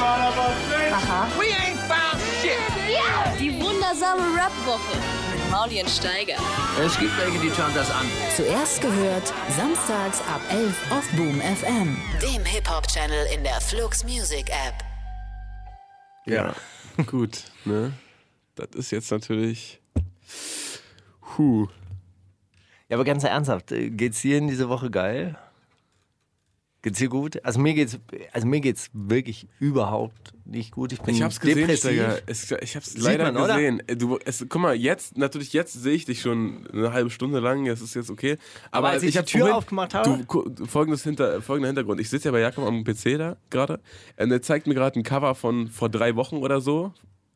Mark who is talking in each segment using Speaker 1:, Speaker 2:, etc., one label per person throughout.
Speaker 1: Aha.
Speaker 2: Die wundersame Rap-Woche mit Mauli und Steiger.
Speaker 3: Es gibt welche, die schauen das an.
Speaker 4: Zuerst gehört, samstags ab 11 auf Boom FM.
Speaker 5: dem Hip-Hop-Channel in der Flux Music App.
Speaker 6: Ja. Gut, ne? Das ist jetzt natürlich. Huh.
Speaker 7: Ja, aber ganz ernsthaft, äh, geht's dir in dieser Woche geil? Geht's dir gut? Also mir geht's, also mir geht's wirklich überhaupt nicht gut. Ich bin
Speaker 6: Ich hab's gesehen,
Speaker 7: depressiv.
Speaker 6: Steiger. Es, ich hab's leider
Speaker 7: man, oder?
Speaker 6: gesehen. Äh, Du, es, guck mal, jetzt, natürlich, jetzt sehe ich dich schon eine halbe Stunde lang. Es ist jetzt okay. Aber,
Speaker 7: als ich die
Speaker 6: hab
Speaker 7: Tür aufgemacht habe?
Speaker 6: Du, gu- folgendes hinter, folgender Hintergrund. Ich sitze ja bei Jakob am PC da gerade. Und er zeigt mir gerade ein Cover von vor drei Wochen oder so,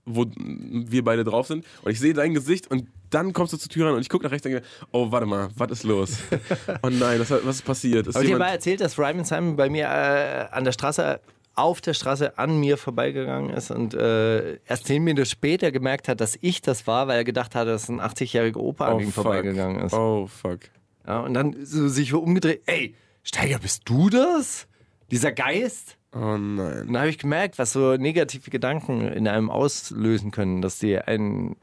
Speaker 6: wo mm, wir beide drauf sind. Und ich sehe dein Gesicht und dann kommst du zur Tür ran und ich gucke nach rechts und denke, oh, warte mal, was ist los? oh nein, das, hat- was ist passiert? Ist
Speaker 7: Habe ich dir
Speaker 6: jemand-
Speaker 7: mal erzählt, dass Ryman Simon bei mir äh, an der Straße, auf der Straße an mir vorbeigegangen ist und äh, erst zehn Minuten später gemerkt hat, dass ich das war, weil er gedacht hat, dass ein 80-jähriger Opa an ihm
Speaker 6: Oh, fuck.
Speaker 7: vorbeigegangen ist.
Speaker 6: Oh, fuck.
Speaker 7: Ja, und dann so sich umgedreht, ey, Steiger, bist du das? Dieser Geist?
Speaker 6: Oh nein.
Speaker 7: Und da habe ich gemerkt, was so negative Gedanken in einem auslösen können, dass die einen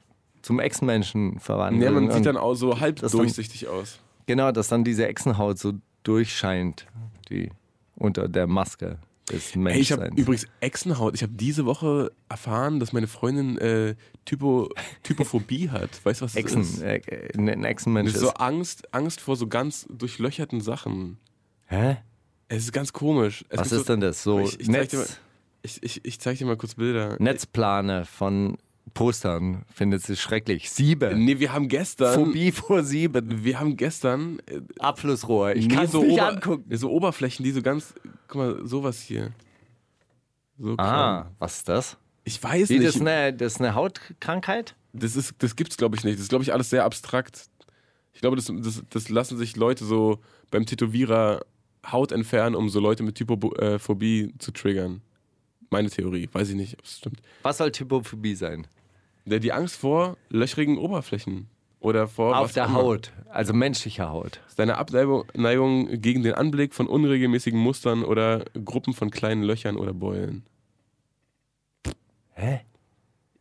Speaker 7: zum Ex-Menschen verwandeln.
Speaker 6: Ja, man
Speaker 7: Und
Speaker 6: sieht dann auch so halb
Speaker 7: Das dann-
Speaker 6: durchsichtig aus.
Speaker 7: genau, dass dann diese Echsenhaut so durchscheint, die unter der Maske des
Speaker 6: Ey, ich habe
Speaker 7: Menschseins.
Speaker 6: übrigens Echsenhaut. Ich habe diese Woche erfahren, dass meine Freundin äh, Typo, Typophobie hat. Weißt du, was das
Speaker 7: Echsen,
Speaker 6: ist?
Speaker 7: äh, äh, ein Echsenmensch
Speaker 6: Das
Speaker 7: ist.
Speaker 6: ist so Angst, Angst vor so ganz durchlöcherten Sachen.
Speaker 7: Hä?
Speaker 6: Es ist ganz komisch. Es
Speaker 7: Was
Speaker 6: gibt
Speaker 7: ist denn das? So
Speaker 6: Ich, ich, zeig dir mal,
Speaker 7: Netz,
Speaker 6: ich, ich, ich zeig dir mal kurz Bilder.
Speaker 7: Netzplane von Postern findet sie schrecklich. Sieben.
Speaker 6: Nee, wir haben gestern.
Speaker 7: Phobie vor sieben.
Speaker 6: Wir haben gestern. äh,
Speaker 7: Abflussrohr. Ich
Speaker 6: nee,
Speaker 7: kann es
Speaker 6: so
Speaker 7: nicht
Speaker 6: Ober-
Speaker 7: angucken.
Speaker 6: So Oberflächen, die so ganz. Guck mal, sowas hier. So klein.
Speaker 7: Ah, was ist das?
Speaker 6: Ich weiß
Speaker 7: Wie,
Speaker 6: nicht.
Speaker 7: das, ist eine, das ist eine Hautkrankheit?
Speaker 6: Das, ist, das gibt's, glaube ich, nicht. Das ist, glaube ich, alles sehr abstrakt. Ich glaube, das, das, das lassen sich Leute so beim Tätowierer Haut entfernen, um so Leute mit Typophobie zu triggern. Meine Theorie. Weiß ich nicht, ob es stimmt.
Speaker 7: Was soll Typophobie sein?
Speaker 6: Der, die Angst vor löchrigen Oberflächen. Oder vor
Speaker 7: Auf
Speaker 6: was
Speaker 7: der
Speaker 6: auch immer.
Speaker 7: Haut, also menschlicher Haut.
Speaker 6: Ist Deine Abneigung Neigung gegen den Anblick von unregelmäßigen Mustern oder Gruppen von kleinen Löchern oder Beulen.
Speaker 7: Hä?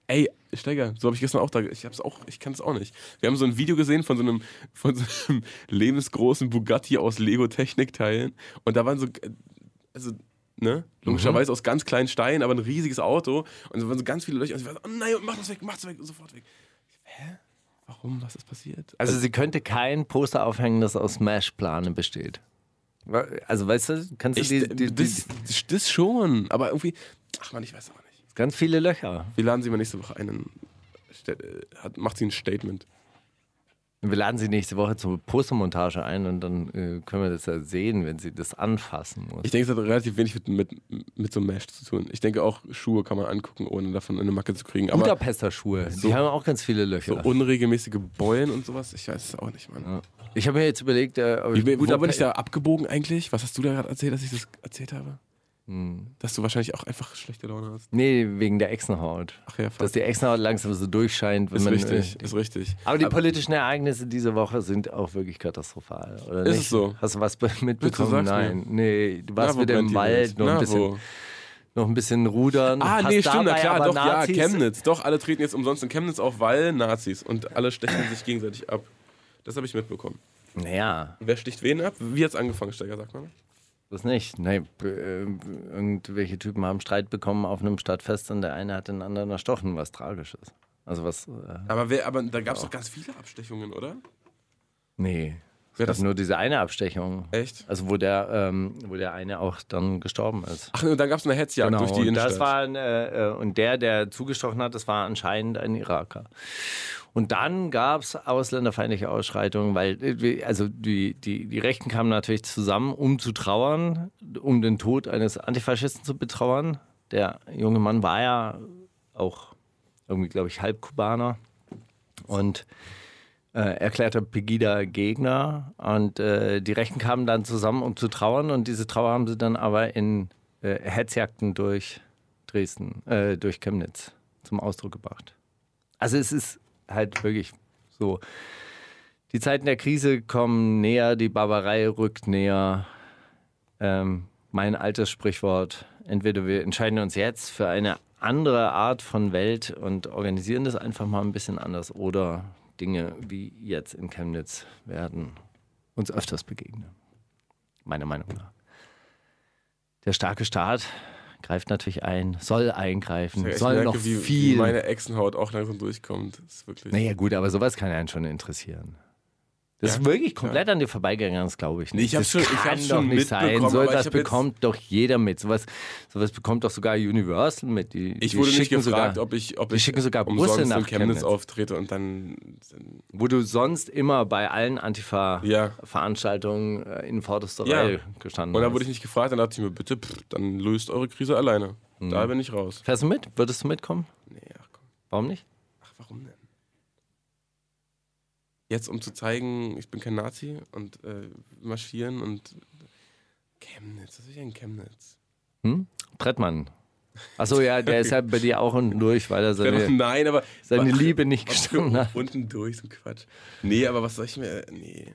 Speaker 6: Ey, Steiger, so habe ich gestern auch da. Ich hab's auch, ich kann es auch nicht. Wir haben so ein Video gesehen von so einem, von so einem lebensgroßen Bugatti aus Lego-Technikteilen. Und da waren so, also, ne? Logischerweise aus ganz kleinen Steinen, aber ein riesiges Auto. Und da waren so ganz viele Löcher. Und ich war so, oh nein, mach das weg, mach das weg, sofort weg. Hä? Warum? Was ist passiert?
Speaker 7: Also sie könnte kein Poster aufhängen, das aus Mashplane besteht. Also weißt du, kannst du
Speaker 6: ich,
Speaker 7: die, die, die,
Speaker 6: Äh, das, das, das schon, aber irgendwie, ach man, ich weiß auch nicht.
Speaker 7: ganz viele Löcher.
Speaker 6: Wir laden sie mal nächste Woche ein. dann ste- äh, hat- Macht sie ein Statement.
Speaker 7: Wir laden sie nächste Woche zur Postermontage ein und dann äh, können wir das ja sehen, wenn sie das anfassen muss.
Speaker 6: Ich denke, es hat relativ wenig mit, mit, mit so einem Mesh zu tun. Ich denke auch, Schuhe kann man angucken, ohne davon eine Macke zu kriegen. Aber
Speaker 7: Budapester Schuhe,
Speaker 6: So-
Speaker 7: die haben auch ganz viele
Speaker 6: so
Speaker 7: Löcher.
Speaker 6: unregelmäßige Beulen und sowas, ich weiß es auch nicht, Mann.
Speaker 7: ich habe mir jetzt überlegt, äh, ob
Speaker 6: Wie,
Speaker 7: ich
Speaker 6: wo bin
Speaker 7: Budapest-
Speaker 6: ich da abgebogen eigentlich? Was hast du da gerade erzählt, dass ich das erzählt habe?
Speaker 7: Hm.
Speaker 6: Dass du wahrscheinlich auch einfach schlechte Laune hast.
Speaker 7: Nee, wegen der Echsenhaut.
Speaker 6: Ach ja, fuck.
Speaker 7: Dass die Echsenhaut langsam so durchscheint, wenn
Speaker 6: Ist
Speaker 7: man
Speaker 6: richtig,
Speaker 7: äh,
Speaker 6: ist richtig.
Speaker 7: Aber die politischen Ereignisse diese Woche sind auch wirklich katastrophal, oder
Speaker 6: Ist
Speaker 7: nicht?
Speaker 6: es so?
Speaker 7: Hast du was be- mitbekommen?
Speaker 6: sag's mir.
Speaker 7: Nein, nee, du warst
Speaker 6: wo
Speaker 7: wieder
Speaker 6: brennt
Speaker 7: im
Speaker 6: die
Speaker 7: Wald,
Speaker 6: Welt?
Speaker 7: noch ein,
Speaker 6: Na,
Speaker 7: bisschen,
Speaker 6: wo?
Speaker 7: noch ein bisschen rudern.
Speaker 6: Ah,
Speaker 7: hast
Speaker 6: nee, stimmt, na
Speaker 7: dabei
Speaker 6: klar,
Speaker 7: aber
Speaker 6: doch,
Speaker 7: Nazis.
Speaker 6: ja, Chemnitz. Doch, alle treten jetzt umsonst in Chemnitz auf, weil Nazis. Und alle stechen sich gegenseitig ab. Das habe ich mitbekommen.
Speaker 7: Naja,
Speaker 6: Wer sticht wen ab? Wie hat's angefangen, Steiger, sag mal.
Speaker 7: das nicht. Nein, b- äh, irgendwelche Typen haben Streit bekommen auf einem Stadtfest und der eine hat den anderen erstochen, was tragisch ist. Also was, äh,
Speaker 6: Aber, wer, aber da gab es doch ganz viele Abstechungen, oder?
Speaker 7: nee.
Speaker 6: Wer
Speaker 7: Das ist nur diese eine Abstechung.
Speaker 6: Echt?
Speaker 7: Also wo der, ähm, wo der eine auch dann gestorben ist.
Speaker 6: Ach, und dann gab es eine Hetzjagd durch
Speaker 7: Genau,
Speaker 6: die
Speaker 7: und
Speaker 6: Innenstadt.
Speaker 7: das war ein, äh, äh, und der, der zugestochen hat, das war anscheinend ein Iraker. Und dann gab es ausländerfeindliche Ausschreitungen, weil äh, die- also die, die, die Rechten kamen natürlich zusammen, um zu trauern, um den Tod eines Antifaschisten zu betrauern. Der junge Mann war ja auch irgendwie, glaube ich, Halbkubaner und äh, erklärter Pegida-Gegner. Und äh, die Rechten kamen dann zusammen, um zu trauern. Und diese Trauer haben sie dann aber in äh, Hetzjagden durch Dresden, äh, durch Chemnitz zum Ausdruck gebracht. Also es ist halt wirklich so. Die Zeiten der Krise kommen näher, die Barbarei rückt näher. Ähm, mein altes Sprichwort. Entweder wir entscheiden uns jetzt für eine andere Art von Welt und organisieren das einfach mal ein bisschen anders oder Dinge wie jetzt in Chemnitz werden uns öfters begegnen. Meiner Meinung nach. Der starke Staat greift natürlich ein, soll eingreifen,
Speaker 6: Ich
Speaker 7: soll
Speaker 6: merke,
Speaker 7: noch
Speaker 6: wie,
Speaker 7: viel.
Speaker 6: Wie meine Echsenhaut auch langsam durchkommt. Das ist wirklich.
Speaker 7: naja, gut, aber sowas kann einen schon interessieren. Das
Speaker 6: Ja,
Speaker 7: ist wirklich komplett an dir vorbeigegangen, das glaube ich nicht.
Speaker 6: Nee, ich hab's
Speaker 7: das
Speaker 6: schon- ich
Speaker 7: kann
Speaker 6: hab's
Speaker 7: doch
Speaker 6: schon
Speaker 7: nicht sein.
Speaker 6: mitbekommen,
Speaker 7: So
Speaker 6: aber ich
Speaker 7: etwas
Speaker 6: hab jetzt-
Speaker 7: bekommt doch jeder mit. Sowas sowas bekommt doch sogar Universal mit. Die,
Speaker 6: Ich
Speaker 7: die
Speaker 6: wurde nicht
Speaker 7: schicken
Speaker 6: gefragt,
Speaker 7: sogar,
Speaker 6: ob ich, ob
Speaker 7: die
Speaker 6: ich
Speaker 7: schicken sogar
Speaker 6: umsonst
Speaker 7: Busse nach
Speaker 6: in Chemnitz,
Speaker 7: Chemnitz.
Speaker 6: auftrete und dann.
Speaker 7: wo du sonst immer bei allen
Speaker 6: Ja.
Speaker 7: Antifa-Veranstaltungen äh, in vorderster Reihe gestanden
Speaker 6: Und dann
Speaker 7: hast.
Speaker 6: wurde ich nicht gefragt, dann dachte ich mir, bitte, pff, dann löst eure Krise alleine. Da bin ich raus.
Speaker 7: Hm. Fährst du mit? Würdest du mitkommen?
Speaker 6: Nee, ach komm.
Speaker 7: Warum nicht?
Speaker 6: Ach, warum denn? Jetzt, um zu zeigen, ich bin kein Nazi und äh, marschieren und. Chemnitz, was ist denn Chemnitz?
Speaker 7: Hm? Brettmann. Achso, ja, der ist halt bei dir auch unten durch, weil er seine,
Speaker 6: Nein, aber.
Speaker 7: seine
Speaker 6: Ach,
Speaker 7: Liebe nicht
Speaker 6: was für
Speaker 7: gestanden hat.
Speaker 6: Unten durch, so ein Quatsch. Nee, aber was soll ich mir. Nee.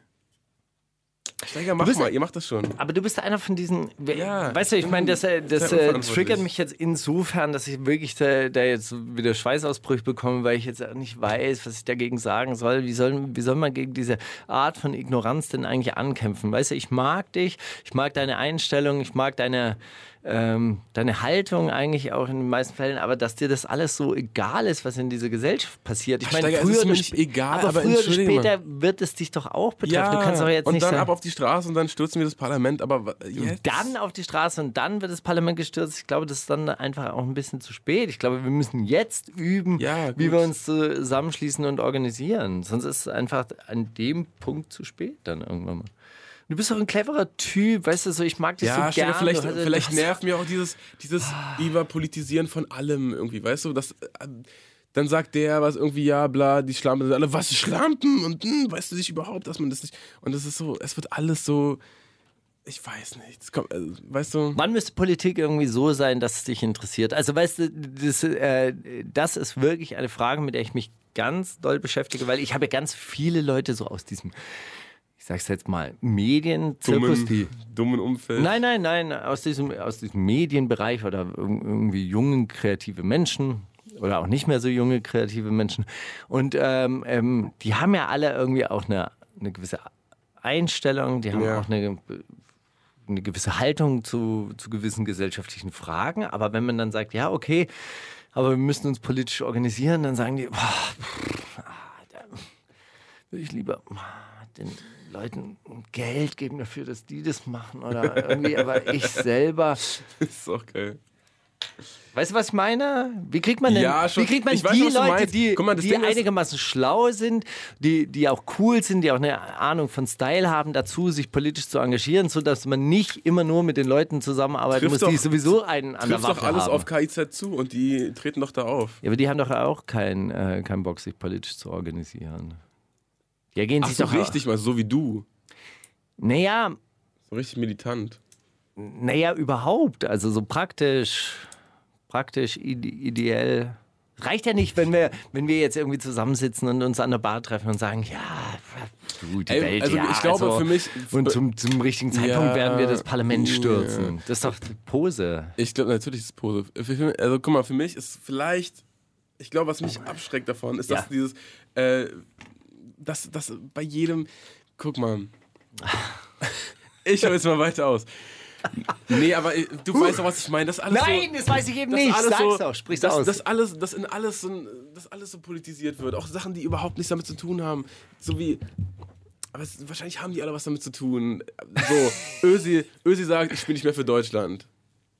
Speaker 6: Steiger, mach
Speaker 7: bist-
Speaker 6: mal, ihr macht das schon.
Speaker 7: Aber du bist einer von diesen. we-
Speaker 6: Ja,
Speaker 7: weißt du, ich meine, das, äh, das
Speaker 6: sehr
Speaker 7: äh,
Speaker 6: unverantwortlich.
Speaker 7: triggert mich jetzt insofern, dass ich wirklich da, da jetzt wieder Schweißausbrüche bekomme, weil ich jetzt auch nicht weiß, was ich dagegen sagen soll. Wie soll, wie soll man gegen diese Art von Ignoranz denn eigentlich ankämpfen? Weißt du, ich mag dich, ich mag deine Einstellung, ich mag deine, ähm, deine Haltung eigentlich auch in den meisten Fällen, aber dass dir das alles so egal ist, was in dieser Gesellschaft passiert. Ich
Speaker 6: Ach,
Speaker 7: meine,
Speaker 6: Steiger, es
Speaker 7: früher
Speaker 6: ist
Speaker 7: oder
Speaker 6: mir
Speaker 7: sp-
Speaker 6: nicht egal, aber
Speaker 7: früher oder
Speaker 6: entschuldige mal.
Speaker 7: später wird es dich doch auch betreffen. du kannst doch jetzt
Speaker 6: und
Speaker 7: nicht
Speaker 6: dann
Speaker 7: sagen,
Speaker 6: ab auf die Straße und dann stürzen wir das Parlament, aber wa- jetzt?
Speaker 7: dann auf die Straße und dann wird das Parlament gestürzt. Ich glaube, das ist dann einfach auch ein bisschen zu spät. Ich glaube, wir müssen jetzt üben,
Speaker 6: Ja, gut.
Speaker 7: wie wir uns zusammenschließen und organisieren. Sonst ist es einfach an dem Punkt zu spät dann irgendwann mal. Du bist doch ein cleverer Typ, weißt du, so ich mag dich
Speaker 6: Ja,
Speaker 7: so gern.
Speaker 6: Steiger, vielleicht,
Speaker 7: du hast- du
Speaker 6: vielleicht
Speaker 7: hast- Ah.
Speaker 6: nervt mir auch dieses, dieses Überpolitisieren von allem irgendwie, weißt du? Das, äh, dann sagt der was irgendwie, ja, bla, die Schlampen sind alle, was, Schlampen? Und hm, weißt du nicht überhaupt, dass man das nicht. Und das ist so, es wird alles so, ich weiß nicht, es kommt, also, weißt du?
Speaker 7: Wann müsste Politik irgendwie so sein, dass es dich interessiert? Also weißt du, das, äh, das ist wirklich eine Frage, mit der ich mich ganz doll beschäftige, weil ich habe ja ganz viele Leute so aus diesem, ich sag's jetzt mal, Medienzirkus, die
Speaker 6: dummen Umfeld.
Speaker 7: Nein, nein, nein, aus diesem, aus diesem Medienbereich oder irg- irgendwie jungen, kreative Menschen oder auch nicht mehr so junge, kreative Menschen. Und ähm, ähm, die haben ja alle irgendwie auch eine, eine gewisse Einstellung, die haben
Speaker 6: Ja.
Speaker 7: auch eine, eine gewisse Haltung zu, zu gewissen gesellschaftlichen Fragen. Aber wenn man dann sagt, ja, okay, aber wir müssen uns politisch organisieren, dann sagen die, boah, pff, ah, da würde ich lieber ah, den Leuten Geld geben dafür, dass die das machen oder irgendwie, aber ich selber.
Speaker 6: Das ist auch geil.
Speaker 7: Weißt du, was ich meine? Wie kriegt man denn
Speaker 6: Ja, schon.
Speaker 7: wie kriegt man
Speaker 6: Ich
Speaker 7: die
Speaker 6: weiß, was du
Speaker 7: Leute,
Speaker 6: meinst.
Speaker 7: die,
Speaker 6: Guck mal, das
Speaker 7: die
Speaker 6: Ding ist-
Speaker 7: einigermaßen schlau sind, die, die auch cool sind, die auch eine Ahnung von Style haben, dazu sich politisch zu engagieren, sodass man nicht immer nur mit den Leuten zusammenarbeiten
Speaker 6: Trifft
Speaker 7: muss, die
Speaker 6: doch-
Speaker 7: sowieso einen an der
Speaker 6: Trifft
Speaker 7: Waffe
Speaker 6: doch alles
Speaker 7: haben.
Speaker 6: auf KIZ zu und die treten doch da auf.
Speaker 7: ja, aber die haben doch auch keinen äh, keinen Bock, sich politisch zu organisieren. Ja, gehen
Speaker 6: Ach
Speaker 7: sich
Speaker 6: so,
Speaker 7: doch
Speaker 6: richtig mal, so wie du.
Speaker 7: Naja,
Speaker 6: So richtig militant.
Speaker 7: Naja, überhaupt. Also so praktisch, praktisch, ide ideell. Reicht ja nicht, wenn wir, wenn wir jetzt irgendwie zusammensitzen und uns an der Bar treffen und sagen, ja, du, die
Speaker 6: Ey,
Speaker 7: Welt,
Speaker 6: also
Speaker 7: ja,
Speaker 6: ich glaube,
Speaker 7: also,
Speaker 6: für mich-
Speaker 7: Und zum, zum richtigen Zeitpunkt
Speaker 6: Ja,
Speaker 7: werden wir das Parlament
Speaker 6: ja.
Speaker 7: stürzen. Das ist doch die Pose.
Speaker 6: Ich glaube, natürlich ist es Pose. Für- für- Also guck mal, für mich ist vielleicht, ich glaube, was mich abschreckt davon, ist, dass
Speaker 7: Oh Ja.
Speaker 6: dieses, äh, dass, dass bei jedem, guck mal, ich höre jetzt mal weiter aus. Nee, aber äh, du weißt doch, was ich meine. Das alles
Speaker 7: Nein,
Speaker 6: so,
Speaker 7: das weiß ich eben
Speaker 6: dass
Speaker 7: nicht.
Speaker 6: alles
Speaker 7: Sag's
Speaker 6: so,
Speaker 7: doch, sprich's
Speaker 6: dass,
Speaker 7: aus.
Speaker 6: Dass alles, dass in alles so, ein- dass alles so politisiert wird. Auch Sachen, die überhaupt nichts damit zu tun haben. So wie. Aber es, wahrscheinlich haben die alle was damit zu tun. So, Ösi, Ösi sagt, ich bin nicht mehr für Deutschland.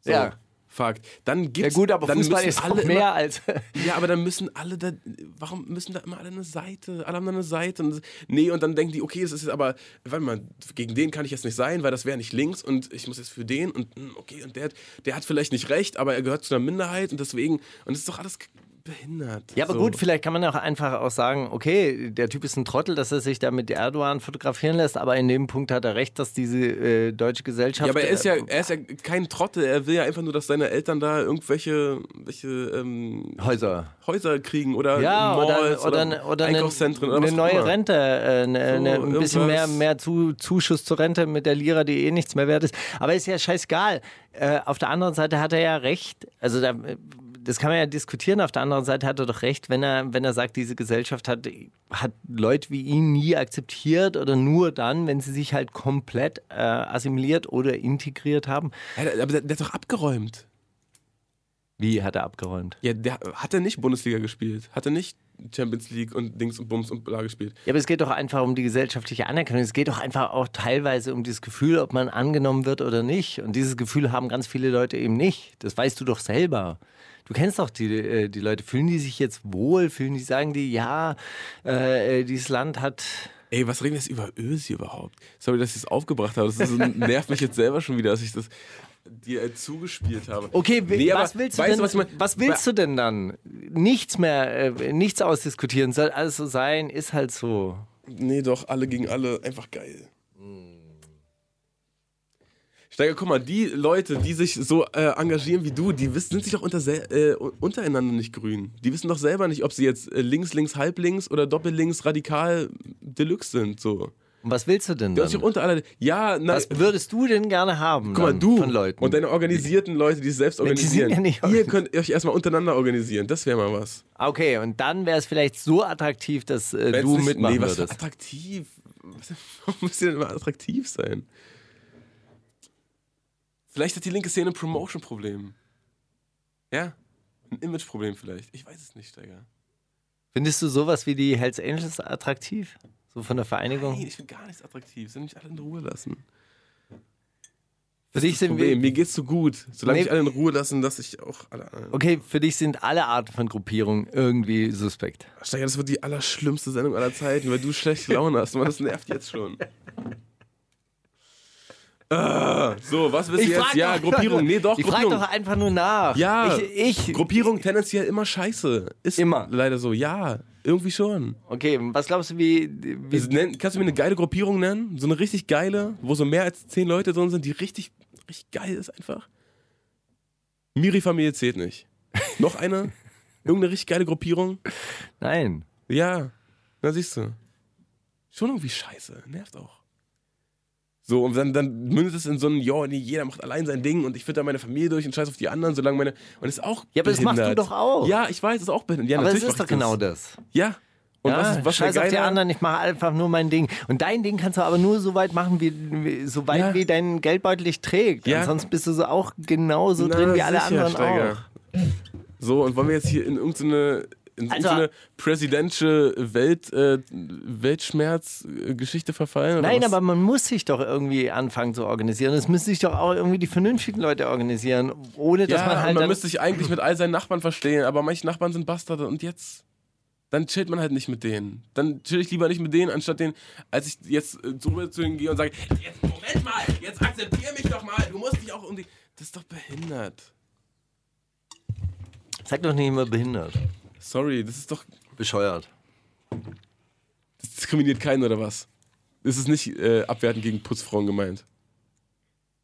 Speaker 6: So,
Speaker 7: Ja.
Speaker 6: Fakt. Oh, Dann
Speaker 7: ja
Speaker 6: gibt's,
Speaker 7: gut, aber
Speaker 6: dann
Speaker 7: Fußball
Speaker 6: müssen
Speaker 7: ist
Speaker 6: alle
Speaker 7: alle mehr als...
Speaker 6: Immer, ja, aber dann müssen alle da. Warum müssen da immer alle eine Seite? Alle haben da eine Seite. Und, nee, und dann denken die, okay, es ist jetzt aber, warte mal, gegen den kann ich jetzt nicht sein, weil das wäre nicht links und ich muss jetzt für den und hm, okay, und der, hat- der hat vielleicht nicht recht, aber er gehört zu einer Minderheit und deswegen. Und es ist doch alles behindert.
Speaker 7: Ja, aber
Speaker 6: So.
Speaker 7: gut, vielleicht kann man auch einfach auch sagen, okay, der Typ ist ein Trottel, dass er sich da mit Erdogan fotografieren lässt, aber in dem Punkt hat er recht, dass diese äh, deutsche Gesellschaft.
Speaker 6: Ja, aber er ist ja,
Speaker 7: äh,
Speaker 6: er ist ja kein Trottel. Er will ja einfach nur, dass seine Eltern da irgendwelche welche, ähm,
Speaker 7: Häuser.
Speaker 6: Häuser kriegen oder
Speaker 7: Ja,
Speaker 6: Halt Malls
Speaker 7: oder, oder, oder eine,
Speaker 6: Einkaufszentren oder
Speaker 7: eine
Speaker 6: was auch
Speaker 7: neue
Speaker 6: immer.
Speaker 7: Rente, äh, eine, eine, ein bisschen mehr,
Speaker 6: irgendwas.
Speaker 7: mehr zu, Zuschuss zur Rente mit der Lira, die eh nichts mehr wert ist. Aber ist ja scheißegal. Äh, auf der anderen Seite hat er ja recht. Also da, das kann man ja diskutieren. Auf der anderen Seite hat er doch recht, wenn er, wenn er sagt, diese Gesellschaft hat, hat Leute wie ihn nie akzeptiert oder nur dann, wenn sie sich halt komplett äh, assimiliert oder integriert haben.
Speaker 6: Hä, der- aber der, der hat doch abgeräumt.
Speaker 7: Wie hat er abgeräumt?
Speaker 6: Ja, der hat er nicht Bundesliga gespielt. Hat er nicht Champions League und Dings und Bums und bla gespielt.
Speaker 7: Ja, aber es geht doch einfach um die gesellschaftliche Anerkennung. Es geht doch einfach auch teilweise um dieses Gefühl, ob man angenommen wird oder nicht. Und dieses Gefühl haben ganz viele Leute eben nicht. Das weißt du doch selber. Du kennst doch die, äh, die Leute. Fühlen die sich jetzt wohl? Fühlen die, sagen die, ja, äh, äh, dieses Land hat.
Speaker 6: Ey, was reden wir jetzt über Ösi überhaupt? Sorry, dass ich es aufgebracht habe. Das ist so, nervt mich jetzt selber schon wieder, dass ich das dir äh, zugespielt habe.
Speaker 7: Okay,
Speaker 6: Nee, aber
Speaker 7: was willst du
Speaker 6: weißt
Speaker 7: denn?
Speaker 6: was,
Speaker 7: Was,
Speaker 6: ich mein-
Speaker 7: willst du denn dann? Nichts mehr, äh, nichts ausdiskutieren. Soll alles so sein, ist halt so.
Speaker 6: Nee, doch, alle gegen alle, einfach geil. Steiger, guck mal, die Leute, die sich so äh, engagieren wie du, die wissen, sind sich doch unter, sel- äh, untereinander nicht grün. Die wissen doch selber nicht, ob sie jetzt äh, links, links, halblinks oder doppellinks, radikal, deluxe sind. So.
Speaker 7: Und was willst du denn
Speaker 6: Die haben sich
Speaker 7: dann?
Speaker 6: doch untereinander. Ja, na,
Speaker 7: Was würdest du denn gerne haben?
Speaker 6: guck mal,
Speaker 7: dann
Speaker 6: du
Speaker 7: von Leuten?
Speaker 6: und deine organisierten Leute, die sich selbst
Speaker 7: die sind
Speaker 6: organisieren.
Speaker 7: ja nicht
Speaker 6: Ihr
Speaker 7: organisiert.
Speaker 6: könnt euch erstmal untereinander organisieren. Das wäre mal was.
Speaker 7: Okay, und dann wäre es vielleicht so attraktiv, dass äh,
Speaker 6: Wenn's
Speaker 7: du
Speaker 6: nicht-
Speaker 7: mitmachen
Speaker 6: nee, was für
Speaker 7: würdest.
Speaker 6: attraktiv. Was- Warum müsst ihr denn immer attraktiv sein? Vielleicht hat die linke Szene ein Promotion-Problem. Ja? Ein Image-Problem vielleicht. Ich weiß es nicht, Steiger.
Speaker 7: Findest du sowas wie die Hells Angels attraktiv? So von der Vereinigung?
Speaker 6: Nein, ich bin gar nichts attraktiv. Sollen mich alle in Ruhe lassen.
Speaker 7: Für dich sind
Speaker 6: Problem.
Speaker 7: wir,
Speaker 6: Mir geht's so gut. Solange
Speaker 7: Nee.
Speaker 6: mich alle in Ruhe lassen, lasse ich auch alle anderen.
Speaker 7: okay, für dich sind alle Arten von Gruppierungen irgendwie suspekt.
Speaker 6: Steiger, das wird die allerschlimmste Sendung aller Zeiten, weil du schlechte Laune hast. Mann, das nervt jetzt schon. Ah, so, was willst du jetzt?
Speaker 7: frag
Speaker 6: Ja,
Speaker 7: doch-
Speaker 6: Gruppierung. Nee, doch,
Speaker 7: Ich frage
Speaker 6: Gruppierung.
Speaker 7: doch einfach nur nach.
Speaker 6: Ja,
Speaker 7: Ich, ich
Speaker 6: Gruppierung tendenziell immer scheiße. Ist
Speaker 7: Immer.
Speaker 6: Leider so, ja. Irgendwie schon.
Speaker 7: okay, was glaubst du, wie, wie
Speaker 6: Ist- nenn- Kannst du mir eine geile Gruppierung nennen? So eine richtig geile, wo so mehr als zehn Leute drin sind, die richtig, richtig geil ist einfach? Miri-Familie zählt nicht. Noch eine? Irgendeine richtig geile Gruppierung?
Speaker 7: Nein.
Speaker 6: Ja, na siehst du. Schon irgendwie scheiße. Nervt auch. So, und dann, dann mündet es in so einen, ja, nee, jeder macht allein sein Ding und ich fütter meine Familie durch und scheiß auf die anderen, solange meine. Und ist auch.
Speaker 7: Ja, aber das machst du
Speaker 6: behindert.
Speaker 7: doch auch.
Speaker 6: Ja, ich weiß, ist auch behindert. Ja,
Speaker 7: Aber es
Speaker 6: natürlich
Speaker 7: ist
Speaker 6: mach
Speaker 7: doch
Speaker 6: ich
Speaker 7: genau das.
Speaker 6: Ja. Und
Speaker 7: Ja,
Speaker 6: was, was
Speaker 7: scheiß
Speaker 6: wär
Speaker 7: auf die
Speaker 6: geiler?
Speaker 7: anderen, ich mache einfach nur mein Ding. Und dein Ding kannst du aber nur so weit machen, wie, wie so weit
Speaker 6: Ja.
Speaker 7: wie dein Geldbeutel dich trägt.
Speaker 6: Ja.
Speaker 7: Ansonsten bist du so auch genauso
Speaker 6: Na,
Speaker 7: drin wie alle
Speaker 6: sicher,
Speaker 7: anderen auch.
Speaker 6: Steiger. So, und wollen wir jetzt hier in irgendeine. In
Speaker 7: Also-
Speaker 6: irgendeine presidential Welt, äh, Weltschmerz-Geschichte verfallen? oder
Speaker 7: Nein,
Speaker 6: was?
Speaker 7: aber man muss sich doch irgendwie anfangen zu organisieren. Es müssen sich doch auch irgendwie die vernünftigen Leute organisieren, ohne dass
Speaker 6: ja,
Speaker 7: man
Speaker 6: und
Speaker 7: halt
Speaker 6: man
Speaker 7: dann,
Speaker 6: müsste sich eigentlich mit all seinen Nachbarn verstehen, aber manche Nachbarn sind Bastarde und jetzt, dann chillt man halt nicht mit denen. Dann chill ich lieber nicht mit denen, anstatt denen, als ich jetzt äh, zu Uwe zu ihnen gehe und sage, jetzt, Moment mal, jetzt akzeptier mich doch mal, du musst dich auch um die... Das ist doch behindert.
Speaker 7: sag doch nicht immer behindert,
Speaker 6: Sorry, das ist doch...
Speaker 7: bescheuert.
Speaker 6: Das diskriminiert keinen oder was? Das ist nicht äh, abwertend gegen Putzfrauen gemeint.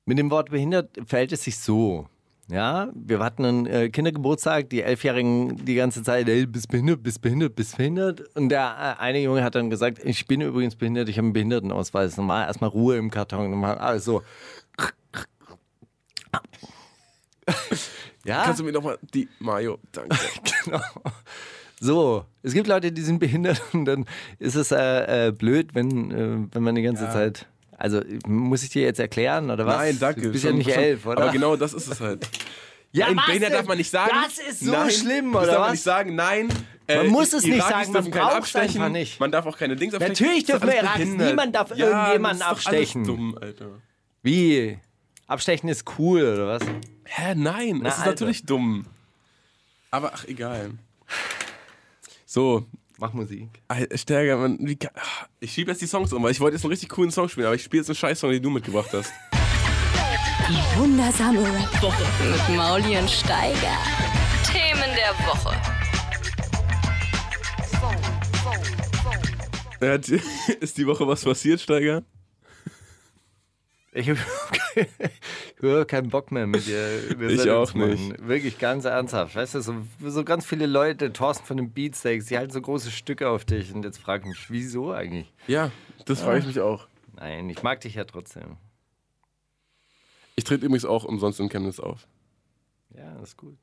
Speaker 7: Mit dem Wort behindert verhält es sich so. Ja, wir hatten einen äh, Kindergeburtstag, die Elfjährigen die ganze Zeit, ey, bist behindert, bist behindert, bist behindert. Und der äh, eine Junge hat dann gesagt, ich bin übrigens behindert, ich habe einen Behindertenausweis. Normal erstmal Ruhe im Karton, normal alles so. Ja,
Speaker 6: Kannst du mir nochmal die... Mario, danke.
Speaker 7: genau. So, es gibt Leute, die sind behindert und dann ist es äh, äh, blöd, wenn, äh, wenn man die ganze Zeit. Also muss ich dir jetzt erklären oder was?
Speaker 6: Nein, danke.
Speaker 7: Du bist ja
Speaker 6: Schon-
Speaker 7: nicht
Speaker 6: schon-
Speaker 7: elf, oder?
Speaker 6: Aber genau das ist es halt.
Speaker 7: Ja,
Speaker 6: Nein,
Speaker 7: was
Speaker 6: Behindert
Speaker 7: denn?
Speaker 6: darf man nicht sagen.
Speaker 7: Das ist so
Speaker 6: Nein,
Speaker 7: schlimm,
Speaker 6: das
Speaker 7: oder
Speaker 6: darf
Speaker 7: was?
Speaker 6: man nicht sagen. Nein.
Speaker 7: Man
Speaker 6: äh,
Speaker 7: muss es nicht
Speaker 6: Irakis
Speaker 7: sagen, man
Speaker 6: dürfen keinen
Speaker 7: braucht's
Speaker 6: abstechen.
Speaker 7: einfach nicht.
Speaker 6: Man darf auch keine Dings abstechen.
Speaker 7: Natürlich
Speaker 6: Das ist
Speaker 7: dürfen
Speaker 6: alles
Speaker 7: wir Irakis,
Speaker 6: behindert.
Speaker 7: niemand darf
Speaker 6: ja,
Speaker 7: irgendjemanden
Speaker 6: das ist doch
Speaker 7: abstechen.
Speaker 6: Alles dumm, Alter.
Speaker 7: Wie? Abstechen ist cool, oder was?
Speaker 6: Hä, nein,
Speaker 7: Na,
Speaker 6: das ist
Speaker 7: Alter.
Speaker 6: natürlich dumm. Aber ach, egal. So,
Speaker 7: Mach Musik.
Speaker 6: Al- Stärker, man, wie, ka- ah, ich schiebe jetzt die Songs um, weil ich wollte jetzt einen richtig coolen Song spielen, aber ich spiele jetzt einen Scheiß-Song, den du mitgebracht hast.
Speaker 4: Die wundersame Rap-Woche.
Speaker 2: Mit Mauli und Steiger. Themen der Woche.
Speaker 6: Äh, t- Ist die Woche was passiert, Steiger?
Speaker 7: Ich habe hab keinen Bock mehr mit dir. über
Speaker 6: Ich
Speaker 7: Sendung
Speaker 6: auch
Speaker 7: zu machen.
Speaker 6: nicht.
Speaker 7: Wirklich ganz ernsthaft. Weißt du, so, so ganz viele Leute, Thorsten von den Beatsteaks, die halten so große Stücke auf dich und jetzt frage ich mich, wieso eigentlich?
Speaker 6: Ja, das frage ich mich auch.
Speaker 7: Nein, ich mag dich ja trotzdem.
Speaker 6: Ich trete übrigens auch umsonst in Chemnitz auf.
Speaker 7: Ja, ist gut.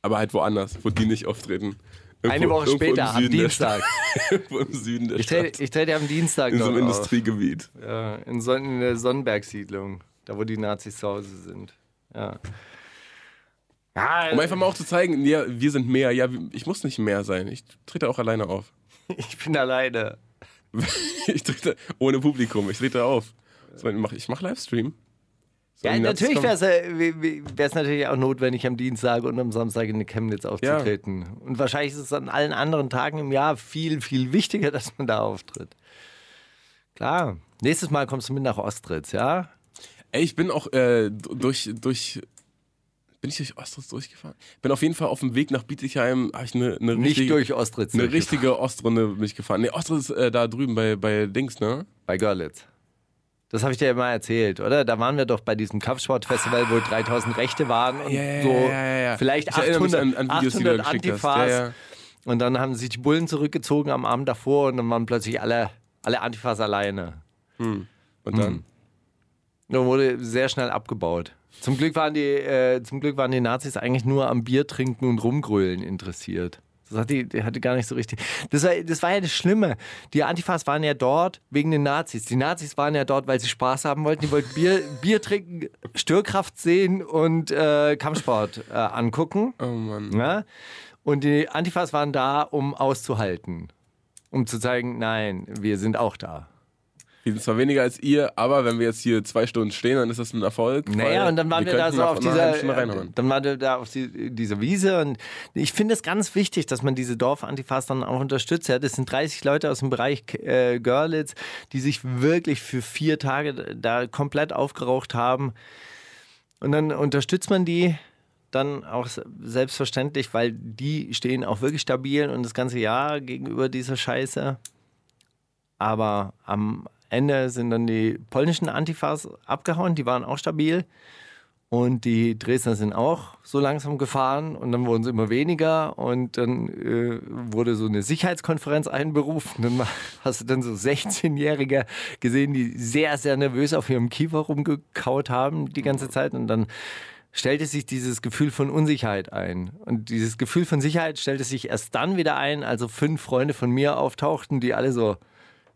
Speaker 6: Aber halt woanders, wo die nicht auftreten. Irgendwo-
Speaker 7: Eine Woche
Speaker 6: irgendwo im
Speaker 7: später, am
Speaker 6: Süden der
Speaker 7: Dienstag.
Speaker 6: Stadt- irgendwo im Süden der
Speaker 7: Ich
Speaker 6: Stadt.
Speaker 7: trete, ich trete am Dienstag
Speaker 6: In so einem
Speaker 7: dort auf.
Speaker 6: Industriegebiet.
Speaker 7: Ja, in, Son in der Sonnenberg-Siedlung, da wo die Nazis zu Hause sind. Ja. Ja,
Speaker 6: Um einfach mal auch zu zeigen, ja, wir sind mehr. Ja, ich muss nicht mehr sein. Ich trete auch alleine auf.
Speaker 7: ich bin alleine.
Speaker 6: Ich trete ohne Publikum. Ich trete auf. So, ich mache ich mach Livestream. So,
Speaker 7: Ja,
Speaker 6: die Nazis
Speaker 7: natürlich äh,
Speaker 6: kommen.
Speaker 7: wäre es natürlich auch notwendig, am Dienstag und am Samstag in Chemnitz aufzutreten. Und wahrscheinlich ist es an allen anderen Tagen im Jahr viel, viel wichtiger, dass man da auftritt. Klar. Nächstes Mal kommst du mit nach Ostritz, ja?
Speaker 6: Ey, ich bin auch äh, du- durch, durch. Bin ich durch Ostritz durchgefahren? Bin auf jeden Fall auf dem Weg nach Bietigheim. Habe ich eine, eine
Speaker 7: Nicht
Speaker 6: richtige,
Speaker 7: durch Ostritz.
Speaker 6: eine
Speaker 7: durch-
Speaker 6: richtige Ostrunde bin ich gefahren. Nee, Ostritz ist äh, da drüben bei, bei Dings, ne?
Speaker 7: Bei Görlitz. Das habe ich dir ja mal erzählt, oder? Da waren wir doch bei diesem Kampfsportfestival,
Speaker 6: Ah.
Speaker 7: wo 3000 Rechte waren und so vielleicht
Speaker 6: ich erinnere
Speaker 7: 800,
Speaker 6: mich an, an
Speaker 7: 800
Speaker 6: Videos, die du geschickt
Speaker 7: Antifas.
Speaker 6: hast. Ja, ja.
Speaker 7: Und dann haben sich die Bullen zurückgezogen am Abend davor und dann waren plötzlich alle, alle Antifas alleine.
Speaker 6: Und dann?
Speaker 7: Mhm. Dann wurde sehr schnell abgebaut. Zum Glück, waren die, äh, zum Glück waren die Nazis eigentlich nur am Bier trinken und rumgrölen interessiert. Das hat die, die hatte gar nicht so richtig. Das war, das war ja das Schlimme. Die Antifas waren ja dort wegen den Nazis. Die Nazis waren ja dort, weil sie Spaß haben wollten. Die wollten Bier, Bier trinken, Störkraft sehen und äh, Kampfsport äh, angucken.
Speaker 6: Oh Mann.
Speaker 7: Ja? Und die Antifas waren da, um auszuhalten. Um zu zeigen, nein, wir sind auch da.
Speaker 6: Wir sind zwar weniger als ihr, aber wenn wir jetzt hier zwei Stunden stehen, dann ist das ein Erfolg.
Speaker 7: Naja,
Speaker 6: weil
Speaker 7: und dann waren wir, da
Speaker 6: könnten
Speaker 7: so
Speaker 6: nach
Speaker 7: auf
Speaker 6: einer halben
Speaker 7: dieser, äh,
Speaker 6: Stunde reinhauen.
Speaker 7: dann waren wir da auf die, dieser Wiese und ich finde es ganz wichtig, dass man diese Dorfantifas dann auch unterstützt. Ja, das sind 30 Leute aus dem Bereich äh, Görlitz, die sich wirklich für vier Tage da komplett aufgeraucht haben. Und dann unterstützt man die dann auch se- selbstverständlich, weil die stehen auch wirklich stabil und das ganze Jahr gegenüber dieser Scheiße. Aber am Ende sind dann die polnischen Antifas abgehauen, die waren auch stabil. Und die Dresdner sind auch so langsam gefahren und dann wurden sie immer weniger und dann äh, wurde so eine Sicherheitskonferenz einberufen. Dann war- hast du dann so 16-Jährige gesehen, die sehr, sehr nervös auf ihrem Kiefer rumgekaut haben die ganze Zeit und dann stellte sich dieses Gefühl von Unsicherheit ein. Und dieses Gefühl von Sicherheit stellte sich erst dann wieder ein, als so fünf Freunde von mir auftauchten, die alle so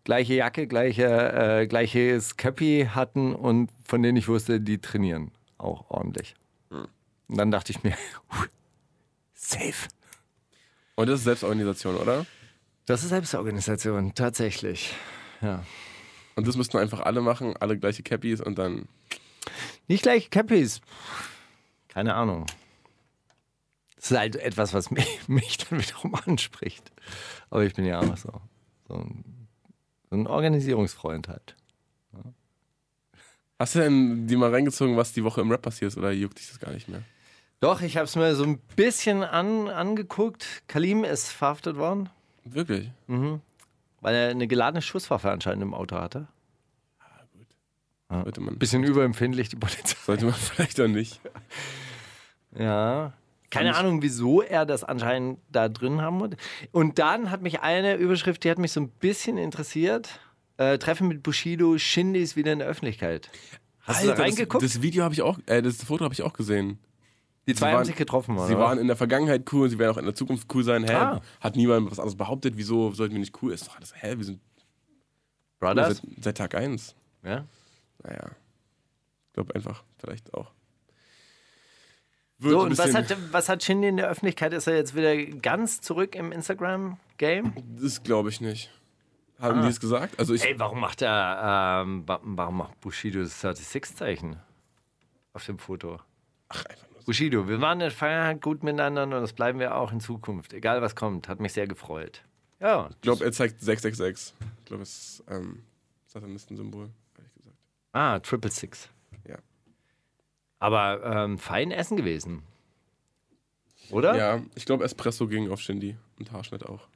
Speaker 7: gleiche Jacke, gleiche, äh, gleiches Cappy hatten und von denen ich wusste, die trainieren auch ordentlich. Und dann dachte ich mir, safe.
Speaker 6: Und das ist Selbstorganisation, oder?
Speaker 7: Das ist Selbstorganisation, tatsächlich.
Speaker 6: Und das müssten einfach alle machen, alle gleiche Cappies und dann.
Speaker 7: Nicht gleich Cappies. Keine Ahnung. Das ist halt etwas, was mich, mich dann wiederum anspricht. Aber ich bin ja auch so, so, ein, so ein Organisierungsfreund halt.
Speaker 6: Hast du denn die mal reingezogen, was die Woche im Rap passiert ist, oder juckt dich das gar nicht mehr?
Speaker 7: Doch, ich habe es mir so ein bisschen an, angeguckt. Kalim ist verhaftet worden.
Speaker 6: Wirklich?
Speaker 7: Weil er eine geladene Schusswaffe anscheinend im Auto hatte.
Speaker 6: Sollte man,
Speaker 7: Bisschen überempfindlich, die Polizei.
Speaker 6: sollte man vielleicht auch nicht.
Speaker 7: Ja. Keine Ahnung, wieso er das anscheinend da drin haben wollte. Und dann hat mich eine Überschrift, die hat mich so ein bisschen interessiert. Äh, Treffen mit Bushido, Shindy ist wieder in der Öffentlichkeit. Hast du da reingeguckt?
Speaker 6: Das, das Video habe ich auch, äh, das Foto habe ich auch gesehen.
Speaker 7: die zwei
Speaker 6: sie waren-
Speaker 7: haben sich getroffen, oder?
Speaker 6: Sie waren in der Vergangenheit cool und sie werden auch in der Zukunft cool sein. Hä?
Speaker 7: ne? Ah.
Speaker 6: Hat niemand was anderes behauptet? Wieso sollten wir nicht cool? Ist doch alles, hä? Wir sind
Speaker 7: Brothers?
Speaker 6: seit, seit Tag 1.
Speaker 7: Ja.
Speaker 6: Naja. Ich glaube einfach, vielleicht auch. Wird
Speaker 7: So,
Speaker 6: ein
Speaker 7: und was
Speaker 6: bisschen-
Speaker 7: hat, was hat Shindy in der Öffentlichkeit? Ist er jetzt wieder ganz zurück im Instagram-Game?
Speaker 6: Das glaube ich nicht. Haben die es gesagt? Also ich,
Speaker 7: Ah. Ey, warum macht er, ähm, wa- warum macht Bushido das 36-Zeichen auf dem Foto?
Speaker 6: ach, einfach nur so.
Speaker 7: Bushido, wir waren in der Vergangenheit gut miteinander und das bleiben wir auch in Zukunft. Egal was kommt, hat mich sehr gefreut. Ja,
Speaker 6: ich glaube, er zeigt 666. Ich glaube, es ist ähm, Satanistensymbol, ehrlich gesagt.
Speaker 7: ah, Triple Six.
Speaker 6: Ja.
Speaker 7: Aber ähm, fein essen gewesen. Oder? Ah.
Speaker 6: Ja, ich glaube, Espresso ging auf Shindy und Haarschnitt auch.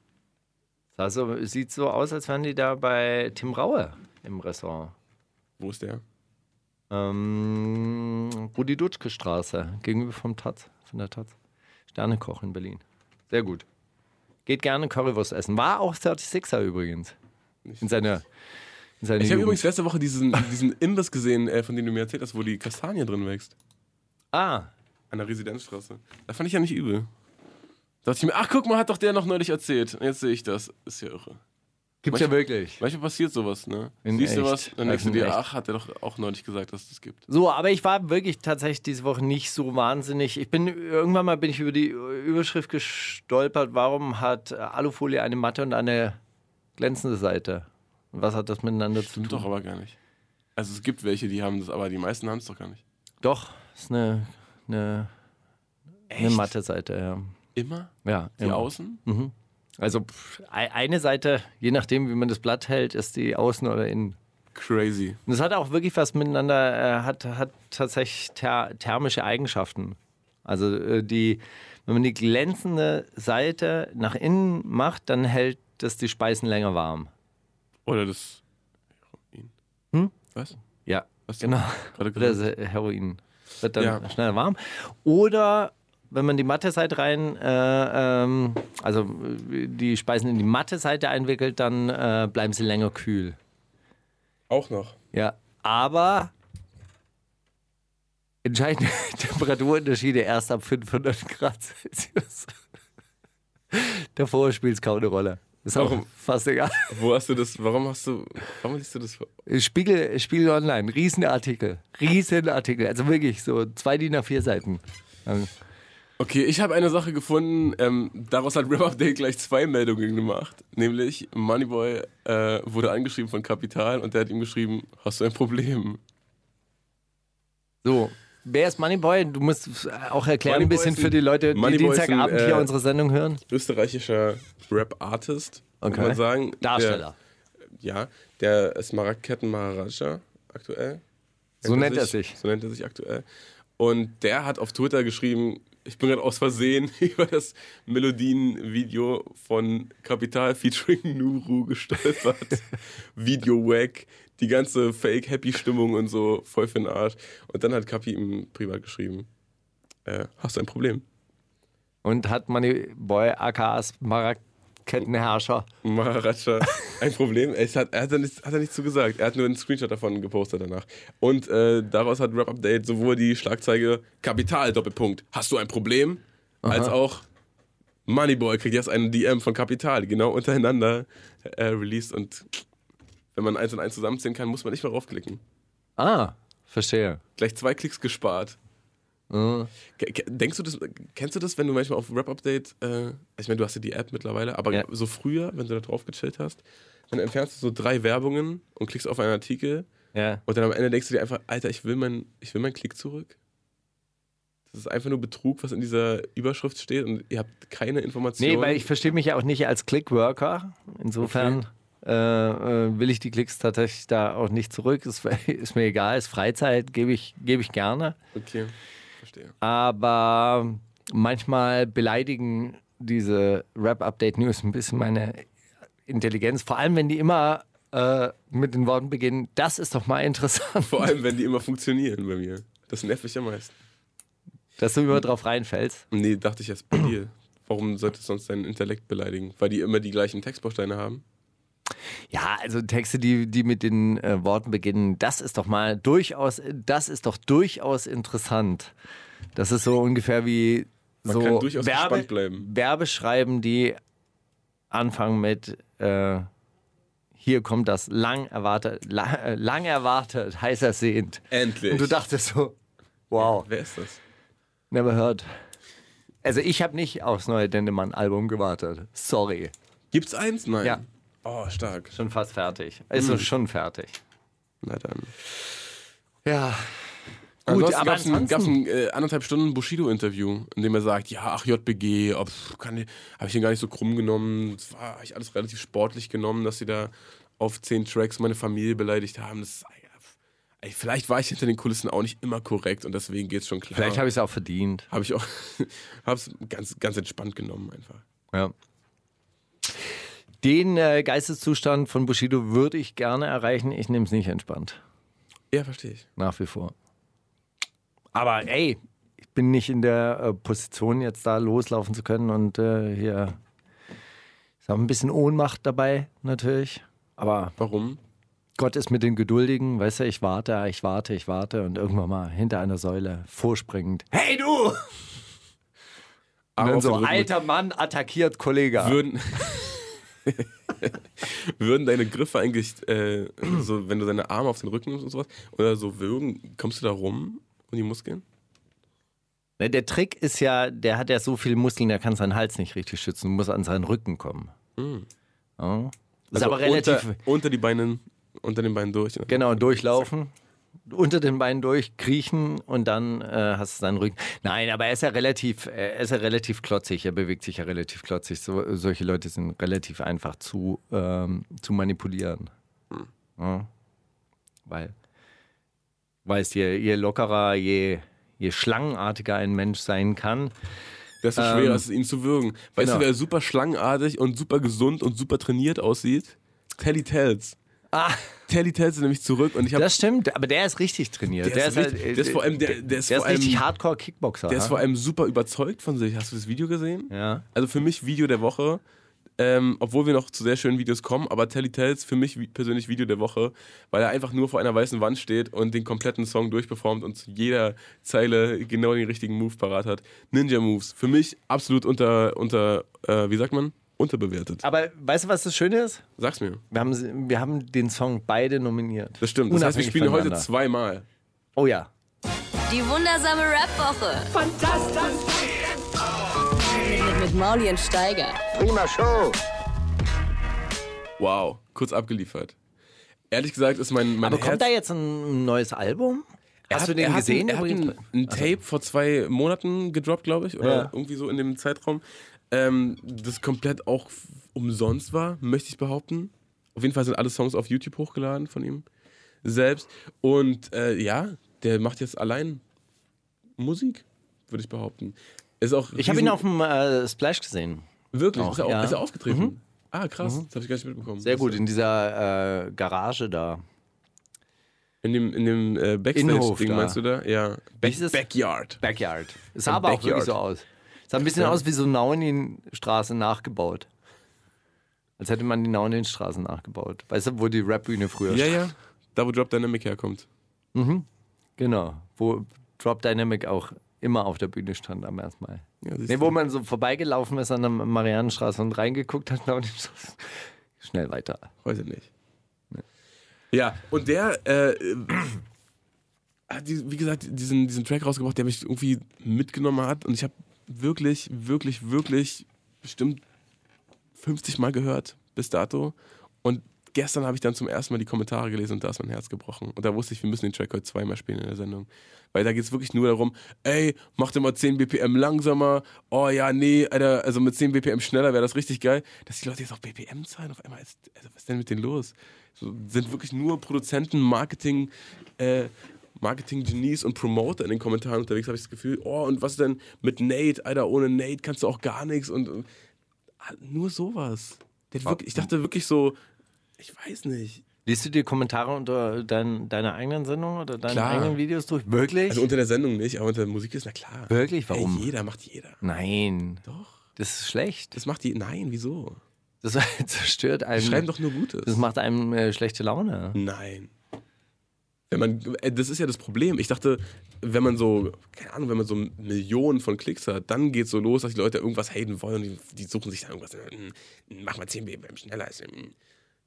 Speaker 7: Sah so, sieht so aus, als wären die da bei Tim Raue im Restaurant.
Speaker 6: Wo ist der?
Speaker 7: Ähm, Rudi Dutschke Straße, gegenüber vom Taz, von der Taz. Sternekoch in Berlin. Sehr gut. Geht gerne Currywurst essen. War auch 36er übrigens. In seiner. In seiner
Speaker 6: Ich habe
Speaker 7: Jugend.
Speaker 6: übrigens letzte Woche diesen, diesen Imbiss gesehen, äh, von dem du mir erzählt hast, wo die Kastanie drin wächst.
Speaker 7: Ah,
Speaker 6: An der Residenzstraße. Das fand ich ja nicht übel. Da dachte ich mir, ach guck mal, hat doch der noch neulich erzählt. Und Jetzt sehe ich das. Ist ja irre.
Speaker 7: gibt's ja wirklich.
Speaker 6: Manchmal passiert sowas, ne?
Speaker 7: In
Speaker 6: Siehst du
Speaker 7: echt.
Speaker 6: was, dann
Speaker 7: Also
Speaker 6: denkst du
Speaker 7: in
Speaker 6: dir,
Speaker 7: echt.
Speaker 6: ach, hat er doch auch neulich gesagt, dass es das gibt.
Speaker 7: So, aber ich war wirklich tatsächlich diese Woche nicht so wahnsinnig. Ich bin irgendwann mal bin ich über die Überschrift gestolpert. Warum hat Alufolie eine matte und eine glänzende Seite? Und was hat das miteinander zu tun?
Speaker 6: Stimmt doch aber gar nicht. Also es gibt welche, die haben das, aber die meisten haben es doch gar nicht.
Speaker 7: Doch, ist eine, eine, eine matte Seite, ja.
Speaker 6: Immer?
Speaker 7: ja
Speaker 6: Die
Speaker 7: immer.
Speaker 6: Außen?
Speaker 7: Also pff, ei- eine Seite, je nachdem, wie man das Blatt hält, ist die außen oder innen.
Speaker 6: Crazy.
Speaker 7: Und es hat auch wirklich was miteinander, äh, hat, hat tatsächlich ther thermische Eigenschaften. Also äh, die, wenn man die glänzende Seite nach innen macht, dann hält das die Speisen länger warm.
Speaker 6: Oder das Heroin.
Speaker 7: Hm?
Speaker 6: Was?
Speaker 7: Ja,
Speaker 6: Was denn?
Speaker 7: genau.
Speaker 6: Gerade
Speaker 7: Oder
Speaker 6: gesagt.
Speaker 7: Se- Heroin. Wird dann
Speaker 6: Mhm. Ja.
Speaker 7: schneller warm. Oder wenn man die matte Seite rein, äh, ähm, also äh, die Speisen in die matte Seite einwickelt, dann äh, bleiben sie länger kühl.
Speaker 6: Auch noch.
Speaker 7: Ja, aber entscheidende Temperaturunterschiede erst ab 500 Grad Celsius. Davor spielt es kaum eine Rolle. Ist auch
Speaker 6: Warum?
Speaker 7: fast egal.
Speaker 6: Wo hast du das, warum hast du, warum liest du das vor?
Speaker 7: Spiegel, Spiegel Online, Riesenartikel. Riesenartikel. Also wirklich so zwei DIN A4 Seiten. Also,
Speaker 6: Okay, ich habe eine Sache gefunden, ähm, daraus hat Rip Update gleich zwei Meldungen gemacht. Nämlich, Moneyboy äh, wurde angeschrieben von Kapital und der hat ihm geschrieben, hast du ein Problem?
Speaker 7: So, wer ist Moneyboy? Du musst es auch erklären ein
Speaker 6: Moneyboy
Speaker 7: bisschen
Speaker 6: ist ein-
Speaker 7: für die Leute, die
Speaker 6: Moneyboy ist ein,
Speaker 7: Dienstagabend
Speaker 6: äh,
Speaker 7: hier unsere Sendung hören.
Speaker 6: Österreichischer Rap-Artist,
Speaker 7: Okay.
Speaker 6: kann man sagen.
Speaker 7: Darsteller.
Speaker 6: Der, ja, der Smaragdketten Maharaja aktuell.
Speaker 7: So nennt er sich.
Speaker 6: So nennt er sich aktuell. Und der hat auf Twitter geschrieben, ich bin gerade aus Versehen über das Melodien-Video von Kapital featuring Nuru gestolpert. Video wack, die ganze Fake-Happy-Stimmung und so, voll für den Arsch. Und dann hat Kapi ihm privat geschrieben, äh, hast du ein Problem?
Speaker 7: Und hat Moneyboy aka Marakettenherrscher.
Speaker 6: Maharaja ein Problem. Es hat, er hat, da nichts, hat er nichts zu gesagt. Er hat nur einen Screenshot davon gepostet danach. Und äh, daraus hat Rap Update sowohl die Schlagzeile Kapital Doppelpunkt, hast du ein Problem? Als auch Moneyboy kriegt jetzt einen DM von Kapital, genau untereinander äh, released. Und wenn man eins und eins zusammenziehen kann, muss man nicht mehr raufklicken.
Speaker 7: Ah, verstehe.
Speaker 6: Gleich zwei Klicks gespart.
Speaker 7: Mhm.
Speaker 6: Ke- ke- Denkst du das, kennst du das, wenn du manchmal auf Rap-Update, äh, also ich meine, du hast ja die App mittlerweile, aber
Speaker 7: Ja.
Speaker 6: so früher, wenn du da drauf gechillt hast, dann entfernst du so drei Werbungen und klickst auf einen Artikel
Speaker 7: Ja.
Speaker 6: und dann am Ende denkst du dir einfach, Alter, ich will meinen ich will meinen Klick zurück. Das ist einfach nur Betrug, was in dieser Überschrift steht und ihr habt keine Informationen.
Speaker 7: Nee, weil ich verstehe mich ja auch nicht als Clickworker. Insofern äh, äh, will ich die Klicks tatsächlich da auch nicht zurück. Ist, ist mir egal, ist Freizeit, gebe ich, gebe ich gerne.
Speaker 6: Okay, verstehe.
Speaker 7: Aber manchmal beleidigen diese Rap-Update-News ein bisschen meine Intelligenz. Vor allem, wenn die immer äh, mit den Worten beginnen, das ist doch mal interessant,
Speaker 6: Vor allem, wenn die immer funktionieren bei mir. Das nervt mich am meisten.
Speaker 7: dass du immer drauf reinfällst.
Speaker 6: Nee, dachte ich erst bei dir. Warum sollte es sonst deinen Intellekt beleidigen? Weil die immer die gleichen Textbausteine haben?
Speaker 7: Ja, also Texte, die, die mit den äh, Worten beginnen, das ist doch mal durchaus, das ist doch durchaus interessant. Das ist so ungefähr wie
Speaker 6: Man
Speaker 7: so
Speaker 6: kann durchaus gespannt bleiben.
Speaker 7: Werbeschreiben, die anfangen mit äh, hier kommt das lang erwartet, lang, äh, lang erwartet, heiß ersehnt.
Speaker 6: Endlich.
Speaker 7: Und du dachtest so, wow,
Speaker 6: Wer ist das?
Speaker 7: never heard. Also ich habe nicht aufs neue Dendemann-Album gewartet. Sorry.
Speaker 6: Gibt's eins? Nein.
Speaker 7: Ja.
Speaker 6: Oh, stark.
Speaker 7: Schon fast fertig.
Speaker 6: Hm.
Speaker 7: Also schon fertig.
Speaker 6: Na dann.
Speaker 7: Ja.
Speaker 6: Gut, aber gab's ein, gab's ein äh, anderthalb Stunden Bushido-Interview, in dem er sagt, ja, ach JBG, oh, pf, kann ich- hab ich den gar nicht so krumm genommen, das war hab ich alles relativ sportlich genommen, dass sie da auf zehn Tracks meine Familie beleidigt haben. Das, ey, pf, ey, vielleicht war ich hinter den Kulissen auch nicht immer korrekt und deswegen geht's schon klar.
Speaker 7: Vielleicht habe ich es auch verdient.
Speaker 6: Habe ich auch, hab's ganz, ganz entspannt genommen einfach.
Speaker 7: Ja. Den äh, Geisteszustand von Bushido würde ich gerne erreichen. Ich nehme es nicht entspannt.
Speaker 6: Ja, verstehe ich.
Speaker 7: Nach wie vor. Aber ey, ich bin nicht in der äh, Position, jetzt da loslaufen zu können und äh, hier. Ich habe ein bisschen Ohnmacht dabei, natürlich. Aber
Speaker 6: Warum?
Speaker 7: Gott ist mit den Geduldigen, weißt du, ich warte, ich warte, ich warte und irgendwann mal hinter einer Säule vorspringend. Hey du! Und
Speaker 6: Aber
Speaker 7: dann
Speaker 6: auf
Speaker 7: so,
Speaker 6: den Rücken-
Speaker 7: alter Mann attackiert Kollege.
Speaker 6: Würden, würden deine Griffe eigentlich, äh, so, wenn du deine Arme auf den Rücken nimmst und sowas, oder so würgen, kommst du da rum und die Muskeln?
Speaker 7: Ne, Der Trick ist ja, der hat ja so viele Muskeln, der kann seinen Hals nicht richtig schützen, muss an seinen Rücken kommen. Ja. Hm. Also Ist aber relativ
Speaker 6: Unter, unter die Beinen, unter den Beinen durch. ne?
Speaker 7: genau durchlaufen, unter den Beinen durchkriechen und dann äh, hast du seinen Rücken. Nein, aber er ist ja relativ, er ist ja relativ klotzig, er bewegt sich ja relativ klotzig. So, solche Leute sind relativ einfach zu, ähm, zu manipulieren.
Speaker 6: Hm.
Speaker 7: Ja. Weil, weißt je, je lockerer, je, je schlangenartiger ein Mensch sein kann,
Speaker 6: Desto schwerer ist es, ihn zu würgen. Weißt
Speaker 7: ähm, genau.
Speaker 6: du, wer super schlangenartig und super gesund und super trainiert aussieht? Telly Tells.
Speaker 7: Ah.
Speaker 6: Telly Tells ist nämlich zurück und ich habe
Speaker 7: Das stimmt, aber der ist richtig trainiert.
Speaker 6: Der ist richtig-
Speaker 7: halt, äh,
Speaker 6: der ist vor allem- der- der ist vor allem-
Speaker 7: richtig Hardcore-Kickboxer.
Speaker 6: Der ist
Speaker 7: ha?
Speaker 6: vor allem super überzeugt von sich. Hast du das Video gesehen?
Speaker 7: Ja.
Speaker 6: Also für mich Video der Woche. Ähm, obwohl wir noch zu sehr schönen Videos kommen, aber Telly Tells für mich wie- persönlich Video der Woche, weil er einfach nur vor einer weißen Wand steht und den kompletten Song durchperformt und zu jeder Zeile genau den richtigen Move parat hat. Ninja Moves. Für mich absolut unter, unter äh, wie sagt man? Unterbewertet.
Speaker 7: aber weißt du, was das Schöne ist?
Speaker 6: Sag's mir.
Speaker 7: Wir haben, wir haben den Song beide nominiert.
Speaker 6: Das stimmt. Das heißt, wir
Speaker 7: Unabhängig
Speaker 6: spielen heute
Speaker 7: voneinander.
Speaker 6: zweimal.
Speaker 7: Oh ja.
Speaker 2: Die wundersame Rap-Woche. Fantastisch. Mit, mit Mauli und Steiger.
Speaker 6: Wow. Kurz abgeliefert. Ehrlich gesagt ist mein, mein
Speaker 7: Aber kommt
Speaker 6: Herz
Speaker 7: da jetzt ein neues Album? Hast
Speaker 6: Er hat-
Speaker 7: du den
Speaker 6: er hat
Speaker 7: gesehen?
Speaker 6: Ein, er hat
Speaker 7: übrigens? Also
Speaker 6: ein, ein Tape vor zwei Monaten gedroppt, glaube ich, oder
Speaker 7: Ja.
Speaker 6: irgendwie so in dem Zeitraum, ähm, das komplett auch f- umsonst war, möchte ich behaupten. Auf jeden Fall sind alle Songs auf YouTube hochgeladen von ihm selbst. Und äh, ja, der macht jetzt allein Musik, würde ich behaupten. Ist auch
Speaker 7: ich habe
Speaker 6: riesen-
Speaker 7: ihn auf dem äh, Splash gesehen.
Speaker 6: wirklich
Speaker 7: auch,
Speaker 6: ist, er, au-
Speaker 7: ja. Mhm.
Speaker 6: ist er aufgetreten. Ah, krass, das habe ich gar nicht mitbekommen.
Speaker 7: Sehr gut, in dieser äh, Garage da.
Speaker 6: In dem, in dem äh,
Speaker 7: Innenhof
Speaker 6: Backstage-Ding
Speaker 7: da.
Speaker 6: meinst du da? Ja. Back,
Speaker 7: Dieses-
Speaker 6: Backyard.
Speaker 7: Backyard. Es sah aber auch
Speaker 6: Backyard.
Speaker 7: wirklich so aus. Es sah ein bisschen aus wie so Nauenin-Straße nachgebaut. Als hätte man die Nauenin-Straße nachgebaut. Weißt du, wo die Rap-Bühne früher
Speaker 6: Ja,
Speaker 7: stand?
Speaker 6: ja. Da, wo Drop Dynamic herkommt.
Speaker 7: Genau. Wo Drop Dynamic auch immer auf der Bühne stand am ersten Mal.
Speaker 6: Ja, siehst
Speaker 7: nee,
Speaker 6: du.
Speaker 7: wo man so vorbeigelaufen ist an der Marianenstraße und reingeguckt hat. Naueninstraße. Schnell weiter.
Speaker 6: Heute nicht. Ja, und der äh, hat, die- wie gesagt, diesen, diesen Track rausgebracht, der mich irgendwie mitgenommen hat. Und ich habe wirklich, wirklich, wirklich bestimmt 50 Mal gehört bis dato. Und gestern habe ich dann zum ersten Mal die Kommentare gelesen und da ist mein Herz gebrochen. Und da wusste ich, wir müssen den Track heute zweimal spielen in der Sendung. Weil da geht es wirklich nur darum, ey, mach doch mal 10 BPM langsamer. Oh ja, nee, Alter, also mit 10 BPM schneller wäre das richtig geil. Dass die Leute jetzt auch BPM zahlen auf einmal. Ist, also was ist denn mit denen los? So, sind wirklich nur Produzenten, Marketing, äh, Marketing-Genies und Promoter in den Kommentaren unterwegs, habe ich das Gefühl. Oh, und was denn mit Nate? Alter, ohne Nate kannst du auch gar nichts. Und, und Ah, nur sowas. Der hat wirklich, ich dachte wirklich so, ich weiß nicht.
Speaker 7: Liest du die Kommentare unter dein, deiner eigenen Sendung oder deinen
Speaker 6: Klar.
Speaker 7: eigenen Videos durch? Wirklich?
Speaker 6: Also unter der Sendung nicht, aber unter der Musik ist na klar.
Speaker 7: Wirklich? Äh, Warum?
Speaker 6: Ey, jeder macht jeder.
Speaker 7: Nein.
Speaker 6: Doch.
Speaker 7: Das ist schlecht.
Speaker 6: Das macht die. Nein, wieso?
Speaker 7: Das zerstört einen.
Speaker 6: Die schreiben doch nur Gutes.
Speaker 7: Das macht einem äh, schlechte Laune.
Speaker 6: Nein. Wenn man, äh, das ist ja das Problem. Ich dachte, wenn man so, keine Ahnung, wenn man so Millionen von Klicks hat, dann geht so los, dass die Leute irgendwas haten wollen und die, die suchen sich da irgendwas. Hm, Mach mal 10 BPM schneller. ist, hm.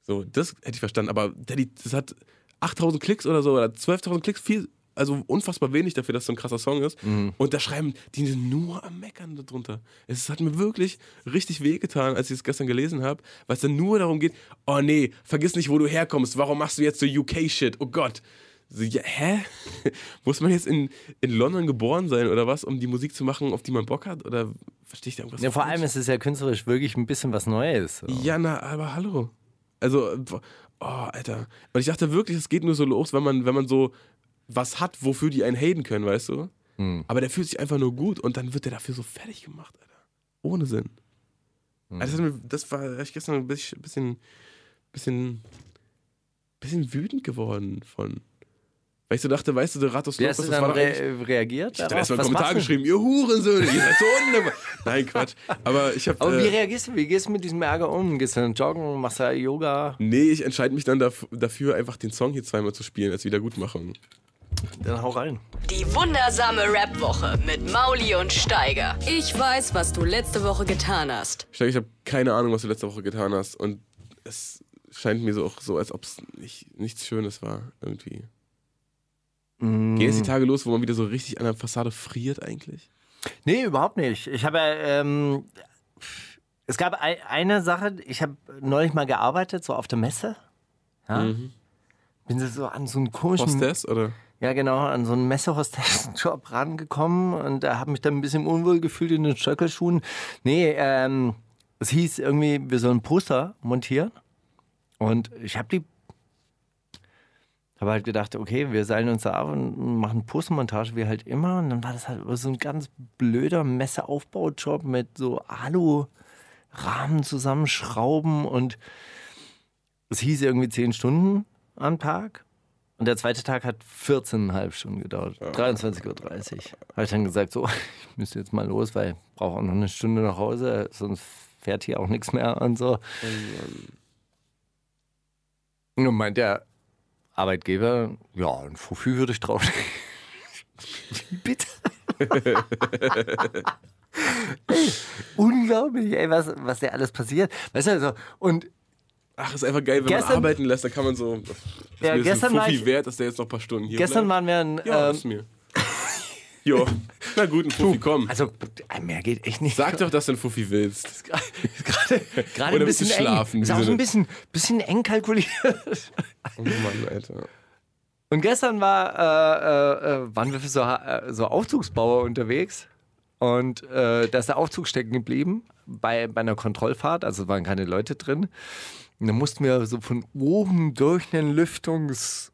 Speaker 6: So, das hätte ich verstanden. Aber Daddy, das hat 8000 Klicks oder so oder 12.000 Klicks, viel, also unfassbar wenig dafür, dass so ein krasser Song ist.
Speaker 7: Mhm.
Speaker 6: Und da schreiben die sind nur am Meckern darunter. Es hat mir wirklich richtig wehgetan, als ich es gestern gelesen habe, weil es dann nur darum geht: oh nee, vergiss nicht, wo du herkommst, warum machst du jetzt so UK-Shit? Oh Gott. So, ja, hä? Muss man jetzt in, in London geboren sein oder was, um die Musik zu machen, auf die man Bock hat? Oder verstehe ich da irgendwas?
Speaker 7: Ja, vor
Speaker 6: falsch?
Speaker 7: allem ist es ja künstlerisch wirklich ein bisschen was Neues. So.
Speaker 6: Ja, na, aber hallo. Also, äh, oh, Alter. Und ich dachte wirklich, es geht nur so los, wenn man, wenn man so was hat, wofür die einen haten können, weißt du?
Speaker 7: Hm.
Speaker 6: Aber der fühlt sich einfach nur gut und dann wird der dafür so fertig gemacht, Alter. Ohne Sinn.
Speaker 7: Hm.
Speaker 6: Also das, hat mir- das war ich gestern ein bisschen, bisschen, bisschen, bisschen wütend geworden von. Weil ich so dachte, weißt du, der Ratos
Speaker 7: Wie hast du
Speaker 6: das
Speaker 7: dann
Speaker 6: war doch eigentlich-
Speaker 7: re reagiert?
Speaker 6: Da
Speaker 7: darauf?
Speaker 6: ist mal einen
Speaker 7: Was
Speaker 6: Kommentar
Speaker 7: machst du?
Speaker 6: geschrieben, ihr Hurensöhne, ihr seid so unnahbar. Nein, Quatsch. Aber ich habe.
Speaker 7: Aber wie
Speaker 6: Äh,
Speaker 7: reagierst du? Wie gehst du mit diesem Ärger um? Gehst du dann joggen, machst du Yoga?
Speaker 6: nee, ich entscheide mich dann daf- dafür, einfach den Song hier zweimal zu spielen als Wiedergutmachung.
Speaker 7: Dann hau rein.
Speaker 2: Die wundersame Rap-Woche mit Mauli und Steiger. Ich weiß, was du letzte Woche getan hast.
Speaker 6: Ich, glaub, ich habe keine Ahnung, was du letzte Woche getan hast. Und es scheint mir so auch so, als ob es nicht, nichts Schönes war, irgendwie. Gehen jetzt die Tage los, wo man wieder so richtig an der Fassade friert, eigentlich?
Speaker 7: Nee, überhaupt nicht. Ich habe, ähm, es gab ei- eine Sache, ich habe neulich mal gearbeitet, so auf der Messe. Ja? Bin so an so einen komischen,
Speaker 6: Hostess oder?
Speaker 7: ja genau, an so einen Messehostess-Job rangekommen und da habe mich dann ein bisschen unwohl gefühlt in den Stöckelschuhen. Nee, ähm, es hieß irgendwie, wir sollen Poster montieren und ich habe die habe halt gedacht, okay, wir seilen uns da ab und machen Postmontage wie halt immer. Und dann war das halt aber so ein ganz blöder Messeaufbaujob mit so Alu-Rahmen zusammenschrauben. Und es hieß irgendwie 10 Stunden am Tag. Und der zweite Tag hat 14,5 Stunden gedauert. 23.30 Uhr. Habe ich dann gesagt, so, ich müsste jetzt mal los, weil ich brauche auch noch eine Stunde nach Hause, sonst fährt hier auch nichts mehr und so. Ähm. Nun meint der Arbeitgeber, ja, ein Fuffi würde ich drauflegen. Wie bitte? Ey, unglaublich, ey, was, was da alles passiert. Weißt du, also, und
Speaker 6: Ach, ist einfach geil, wenn
Speaker 7: Gestern-
Speaker 6: man arbeiten lässt, dann kann man so.
Speaker 7: Ja,
Speaker 6: mir ist
Speaker 7: gestern
Speaker 6: ein
Speaker 7: war
Speaker 6: Fuffi
Speaker 7: ich-
Speaker 6: wert, dass der jetzt noch ein paar Stunden hier
Speaker 7: gestern waren
Speaker 6: bleibt.
Speaker 7: wir ein,
Speaker 6: Ja,
Speaker 7: ähm,
Speaker 6: ist mir. Jo, na gut, ein Fuffi, komm.
Speaker 7: also mehr geht echt nicht.
Speaker 6: Sag doch, dass du ein Fuffi willst.
Speaker 7: Ist gerade gerade
Speaker 6: Oder
Speaker 7: ein
Speaker 6: willst du
Speaker 7: bisschen
Speaker 6: schlafen?
Speaker 7: eng. Ist
Speaker 6: Wie
Speaker 7: auch
Speaker 6: so
Speaker 7: so ein
Speaker 6: eine-
Speaker 7: bisschen, bisschen eng kalkuliert.
Speaker 6: Oh Mann, Alter.
Speaker 7: Und gestern war, äh, äh, waren wir für so, äh, so Aufzugsbauer unterwegs. Und äh, da ist der Aufzug stecken geblieben bei, bei einer Kontrollfahrt, also waren keine Leute drin. Und dann mussten wir so von oben durch einen Lüftungsschacht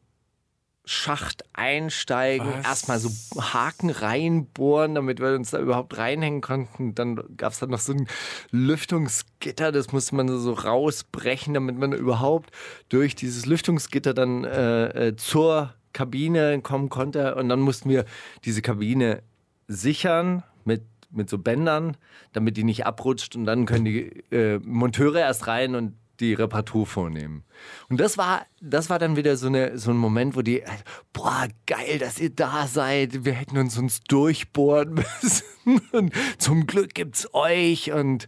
Speaker 7: einsteigen,
Speaker 6: Was?
Speaker 7: erstmal so Haken reinbohren, damit wir uns da überhaupt reinhängen konnten. Dann gab es dann noch so ein Lüftungsgitter, das musste man so rausbrechen, damit man überhaupt durch dieses Lüftungsgitter dann äh, äh, zur Kabine kommen konnte. Und dann mussten wir diese Kabine sichern mit, mit so Bändern, damit die nicht abrutscht. Und dann können die äh, Monteure erst rein und die Reparatur vornehmen. Und das war, das war dann wieder so, eine, so ein Moment, wo die, äh, boah, geil, dass ihr da seid. Wir hätten uns uns durchbohren müssen. Und zum Glück gibt's euch. Und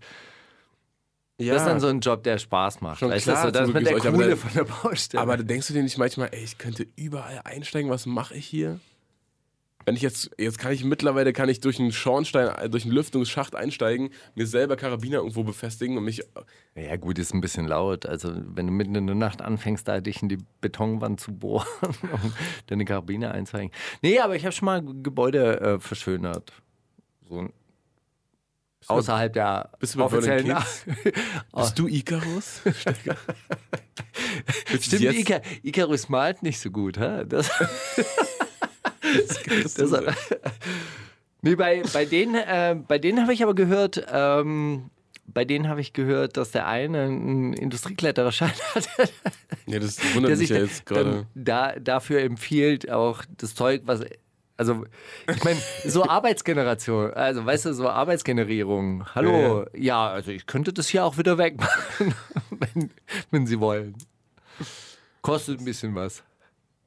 Speaker 6: Ja,
Speaker 7: das ist dann so ein Job, der Spaß macht.
Speaker 6: Schon
Speaker 7: weißt
Speaker 6: klar,
Speaker 7: du, so, das
Speaker 6: zum
Speaker 7: ist
Speaker 6: Glück
Speaker 7: mit der
Speaker 6: gibt's euch, aber
Speaker 7: Kohle
Speaker 6: dann-
Speaker 7: von der Baustelle.
Speaker 6: aber denkst du dir nicht manchmal, ey, ich könnte überall einsteigen, was mache ich hier? Wenn ich jetzt, jetzt kann ich mittlerweile, kann ich durch einen Schornstein, äh, durch einen Lüftungsschacht einsteigen, mir selber Karabiner irgendwo befestigen und mich,
Speaker 7: Ja, gut, ist ein bisschen laut. Also, wenn du mitten in der Nacht anfängst, da dich in die Betonwand zu bohren und deine Karabine einzuhängen. Nee, aber ich habe schon mal Gebäude äh, verschönert. So außerhalb der
Speaker 6: bist du bei
Speaker 7: offiziellen.
Speaker 6: Berlin
Speaker 7: Oh.
Speaker 6: bist du Icarus? Stecker? Willst du
Speaker 7: Oh, Stimmt,
Speaker 6: jetzt-
Speaker 7: Ica Icarus malt nicht so gut, hä? Das,
Speaker 6: kannst du
Speaker 7: das hat,
Speaker 6: sagen.
Speaker 7: nee, bei, bei denen, äh, bei denen habe ich aber gehört, ähm, bei denen habe ich gehört, dass der eine einen Industrieklettererschein hatte.
Speaker 6: Ja, das wundert
Speaker 7: der
Speaker 6: mich
Speaker 7: sich
Speaker 6: ja
Speaker 7: da-
Speaker 6: jetzt gerade.
Speaker 7: dann da, dafür empfiehlt, auch das Zeug, was. Also, ich meine, so Arbeitsgeneration, also weißt du, so Arbeitsgenerierung. Hallo, ja, also ich könnte das hier auch wieder wegmachen, wenn, wenn Sie wollen. Kostet ein bisschen was.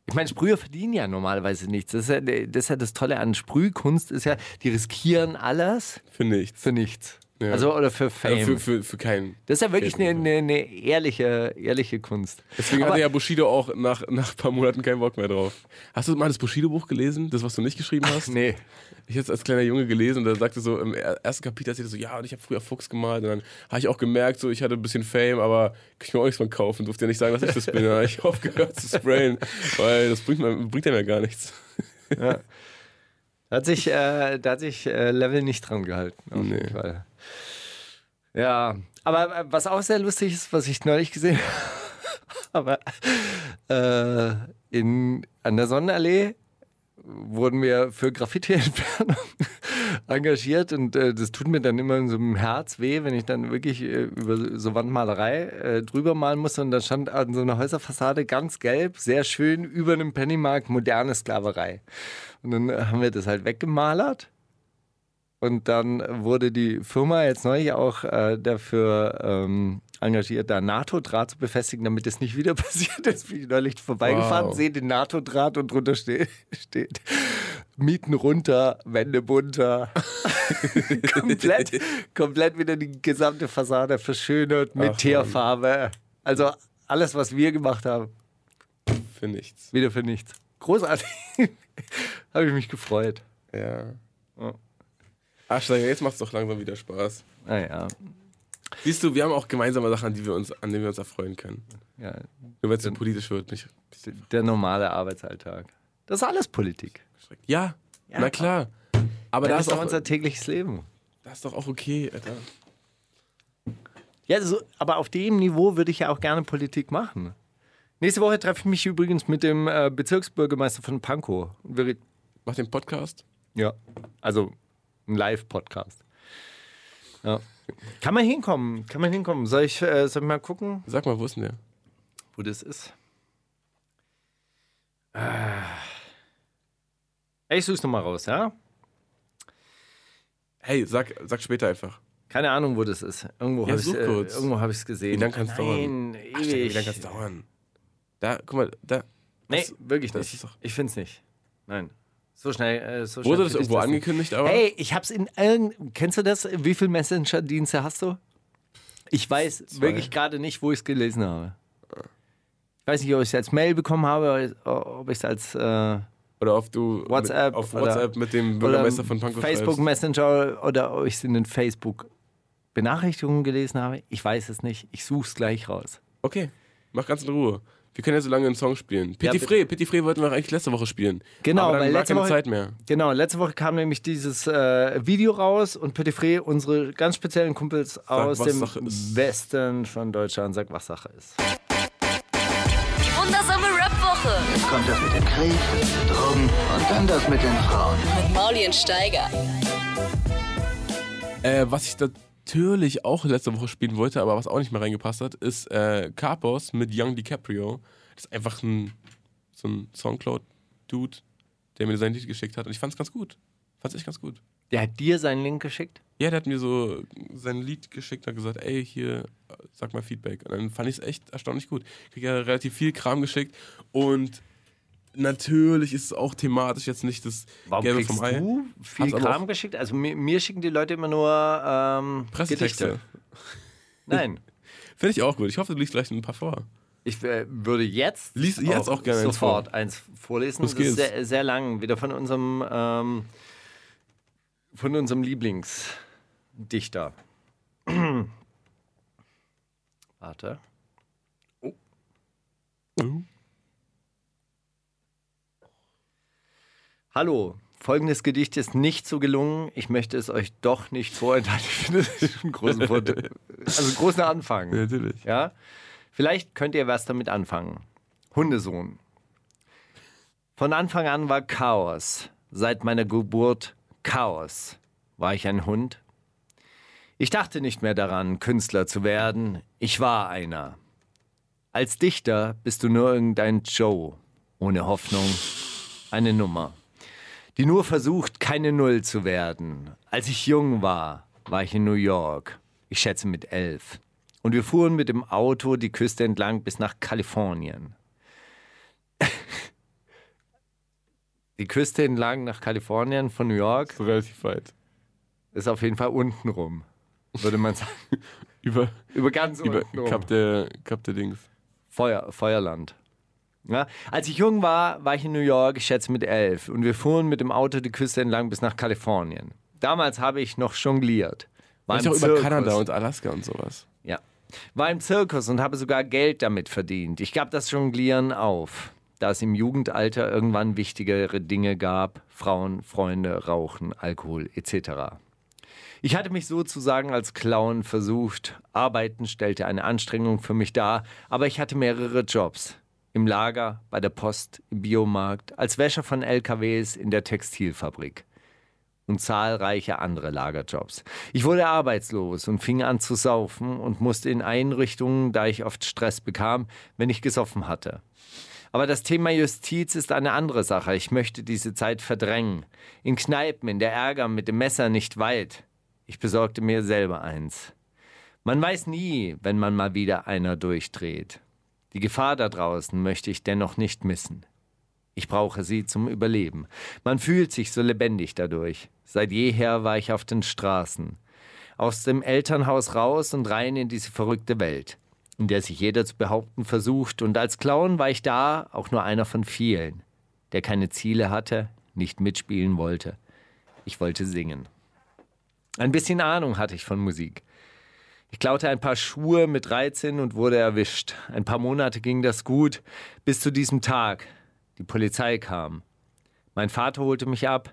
Speaker 7: Ich meine, Sprüher verdienen ja normalerweise nichts. Das ist ja das, ist ja das Tolle an Sprühkunst, ist ja, die riskieren alles
Speaker 6: Für nichts.
Speaker 7: für nichts.
Speaker 6: Ja.
Speaker 7: Also, oder für Fame.
Speaker 6: Also für, für, für keinen.
Speaker 7: das ist ja wirklich eine,
Speaker 6: Fame.
Speaker 7: eine, eine ehrliche, ehrliche Kunst.
Speaker 6: Deswegen
Speaker 7: Aber-
Speaker 6: hatte ja Bushido auch nach, nach ein paar Monaten keinen Bock mehr drauf. Hast du mal das Bushido-Buch gelesen? Das, was du nicht geschrieben hast?
Speaker 7: Nee.
Speaker 6: Ich hab's als kleiner Junge gelesen und da sagte so im er- ersten Kapitel erzählte so, ja, und ich habe früher Fuchs gemalt und dann habe ich auch gemerkt, so ich hatte ein bisschen Fame, aber kann ich mir auch nichts von kaufen, durfte ja nicht sagen, dass ich das bin. Dann hab ich aufgehört zu sprayen, weil das bringt, mir- bringt einem ja gar nichts.
Speaker 7: Da hat sich, äh, da hat sich äh, Level nicht dran gehalten. Auf jeden Fall. Ja, aber äh, was auch sehr lustig ist, was ich neulich gesehen habe, aber, äh, in, an der Sonnenallee wurden wir für Graffiti-Entfernung engagiert und äh, das tut mir dann immer in so einem Herz weh, wenn ich dann wirklich äh, über so Wandmalerei äh, drüber malen musste und da stand an so einer Häuserfassade ganz gelb, sehr schön über einem Pennymarkt moderne Sklaverei. Und dann äh, haben wir das halt weggemalert. Und dann wurde die Firma jetzt neulich auch äh, dafür ähm, engagiert, da NATO-Draht zu befestigen, damit es nicht wieder passiert ist. Bin ich neulich vorbeigefahren,
Speaker 6: Wow.
Speaker 7: sehe den NATO-Draht und drunter ste steht Mieten runter, Wände bunter. komplett, komplett wieder die gesamte Fassade verschönert mit
Speaker 6: Ach,
Speaker 7: Teerfarbe. Also alles, was wir gemacht haben,
Speaker 6: Für nichts.
Speaker 7: wieder für nichts. Großartig. Habe ich mich gefreut.
Speaker 6: Ja.
Speaker 7: Ja.
Speaker 6: Ach, Steiger, jetzt macht's doch langsam wieder Spaß.
Speaker 7: Naja,
Speaker 6: Siehst du, wir haben auch gemeinsame Sachen, an, die wir uns, an denen wir uns erfreuen können.
Speaker 7: ja,
Speaker 6: Nur wenn es so politisch wird, mich
Speaker 7: der normale Arbeitsalltag. Das ist alles Politik.
Speaker 6: schreckt. Ja, na klar. Aber da
Speaker 7: das
Speaker 6: ist,
Speaker 7: ist doch
Speaker 6: auch,
Speaker 7: unser tägliches Leben.
Speaker 6: das ist doch auch okay, Alter.
Speaker 7: Ja, so, aber auf dem Niveau würde ich ja auch gerne Politik machen. Nächste Woche treffe ich mich übrigens mit dem äh, Bezirksbürgermeister von Pankow. Und wir red-
Speaker 6: Mach den Podcast.
Speaker 7: Ja, also ein Live-Podcast. Ja. Kann man hinkommen, kann man hinkommen. Soll ich, äh, soll ich mal gucken,
Speaker 6: Sag mal, wo ist denn der?
Speaker 7: wo das ist? Äh. Ich such's nochmal raus, ja?
Speaker 6: Hey, sag, sag später einfach.
Speaker 7: Keine Ahnung, wo das ist. Irgendwo
Speaker 6: Ja,
Speaker 7: habe ich
Speaker 6: such kurz.
Speaker 7: es gesehen.
Speaker 6: Wie lang kann's dauern?
Speaker 7: Nein, ewig.
Speaker 6: Ach, Steiger, wie lange kann es dauern? Da, guck mal, da.
Speaker 7: Nee,
Speaker 6: Das-
Speaker 7: wirklich
Speaker 6: das
Speaker 7: nicht.
Speaker 6: ist doch-
Speaker 7: ich finde es nicht. Nein. So schnell. Äh, so schnell
Speaker 6: Wurde das
Speaker 7: find ich
Speaker 6: irgendwo angekündigt, aber?
Speaker 7: Hey, ich hab's in allen. Kennst du das? Wie viele Messenger-Dienste hast du? Ich weiß wirklich gerade nicht, wo ich es gelesen habe. Ich weiß nicht, ob ich es als Mail bekommen habe, oder ob ich es als äh,
Speaker 6: Oder auf du
Speaker 7: WhatsApp
Speaker 6: mit, auf
Speaker 7: oder-
Speaker 6: WhatsApp mit dem Bürgermeister von Pankow
Speaker 7: Facebook
Speaker 6: schreibst.
Speaker 7: Messenger oder ob ich es in den Facebook Benachrichtigungen gelesen habe. Ich weiß es nicht. Ich suche es gleich raus.
Speaker 6: Okay, mach ganz in Ruhe. Wir können ja so lange einen Song spielen. Petit
Speaker 7: bitte.
Speaker 6: Fré, Petit Fré wollten wir eigentlich letzte Woche spielen.
Speaker 7: Genau,
Speaker 6: aber dann
Speaker 7: weil
Speaker 6: war
Speaker 7: letzte
Speaker 6: keine
Speaker 7: Woche-
Speaker 6: Zeit mehr.
Speaker 7: Genau, letzte Woche kam nämlich dieses äh, Video raus und Petit Fré, unsere ganz speziellen Kumpels aus
Speaker 6: was
Speaker 7: dem
Speaker 6: Sache ist.
Speaker 7: Westen von Deutschland, sagt, was Sache ist.
Speaker 2: Die wundersame Rap-Woche
Speaker 3: Jetzt kommt das mit dem Krieg, Drogen und dann das mit den Frauen.
Speaker 2: mit Mauli und Steiger.
Speaker 6: Äh, was ich natürlich auch letzte Woche spielen wollte, aber was auch nicht mehr reingepasst hat, ist äh, Carpos mit Young DiCaprio. Das ist einfach ein, so ein Songcloud-Dude, der mir sein Lied geschickt hat. Und ich fand's ganz gut. Fand's echt ganz gut.
Speaker 7: Der hat dir seinen Link geschickt?
Speaker 6: Ja, der hat mir so sein Lied geschickt und hat gesagt, ey, hier, sag mal Feedback. Und dann fand ich es echt erstaunlich gut. Ich krieg ja relativ viel Kram geschickt und natürlich ist es auch thematisch jetzt nicht das
Speaker 7: Warum
Speaker 6: Gelbe
Speaker 7: kriegst
Speaker 6: vom Ei.
Speaker 7: du viel
Speaker 6: Hab's aber
Speaker 7: Kram geschickt? Also mir, mir schicken die Leute immer nur ähm,
Speaker 6: Pressetexte.
Speaker 7: Gedichte. Nein,
Speaker 6: Finde ich auch gut. Ich hoffe, du liest gleich ein paar vor.
Speaker 7: ich äh, würde jetzt,
Speaker 6: Lies jetzt auch gerne eins
Speaker 7: sofort eins vorlesen.
Speaker 6: Los
Speaker 7: das ist
Speaker 6: geht's.
Speaker 7: sehr, sehr lang, wieder von unserem, ähm, von unserem Lieblingsdichter. Warte. Oh.
Speaker 6: Oh.
Speaker 7: Hallo, folgendes Gedicht ist nicht so gelungen. Ich möchte es euch doch nicht vorenthalten. Ich finde das ist einen großen, Vor- also einen großen Anfang.
Speaker 6: Natürlich.
Speaker 7: Ja? Vielleicht könnt ihr was damit anfangen. Hundesohn. Von Anfang an war Chaos. Seit meiner Geburt Chaos. War ich ein Hund? Ich dachte nicht mehr daran, Künstler zu werden. Ich war einer. Als Dichter bist du nur irgendein Joe. Ohne Hoffnung. Eine Nummer. Die nur versucht, keine Null zu werden. Als ich jung war, war ich in New York. Ich schätze mit elf und wir fuhren mit dem Auto die Küste entlang bis nach Kalifornien. Die Küste entlang nach Kalifornien von New York
Speaker 6: So relativ weit.
Speaker 7: ist auf jeden Fall unten rum, würde man sagen.
Speaker 6: Über,
Speaker 7: Über ganz
Speaker 6: über
Speaker 7: unten rum.
Speaker 6: Kap der, Kap der Dings.
Speaker 7: Feuer, Feuerland. Ja, als ich jung war, war ich in New York, ich schätze mit elf, und wir fuhren mit dem Auto die Küste entlang bis nach Kalifornien. Damals habe ich noch jongliert. War
Speaker 6: War ich
Speaker 7: im
Speaker 6: auch über
Speaker 7: Zirkus.
Speaker 6: Kanada und Alaska und sowas.
Speaker 7: Ja. War im Zirkus und habe sogar Geld damit verdient. Ich gab das Jonglieren auf, da es im Jugendalter irgendwann wichtigere Dinge gab: Frauen, Freunde, Rauchen, Alkohol etc. Ich hatte mich sozusagen als Clown versucht. Arbeiten stellte eine Anstrengung für mich dar, aber ich hatte mehrere Jobs. Im Lager, bei der Post, im Biomarkt, als Wäscher von LKWs in der Textilfabrik. und zahlreiche andere Lagerjobs. Ich wurde arbeitslos und fing an zu saufen und musste in Einrichtungen, da ich oft Stress bekam, wenn ich gesoffen hatte. Aber das Thema Justiz ist eine andere Sache. Ich möchte diese Zeit verdrängen. In Kneipen, in der Ärger mit dem Messer nicht weit. Ich besorgte mir selber eins. Man weiß nie, wenn man mal wieder einer durchdreht. Die Gefahr da draußen möchte ich dennoch nicht missen. Ich brauche sie zum Überleben. Man fühlt sich so lebendig dadurch. Seit jeher war ich auf den Straßen. Aus dem Elternhaus raus und rein in diese verrückte Welt, in der sich jeder zu behaupten versucht. Und als Clown war ich da auch nur einer von vielen, der keine Ziele hatte, nicht mitspielen wollte. Ich wollte singen. Ein bisschen Ahnung hatte ich von Musik. Ich klaute ein paar Schuhe mit 13 und wurde erwischt. Ein paar Monate ging das gut, bis zu diesem Tag. Die Polizei kam. Mein Vater holte mich ab.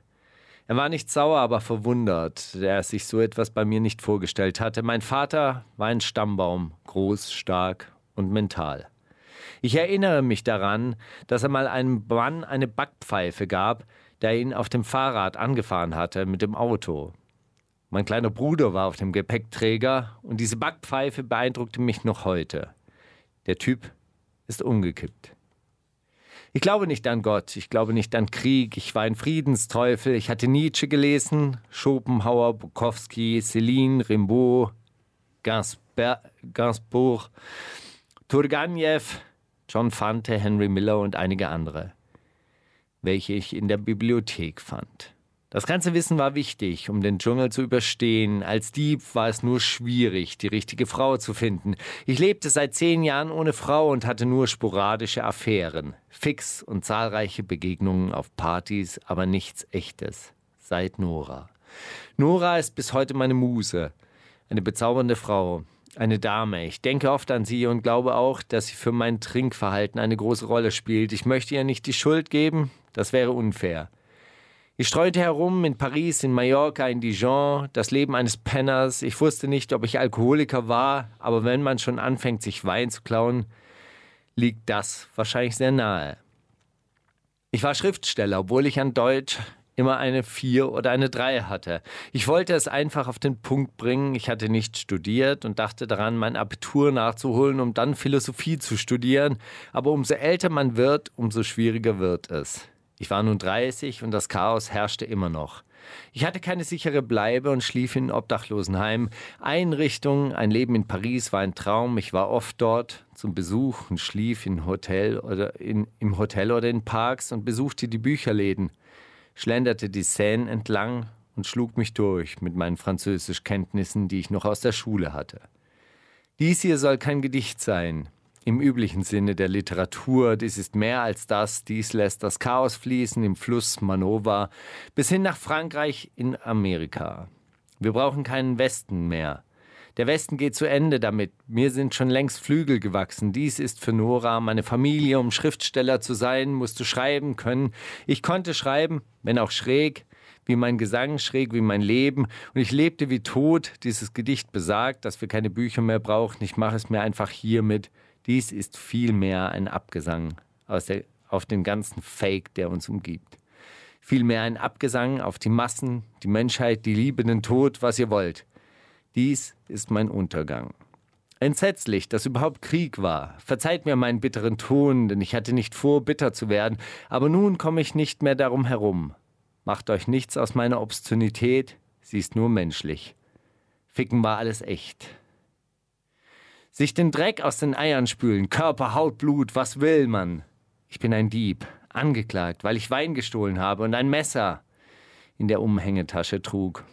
Speaker 7: Er war nicht sauer, aber verwundert, da er sich so etwas bei mir nicht vorgestellt hatte. Mein Vater war ein Stammbaum, groß, stark und mental. Ich erinnere mich daran, dass er mal einem Mann eine Backpfeife gab, der ihn auf dem Fahrrad angefahren hatte mit dem Auto. Mein kleiner Bruder war auf dem Gepäckträger und diese Backpfeife beeindruckte mich noch heute. Der Typ ist umgekippt. Ich glaube nicht an Gott, ich glaube nicht an Krieg, ich war ein Friedensteufel, ich hatte Nietzsche gelesen, Schopenhauer, Bukowski, Céline, Rimbaud, Gansper, Gainsbourg, Turgenev, John Fante, Henry Miller und einige andere, welche ich in der Bibliothek fand. Das ganze Wissen war wichtig, um den Dschungel zu überstehen. Als Dieb war es nur schwierig, die richtige Frau zu finden. Ich lebte seit zehn Jahren ohne Frau und hatte nur sporadische Affären, Fix und zahlreiche Begegnungen auf Partys, aber nichts Echtes. Seit Nora. Nora ist bis heute meine Muse, eine bezaubernde Frau, eine Dame. Ich denke oft an sie und glaube auch, dass sie für mein Trinkverhalten eine große Rolle spielt. Ich möchte ihr nicht die Schuld geben, das wäre unfair. Ich streute herum in Paris, in Mallorca, in Dijon, das Leben eines Penners. Ich wusste nicht, ob ich Alkoholiker war, aber wenn man schon anfängt, sich Wein zu klauen, liegt das wahrscheinlich sehr nahe. Ich war Schriftsteller, obwohl ich an Deutsch immer eine 4 oder eine 3 hatte. Ich wollte es einfach auf den Punkt bringen. Ich hatte nicht studiert und dachte daran, mein Abitur nachzuholen, um dann Philosophie zu studieren. Aber umso älter man wird, umso schwieriger wird es. Ich war nun 30 und das Chaos herrschte immer noch. Ich hatte keine sichere Bleibe und schlief in Obdachlosenheim. Einrichtungen, ein Leben in Paris war ein Traum. Ich war oft dort zum Besuch und schlief in Hotel oder in, im Hotel oder in Parks und besuchte die Bücherläden, schlenderte die Seine entlang und schlug mich durch mit meinen Französischkenntnissen, die ich noch aus der Schule hatte. Dies hier soll kein Gedicht sein, im üblichen Sinne der Literatur. Dies ist mehr als das, dies lässt das Chaos fließen im Fluss Manova bis hin nach Frankreich in Amerika. Wir brauchen keinen Westen mehr. Der Westen geht zu Ende damit. Mir sind schon längst Flügel gewachsen. Dies ist für Nora meine Familie. Um Schriftsteller zu sein, musst du schreiben können. Ich konnte schreiben, wenn auch schräg, wie mein Gesang schräg, wie mein Leben. Und ich lebte wie tot. Dieses Gedicht besagt, dass wir keine Bücher mehr brauchen. Ich mache es mir einfach hiermit. Dies ist vielmehr ein Abgesang aus der, auf den ganzen Fake, der uns umgibt. Vielmehr ein Abgesang auf die Massen, die Menschheit, die Liebe, den Tod, was ihr wollt. Dies ist mein Untergang. Entsetzlich, dass überhaupt Krieg war. Verzeiht mir meinen bitteren Ton, denn ich hatte nicht vor, bitter zu werden, aber nun komme ich nicht mehr darum herum. Macht euch nichts aus meiner Obszönität, sie ist nur menschlich. Ficken war alles echt sich den Dreck aus den Eiern spülen, Körper, Haut, Blut, was will man? Ich bin ein Dieb, angeklagt, weil ich Wein gestohlen habe und ein Messer in der Umhängetasche trug.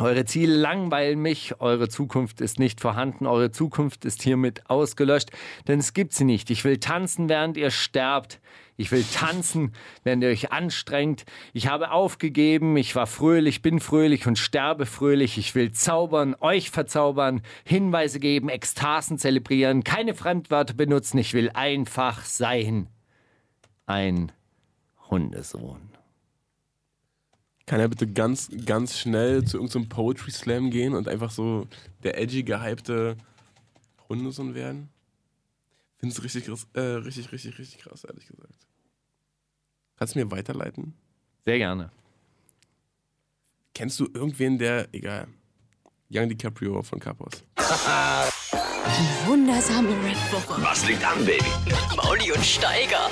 Speaker 7: Eure Ziele langweilen mich, eure Zukunft ist nicht vorhanden, eure Zukunft ist hiermit ausgelöscht, denn es gibt sie nicht. Ich will tanzen, während ihr sterbt. Ich will tanzen, während ihr euch anstrengt. Ich habe aufgegeben, ich war fröhlich, bin fröhlich und sterbe fröhlich. Ich will zaubern, euch verzaubern, Hinweise geben, Ekstasen zelebrieren, keine Fremdwörter benutzen. Ich will einfach sein. Ein Hundesohn.
Speaker 6: Kann er bitte ganz, ganz schnell zu irgendeinem Poetry Slam gehen und einfach so der edgy, gehypte Hundesohn werden? Find's richtig, krass- äh, richtig, richtig, richtig krass, ehrlich gesagt. Kannst du mir weiterleiten?
Speaker 7: Sehr gerne.
Speaker 6: Kennst du irgendwen, der, egal, Young DiCaprio von Capos?
Speaker 4: Wundersame Rap.
Speaker 2: Mauli und Steiger.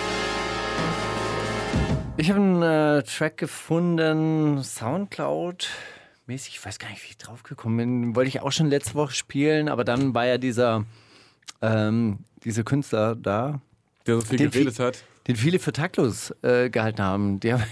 Speaker 7: Ich habe einen äh, Track gefunden, Soundcloud. Mäßig, ich weiß gar nicht, wie ich drauf gekommen bin. Wollte ich auch schon letzte Woche spielen, aber dann war ja dieser, ähm, dieser Künstler da,
Speaker 6: Der so viel
Speaker 7: Den
Speaker 6: geredet hat.
Speaker 7: den viele für taktlos äh, gehalten haben. Die haben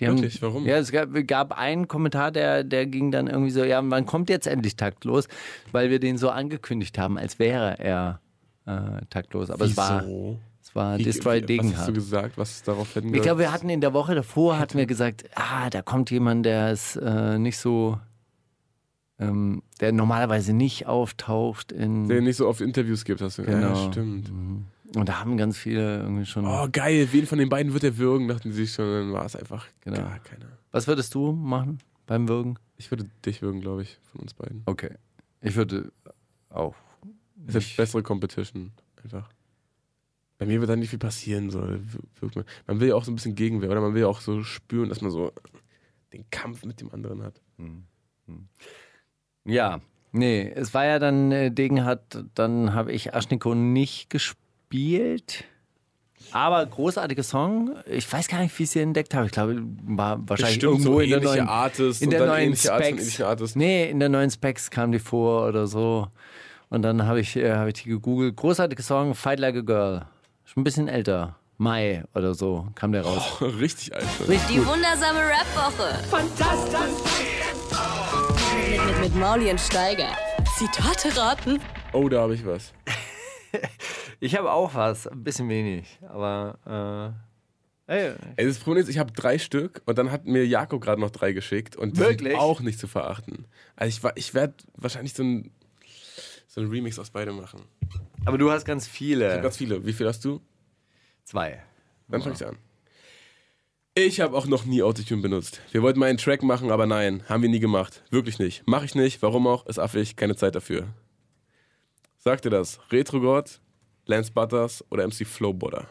Speaker 7: die haben,
Speaker 6: Wirklich? Warum?
Speaker 7: Ja, es gab, gab einen Kommentar, der, der ging dann irgendwie so, ja, wann kommt jetzt endlich taktlos? Weil wir den so angekündigt haben, als wäre er äh, taktlos. Aber es war,
Speaker 6: Wieso?
Speaker 7: es war
Speaker 6: Wie-
Speaker 7: Destroy
Speaker 6: wie- Was hast du
Speaker 7: Degenhardt.
Speaker 6: gesagt, was darauf hätten
Speaker 7: Ich glaube, wir hatten in der Woche davor hatten wir gesagt, ah, da kommt jemand, der ist äh, nicht so, ähm, der normalerweise nicht auftaucht in.
Speaker 6: Der nicht so oft Interviews gibt, hast du
Speaker 7: Genau.
Speaker 6: Ja, stimmt.
Speaker 7: Und da haben ganz viele irgendwie schon.
Speaker 6: Oh, geil, wen von den beiden wird er würgen, dachten sie sich schon. Dann war es einfach
Speaker 7: Genau.
Speaker 6: gar keiner.
Speaker 7: Was würdest du machen beim Würgen?
Speaker 6: Ich würde dich würgen, glaube ich, von uns beiden.
Speaker 7: Okay. Ich würde auch.
Speaker 6: Das ist eine bessere Competition, einfach. Bei mir wird dann nicht viel passieren soll. wir- wirkt Man Man will ja auch so ein bisschen Gegenwehr, oder man will ja auch so spüren, dass man so den Kampf mit dem anderen hat.
Speaker 7: Ja, nee, es war ja dann äh, Degenhardt, dann habe ich Aschniko nicht gespielt. Aber großartiger Song. Ich weiß gar nicht, wie ich sie entdeckt habe. Ich glaube, war wahrscheinlich irgendwo in der neuen
Speaker 6: Artist
Speaker 7: in der neuen
Speaker 6: ähnliche Artist und
Speaker 7: Specs.
Speaker 6: ähnliche Artist.
Speaker 7: Nee, in der neuen Specs kam die vor oder so. Und dann habe ich, äh, hab ich die gegoogelt. Großartiger Song, Fight Like a Girl. Schon ein bisschen älter. Mai oder so kam der raus.
Speaker 6: Oh, Richtig alt.
Speaker 2: Die wundersame Rap-Woche. Fantastisch. Mit, mit, mit Mauli und Steiger. Zitate raten.
Speaker 6: Oh, da habe ich was.
Speaker 7: Ich habe auch was, ein bisschen wenig. Aber äh,
Speaker 6: Ey, das Problem ist, ich habe drei Stück und dann hat mir Jakob gerade noch drei geschickt und die sind
Speaker 7: Wirklich?
Speaker 6: auch nicht zu verachten. Also ich, wa- ich werde wahrscheinlich so ein, so ein Remix aus beidem machen.
Speaker 7: aber du hast ganz
Speaker 6: Ich
Speaker 7: viele.
Speaker 6: hab ganz viele. Wie viel hast du?
Speaker 7: Zwei.
Speaker 6: Dann fang ich an. Ich habe auch noch nie Autotune benutzt. Wir wollten mal einen Track machen, aber nein, haben wir nie gemacht. Wirklich nicht. Mache ich nicht. Warum auch? Ist affig. Keine Zeit dafür. Sagt ihr das? Retrogod, Lance Butters oder MC Flowboarder?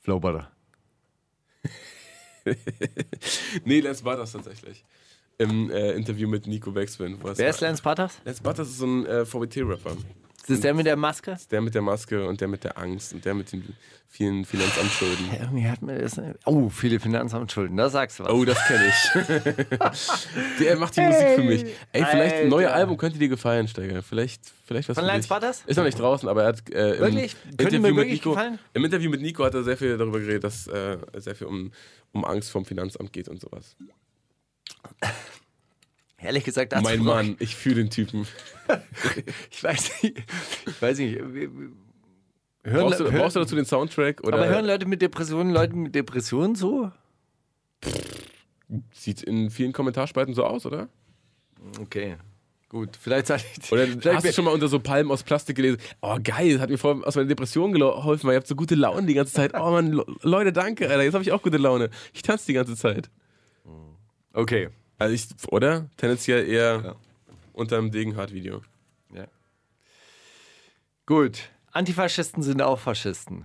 Speaker 7: Flowbutter.
Speaker 6: Nee, Lance Butters tatsächlich. Im äh, Interview mit Nico Wexman. wo er es
Speaker 7: Wer ist
Speaker 6: war.
Speaker 7: Lance Butters?
Speaker 6: Lance Butters ist so ein äh, VBT-Rapper.
Speaker 7: Ist das der mit der Maske?
Speaker 6: Der mit der Maske und der mit der Angst und der mit den vielen Finanzamtschulden.
Speaker 7: Irgendwie hat mir das. Oh, viele Finanzamtschulden. Da sagst du was.
Speaker 6: Oh, das kenne ich. der macht die Musik für mich. Ey, vielleicht ein neues
Speaker 7: Alter.
Speaker 6: Album könnte dir gefallen, Steiger. Vielleicht, vielleicht was
Speaker 7: Von
Speaker 6: für
Speaker 7: Lance
Speaker 6: dich.
Speaker 7: Butters?
Speaker 6: Ist noch nicht draußen, aber er hat äh, im,
Speaker 7: Wirklich? Könnte mir
Speaker 6: Interview mit
Speaker 7: wirklich
Speaker 6: Nico,
Speaker 7: gefallen?
Speaker 6: im Interview mit Nico hat er sehr viel darüber geredet, dass äh, sehr viel um, um Angst vom Finanzamt geht und sowas.
Speaker 7: Ehrlich gesagt, dazu
Speaker 6: mein
Speaker 7: brauch
Speaker 6: Mann, ich fühle den Typen.
Speaker 7: Ich weiß nicht. Ich weiß nicht. Wir- wir- Hören,
Speaker 6: Brauchst du,
Speaker 7: hören,
Speaker 6: brauchst du dazu den Soundtrack? Oder
Speaker 7: aber hören Leute mit Depressionen Leute mit Depressionen so?
Speaker 6: Sieht in vielen Kommentarspalten so aus, oder?
Speaker 7: Okay. Gut, vielleicht sage ich
Speaker 6: Oder
Speaker 7: vielleicht
Speaker 6: hast du schon mal unter so Palmen aus Plastik gelesen? Oh, geil, das hat mir voll aus meiner Depression gelo- geholfen, weil ihr habt so gute Laune die ganze Zeit. Oh, Mann, Le- Leute, danke, Alter, jetzt habe ich auch gute Laune. Ich tanze die ganze Zeit.
Speaker 7: Okay.
Speaker 6: Also ich, oder? Tendenziell eher unter einem Degenhardt-Video.
Speaker 7: Ja. Gut. Antifaschisten sind auch Faschisten.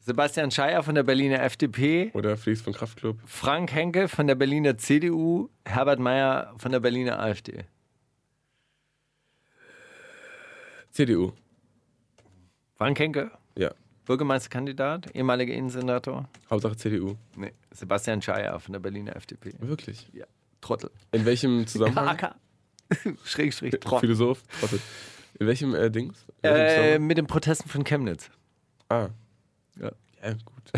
Speaker 7: Sebastian Scheier von der Berliner FDP,
Speaker 6: Oder Felix von Kraftklub.
Speaker 7: Frank Henke von der Berliner CDU, Herbert Meyer von der Berliner AfD.
Speaker 6: CDU.
Speaker 7: Frank Henke,
Speaker 6: Ja.
Speaker 7: Bürgermeisterkandidat, ehemaliger Innensenator.
Speaker 6: Hauptsache CDU.
Speaker 7: Nee, Sebastian Scheier von der Berliner FDP.
Speaker 6: Wirklich.
Speaker 7: Ja, Trottel.
Speaker 6: In welchem Zusammenhang?
Speaker 7: AK. Schrägstrich Trottel.
Speaker 6: Philosoph? Trottel. In welchem äh, Dings? In welchem
Speaker 7: Äh,
Speaker 6: Zusammenhang?
Speaker 7: mit den Protesten von Chemnitz.
Speaker 6: ah.
Speaker 7: Ja.
Speaker 6: Ja, gut.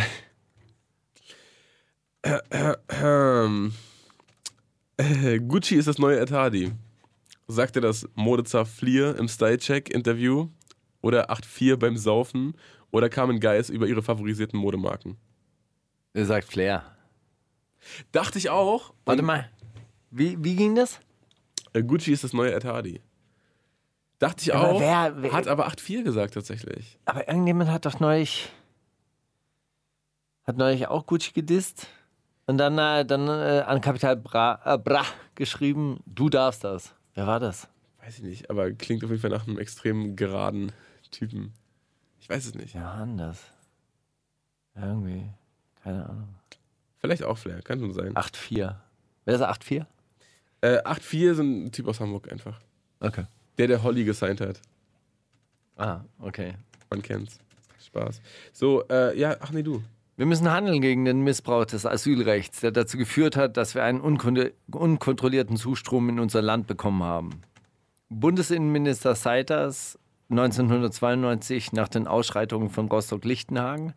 Speaker 6: Ähm. Äh, Gucci ist das neue Etadi. Sagte das Modezar Flier im Stylecheck-Interview oder 8-4 beim Saufen oder Carmen Geis über ihre favorisierten Modemarken.
Speaker 7: Er sagt Flair.
Speaker 6: Dachte ich auch.
Speaker 7: Warte mal. Wie, wie ging das?
Speaker 6: Äh, Gucci ist das neue Etadi. Dachte ich
Speaker 7: Aber
Speaker 6: auch.
Speaker 7: wer- wer-
Speaker 6: hat aber 8-4 gesagt tatsächlich.
Speaker 7: Aber irgendjemand hat doch neulich. Hat neulich auch Gucci gedisst. Und dann, äh, dann äh, an Kapital Bra, äh, Bra geschrieben, du darfst das. Wer war das?
Speaker 6: Weiß ich nicht, aber klingt auf jeden Fall nach einem extrem geraden Typen. Ich weiß es nicht.
Speaker 7: Wer war denn das? Irgendwie. Keine Ahnung.
Speaker 6: Vielleicht auch Flair, kann schon sein.
Speaker 7: 8-4. Wer ist er? 8-4?
Speaker 6: Äh, 8-4 ist ein Typ aus Hamburg einfach.
Speaker 7: Okay.
Speaker 6: Der, der Holly gesigned hat.
Speaker 7: Ah, okay.
Speaker 6: Man kennt's. Spaß. So, äh, ja, ach nee, du.
Speaker 7: Wir müssen handeln gegen den Missbrauch des Asylrechts, der dazu geführt hat, dass wir einen unkon- unkontrollierten Zustrom in unser Land bekommen haben. Bundesinnenminister Seiters 1992 nach den Ausschreitungen von Rostock-Lichtenhagen,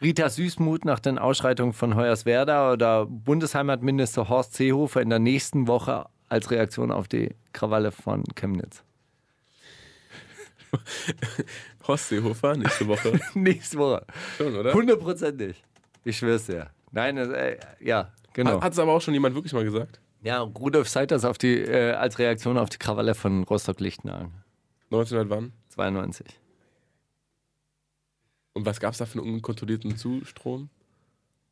Speaker 7: Rita Süßmuth nach den Ausschreitungen von Hoyerswerda oder Bundesheimatminister Horst Seehofer in der nächsten Woche als Reaktion auf die Krawalle von Chemnitz.
Speaker 6: Horst Seehofer, nächste Woche.
Speaker 7: Nächste Woche.
Speaker 6: schon, oder?
Speaker 7: Hundertprozentig. Ich schwör's dir. Nein, das, äh, ja, genau.
Speaker 6: Hat es aber auch schon jemand wirklich mal gesagt?
Speaker 7: Ja, Rudolf Seiters auf die, äh, als Reaktion auf die Krawalle von Rostock-Lichtenhagen.
Speaker 6: 1900 wann?
Speaker 7: 92.
Speaker 6: Und was gab's da für einen unkontrollierten Zustrom?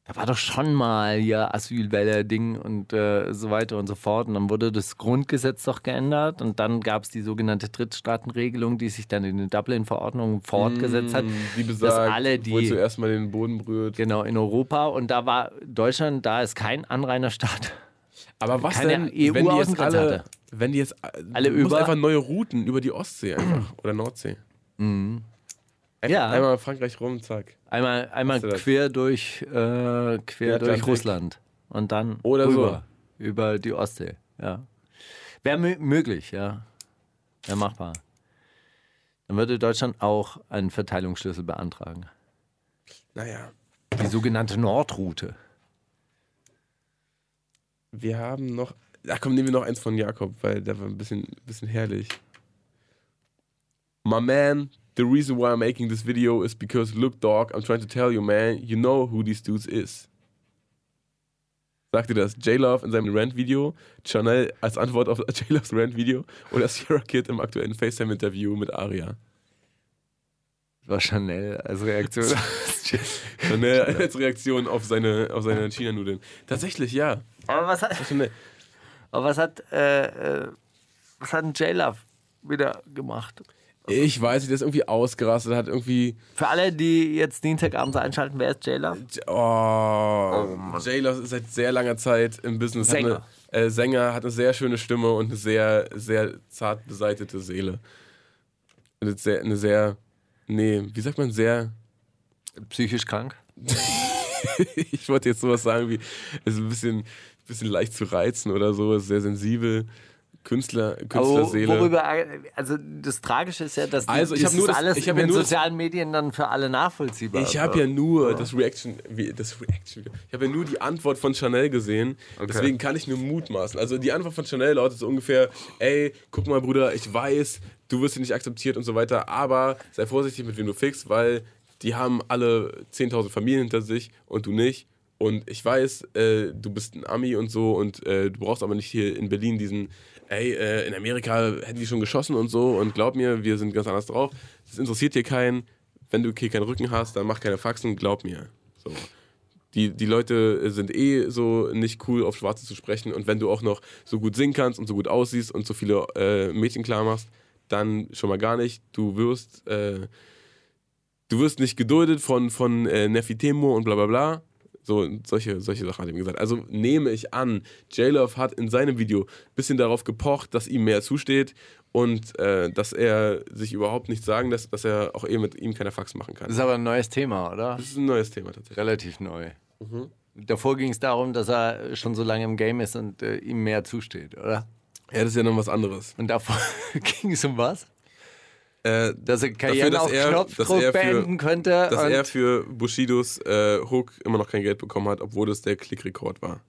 Speaker 7: Da war doch schon mal ja Asylwelle-Ding und äh, so weiter und so fort. Und dann wurde das Grundgesetz doch geändert. Und dann gab es die sogenannte Drittstaatenregelung, die sich dann in die Dublin-Verordnung fortgesetzt hat.
Speaker 6: Die Hm, besagt,
Speaker 7: dass alle,
Speaker 6: wo
Speaker 7: die
Speaker 6: zuerst mal den Boden berührt.
Speaker 7: genau in Europa und da war Deutschland, da ist kein Anrainerstaat.
Speaker 6: Aber was
Speaker 7: Keine
Speaker 6: denn, wenn die jetzt
Speaker 7: EU-Außengrenze
Speaker 6: alle,
Speaker 7: hatte.
Speaker 6: wenn die jetzt äh,
Speaker 7: Alle
Speaker 6: du musst
Speaker 7: über-
Speaker 6: einfach neue Routen über die Ostsee einfach oder Nordsee. Einfach
Speaker 7: Mhm. Ja.
Speaker 6: Einmal Frankreich rum, zack.
Speaker 7: Einmal, einmal
Speaker 6: Hast du das?
Speaker 7: quer durch, äh, quer durch
Speaker 6: Atlantik.
Speaker 7: Russland und dann
Speaker 6: Oder so.
Speaker 7: rüber, über die Ostsee. Ja. Wäre mö möglich, ja. Wäre machbar. Dann würde Deutschland auch einen Verteilungsschlüssel beantragen.
Speaker 6: Naja,
Speaker 7: Die sogenannte Nordroute.
Speaker 6: wir haben noch. Ach komm, nehmen wir noch eins von Jakob, weil der war ein bisschen, bisschen herrlich. My man, the reason why I'm making this video is because look, dog, I'm trying to tell you, man, you know who these dudes is. Sagt ihr das? J-Love in seinem Rant-Video, Chanel als Antwort auf J-Loves Rant-Video oder Sierra Kid im aktuellen FaceTime-Interview mit Aria.
Speaker 7: Das war Chanel als Reaktion.
Speaker 6: Chanel als Reaktion auf seine, auf seine China-Nudeln. Tatsächlich, ja.
Speaker 7: Aber was hat,
Speaker 6: Chanel.
Speaker 7: aber was hat, äh, äh, was hat ein J-Love wieder gemacht?
Speaker 6: Ich weiß nicht, der ist irgendwie ausgerastet, hat irgendwie.
Speaker 7: Für alle, die jetzt Dienstagabends einschalten, wer ist J-Love?
Speaker 6: Oh, J-Lo ist seit sehr langer Zeit im Business.
Speaker 7: Sänger.
Speaker 6: Hat eine, äh, Sänger, hat eine sehr schöne Stimme und eine sehr, sehr zart beseitete Seele. Eine sehr, eine sehr nee, wie sagt man, sehr,
Speaker 7: Psychisch krank.
Speaker 6: ich wollte jetzt sowas sagen wie, ist ein bisschen, bisschen leicht zu reizen oder so, ist sehr sensibel, Künstler,
Speaker 7: Aber
Speaker 6: Künstlerseele.
Speaker 7: worüber, also das Tragische ist ja, dass die-
Speaker 6: Also, ich
Speaker 7: das
Speaker 6: hab nur
Speaker 7: ist
Speaker 6: das-
Speaker 7: alles
Speaker 6: ich hab
Speaker 7: in
Speaker 6: ja
Speaker 7: den
Speaker 6: nur das-
Speaker 7: sozialen Medien dann für alle nachvollziehbar.
Speaker 6: Ich habe ja nur das Reaction, wie- das Reaction, ich habe ja nur die Antwort von Chanel gesehen. Deswegen kann ich nur mutmaßen. Also die Antwort von Chanel lautet so ungefähr: Ey, guck mal, Bruder, ich weiß, du wirst hier nicht akzeptiert und so weiter. Aber sei vorsichtig mit wem du fickst, weil die haben alle 10.000 Familien hinter sich und du nicht. Und ich weiß, äh, du bist ein Ami und so und äh, du brauchst aber nicht hier in Berlin diesen, ey, äh, in Amerika hätten die schon geschossen und so und glaub mir, wir sind ganz anders drauf. Das interessiert hier keinen wenn du hier keinen Rücken hast, dann mach keine Faxen, glaub mir. So. Die, die Leute sind eh so nicht cool, auf Schwarze zu sprechen. Und wenn du auch noch so gut singen kannst und so gut aussiehst und so viele äh, Mädchen klar machst, dann schon mal gar nicht. Du wirst, äh, du wirst nicht geduldet von, von äh, Nefitemo und bla bla bla. So, solche, solche Sachen hat er mir gesagt. Also nehme ich an, J-Love hat in seinem Video ein bisschen darauf gepocht, dass ihm mehr zusteht und äh, dass er sich überhaupt nichts sagen lässt, dass er auch eh mit ihm keine Fax machen kann.
Speaker 7: ist aber ein neues Thema, oder?
Speaker 6: Das ist ein neues Thema tatsächlich.
Speaker 7: Relativ neu. Mhm. Davor ging es darum, dass er schon so lange im Game ist und äh, ihm mehr zusteht, oder?
Speaker 6: Ja, das ist ja noch was anderes.
Speaker 7: Und davor ging es um was?
Speaker 6: Äh,
Speaker 7: Dass er Karriere
Speaker 6: dass
Speaker 7: auf
Speaker 6: er- dass
Speaker 7: Knopfdruck
Speaker 6: er für-
Speaker 7: beenden könnte.
Speaker 6: dass
Speaker 7: und
Speaker 6: er für Bushidos äh, Hook immer noch kein Geld bekommen hat, obwohl das der Klickrekord war.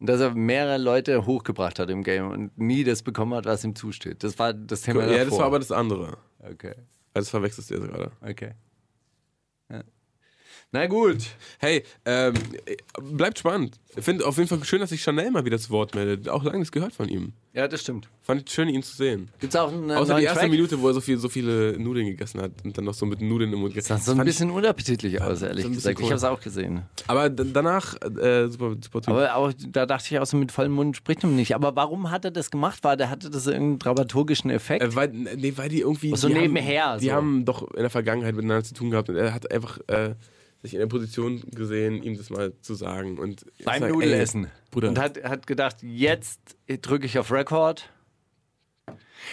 Speaker 7: dass er mehrere Leute hochgebracht hat im Game und nie das bekommen hat, was ihm zusteht. Das war das Thema
Speaker 6: Ja, das
Speaker 7: davor.
Speaker 6: war aber das andere.
Speaker 7: okay,
Speaker 6: Also das verwechselst du jetzt gerade.
Speaker 7: okay. Ja. Na gut.
Speaker 6: Hey, ähm, äh, bleibt spannend. Ich finde auf jeden Fall schön, dass sich Chanel mal wieder zu Wort meldet. Auch lange nichts gehört von ihm.
Speaker 7: Ja, das stimmt.
Speaker 6: Fand ich schön, ihn zu sehen.
Speaker 7: Gibt's auch einen äh,
Speaker 6: Außer
Speaker 7: neuen
Speaker 6: die erste
Speaker 7: Track?
Speaker 6: Minute, wo er so, viel, so viele Nudeln gegessen hat und dann noch so mit Nudeln im Mund gegessen
Speaker 7: Das sah so ein bisschen unappetitlich aus, ehrlich
Speaker 6: so ein bisschen
Speaker 7: gesagt. Ich
Speaker 6: cool.
Speaker 7: habe es auch gesehen.
Speaker 6: Aber d- danach, äh, super, super Typ.
Speaker 7: Aber auch, da dachte ich auch so, mit vollem Mund spricht man nicht. Aber warum hat er das gemacht? War der hatte das irgendeinen dramaturgischen Effekt?
Speaker 6: Äh, weil, nee, weil die irgendwie.
Speaker 7: Ach so,
Speaker 6: die
Speaker 7: nebenher, also.
Speaker 6: Haben, die
Speaker 7: so.
Speaker 6: haben doch in der Vergangenheit miteinander zu tun gehabt und er hat einfach äh, sich in der Position gesehen, ihm das mal zu sagen. Und ich
Speaker 7: Beim
Speaker 6: sag,
Speaker 7: Nudelessen.
Speaker 6: Bruder.
Speaker 7: Und hat, hat gedacht, jetzt drücke ich auf Record.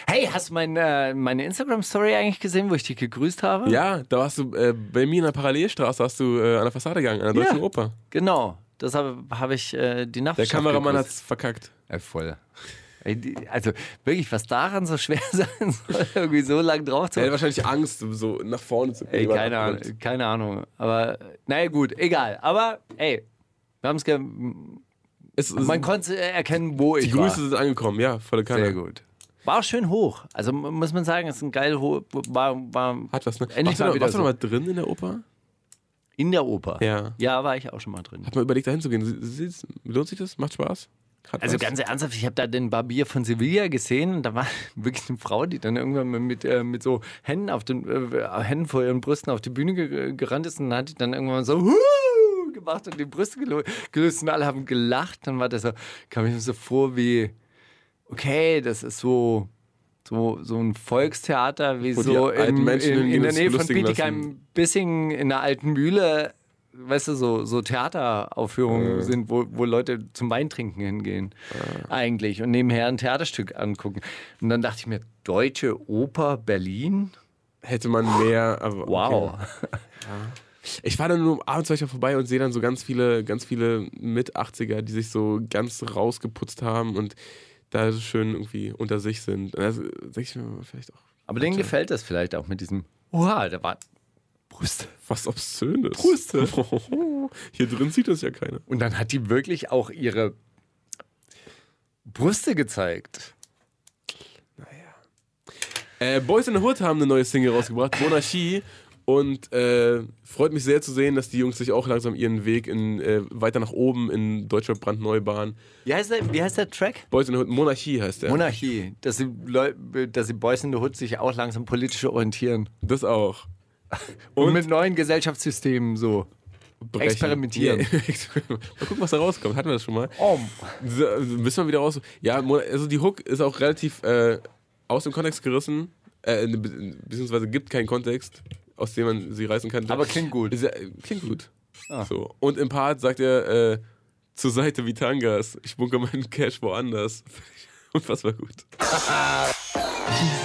Speaker 7: Hey, hast du mein, äh, meine Instagram-Story eigentlich gesehen, wo ich dich gegrüßt habe?
Speaker 6: Ey, ja, da warst du äh, bei mir in der Parallelstraße, hast du äh, an der Fassade gegangen, an der
Speaker 7: Ja.
Speaker 6: Deutschen Oper.
Speaker 7: Genau. Deshalb habe ich äh, die Nacht.
Speaker 6: Der Kameramann hat es verkackt.
Speaker 7: Äh, voll. Ey, die- Also wirklich, was daran so schwer sein soll, irgendwie so lang drauf zu
Speaker 6: Er hat wahrscheinlich Angst, so nach vorne zu
Speaker 7: Ey,
Speaker 6: gehen.
Speaker 7: keine Ahnung, keine Ahnung. Aber äh, naja, gut, egal. Aber ey, wir haben's ge
Speaker 6: Es, es,
Speaker 7: man konnte äh, erkennen, wo
Speaker 6: die
Speaker 7: ich
Speaker 6: Grüße
Speaker 7: war.
Speaker 6: sind angekommen, ja, volle Kanne.
Speaker 7: Sehr gut. War auch schön hoch. Also mu- muss man sagen, ist ein geil hoch. War, war
Speaker 6: Hat was, ne?
Speaker 7: Endlich
Speaker 6: warst du,
Speaker 7: mal
Speaker 6: noch-
Speaker 7: wieder
Speaker 6: warst du
Speaker 7: so.
Speaker 6: noch mal drin in der Oper?
Speaker 7: in der Oper.
Speaker 6: Ja.
Speaker 7: Ja, war ich auch schon mal drin.
Speaker 6: Hat man überlegt, da hinzugehen? Sie- sie- Lohnt sich das? Macht Spaß? Hat
Speaker 7: Also
Speaker 6: was?
Speaker 7: ganz ernsthaft, ich habe da den Barbier von Sevilla gesehen und da war wirklich eine Frau, die dann irgendwann mit, mit, äh, mit so Händen auf den äh, Händen vor ihren Brüsten auf die Bühne ge äh, gerannt ist und dann hat die dann irgendwann so Huhu! gemacht und die Brüste gelo- gelöst und alle haben gelacht. Dann war das so, kam ich mir so vor wie, okay, das ist so. So, so ein Volkstheater, wie
Speaker 6: Wo die
Speaker 7: so
Speaker 6: alten
Speaker 7: in,
Speaker 6: Menschen
Speaker 7: in, in
Speaker 6: hingehen
Speaker 7: der
Speaker 6: und
Speaker 7: Nähe von
Speaker 6: lustigen lassen.
Speaker 7: Bietigheim, Bissingen, in der alten Mühle, weißt du, so, so Theateraufführungen sind, wo, wo Leute zum Weintrinken hingehen eigentlich und nebenher ein Theaterstück angucken. Und dann dachte ich mir, Deutsche Oper Berlin?
Speaker 6: Hätte man mehr. Aber okay.
Speaker 7: Wow.
Speaker 6: Ich fahre dann nur abends manchmal vorbei und sehe dann so ganz viele, ganz viele Mit-80er, die sich so ganz rausgeputzt haben und da so schön irgendwie unter sich sind. Und das sag ich mir vielleicht auch
Speaker 7: Aber denen gefällt das vielleicht auch mit diesem, oha, da war Brüste.
Speaker 6: was Obszönes.
Speaker 7: Brüste.
Speaker 6: Hier drin sieht das ja keiner.
Speaker 7: Und dann hat die wirklich auch ihre Brüste gezeigt.
Speaker 6: Äh, Boys in the Hood haben eine neue Single rausgebracht, Monarchie. Und äh, freut mich sehr zu sehen, dass die Jungs sich auch langsam ihren Weg in, äh, weiter nach oben in Deutschland brandneu bahnen.
Speaker 7: Wie heißt der, wie heißt der Track?
Speaker 6: Boys in the Hood, Monarchie heißt der.
Speaker 7: Monarchie. Dass die, Leu- dass die Boys in the Hood sich auch langsam politisch orientieren.
Speaker 6: das auch.
Speaker 7: Und, mit neuen Gesellschaftssystemen so.
Speaker 6: brechen.
Speaker 7: Experimentieren.
Speaker 6: Ja, mal gucken, was da rauskommt. Hatten wir das schon mal?
Speaker 7: Oh.
Speaker 6: So, Müssen wir wieder raus. Ja, Mo- also die Hook ist auch relativ äh, aus dem Kontext gerissen, äh, be- beziehungsweise gibt keinen Kontext, aus dem man sie reißen kann.
Speaker 7: Aber klingt gut. Ah.
Speaker 6: Ist ja- klingt gut. So. Und im Part sagt er, äh, zur Seite wie Tangas, ich bunker meinen Cash woanders. Unfassbar gut.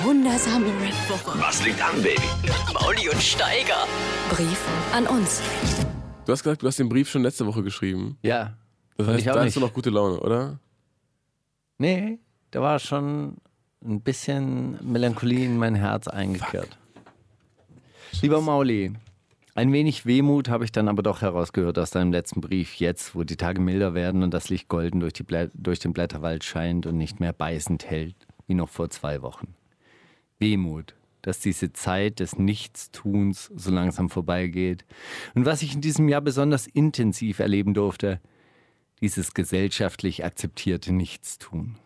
Speaker 4: Wundersame Red
Speaker 3: Was liegt an, Baby?
Speaker 2: Mauli und Steiger.
Speaker 4: Brief an uns.
Speaker 6: Du hast gesagt, du hast den Brief schon letzte Woche geschrieben.
Speaker 7: Ja.
Speaker 6: Das
Speaker 7: Und
Speaker 6: heißt,
Speaker 7: ich auch
Speaker 6: da hast
Speaker 7: nicht.
Speaker 6: du noch gute Laune, oder?
Speaker 7: Nee, da war schon ein bisschen Melancholie in mein Herz eingekehrt. Lieber Mauli, ein wenig Wehmut habe ich dann aber doch herausgehört aus deinem letzten Brief jetzt, wo die Tage milder werden und das Licht golden durch, die Blä durch den Blätterwald scheint und nicht mehr beißend hält, wie noch vor zwei Wochen. Wehmut, dass diese Zeit des Nichtstuns so langsam vorbeigeht. Und was ich in diesem Jahr besonders intensiv erleben durfte, dieses gesellschaftlich akzeptierte Nichtstun.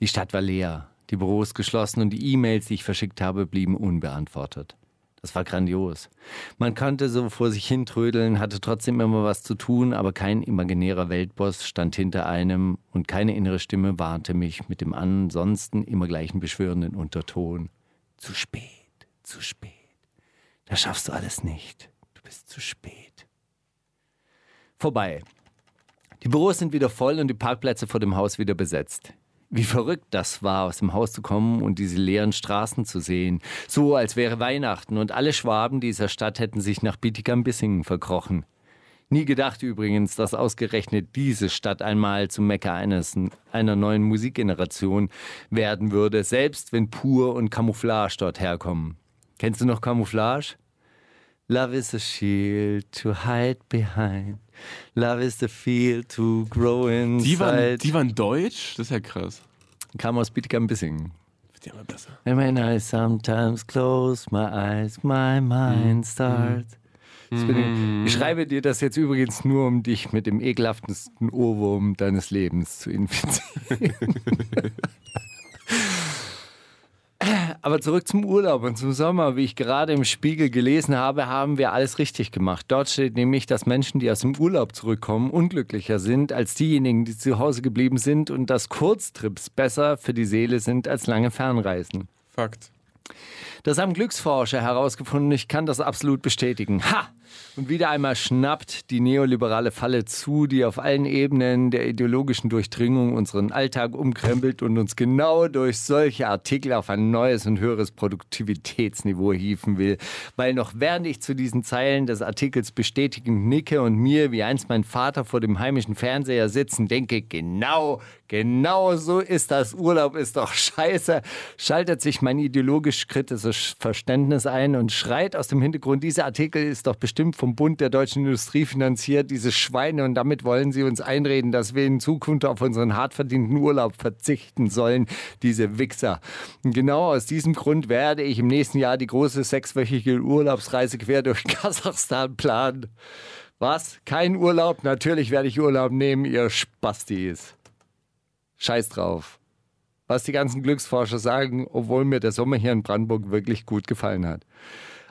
Speaker 7: Die Stadt war leer, die Büros geschlossen und die E-Mails, die ich verschickt habe, blieben unbeantwortet. Das war grandios. Man konnte so vor sich hintrödeln, hatte trotzdem immer was zu tun, aber kein imaginärer Weltboss stand hinter einem und keine innere Stimme warnte mich mit dem ansonsten immer gleichen beschwörenden Unterton. Zu spät, zu spät. Das schaffst du alles nicht. Du bist zu spät. Vorbei. Die Büros sind wieder voll und die Parkplätze vor dem Haus wieder besetzt. Wie verrückt das war, aus dem Haus zu kommen und diese leeren Straßen zu sehen. So, als wäre Weihnachten und alle Schwaben dieser Stadt hätten sich nach Bietigheim-Bissingen verkrochen. Nie gedacht übrigens, dass ausgerechnet diese Stadt einmal zum Mekka eines, einer neuen Musikgeneration werden würde, selbst wenn Pur und Camouflage dort herkommen. Kennst du noch Camouflage? Love is a shield to hide behind. Love is the field to grow inside.
Speaker 6: Die waren, die waren deutsch? Das ist ja krass.
Speaker 7: kam aus Bietigheim-Bissingen.
Speaker 6: Wird ja immer besser.
Speaker 7: And when I sometimes close my eyes, my
Speaker 6: Mhm.
Speaker 7: mind starts. spinning. Ich schreibe dir das jetzt übrigens nur, um dich mit dem ekelhaftesten Ohrwurm deines Lebens zu infizieren. Aber zurück zum Urlaub und zum Sommer. Wie ich gerade im Spiegel gelesen habe, haben wir alles richtig gemacht. Dort steht nämlich, dass Menschen, die aus dem Urlaub zurückkommen, unglücklicher sind als diejenigen, die zu Hause geblieben sind und dass Kurztrips besser für die Seele sind als lange Fernreisen.
Speaker 6: Fakt.
Speaker 7: Das haben Glücksforscher herausgefunden. Ich kann das absolut bestätigen. Ha! Und wieder einmal schnappt die neoliberale Falle zu, die auf allen Ebenen der ideologischen Durchdringung unseren Alltag umkrempelt und uns genau durch solche Artikel auf ein neues und höheres Produktivitätsniveau hieven will. Weil noch während ich zu diesen Zeilen des Artikels bestätigend nicke und mir, wie einst mein Vater vor dem heimischen Fernseher sitzen, denke, genau, genau so ist das. Urlaub ist doch scheiße. Schaltet sich mein ideologisch kritisches Verständnis ein und schreit aus dem Hintergrund, dieser Artikel ist doch bestimmt vom Bund der deutschen Industrie finanziert, diese Schweine. Und damit wollen sie uns einreden, dass wir in Zukunft auf unseren hart verdienten Urlaub verzichten sollen, diese Wichser. Und genau aus diesem Grund werde ich im nächsten Jahr die große sechswöchige Urlaubsreise quer durch Kasachstan planen. Was? Kein Urlaub? Natürlich werde ich Urlaub nehmen, ihr Spastis. Scheiß drauf. Was die ganzen Glücksforscher sagen, obwohl mir der Sommer hier in Brandenburg wirklich gut gefallen hat.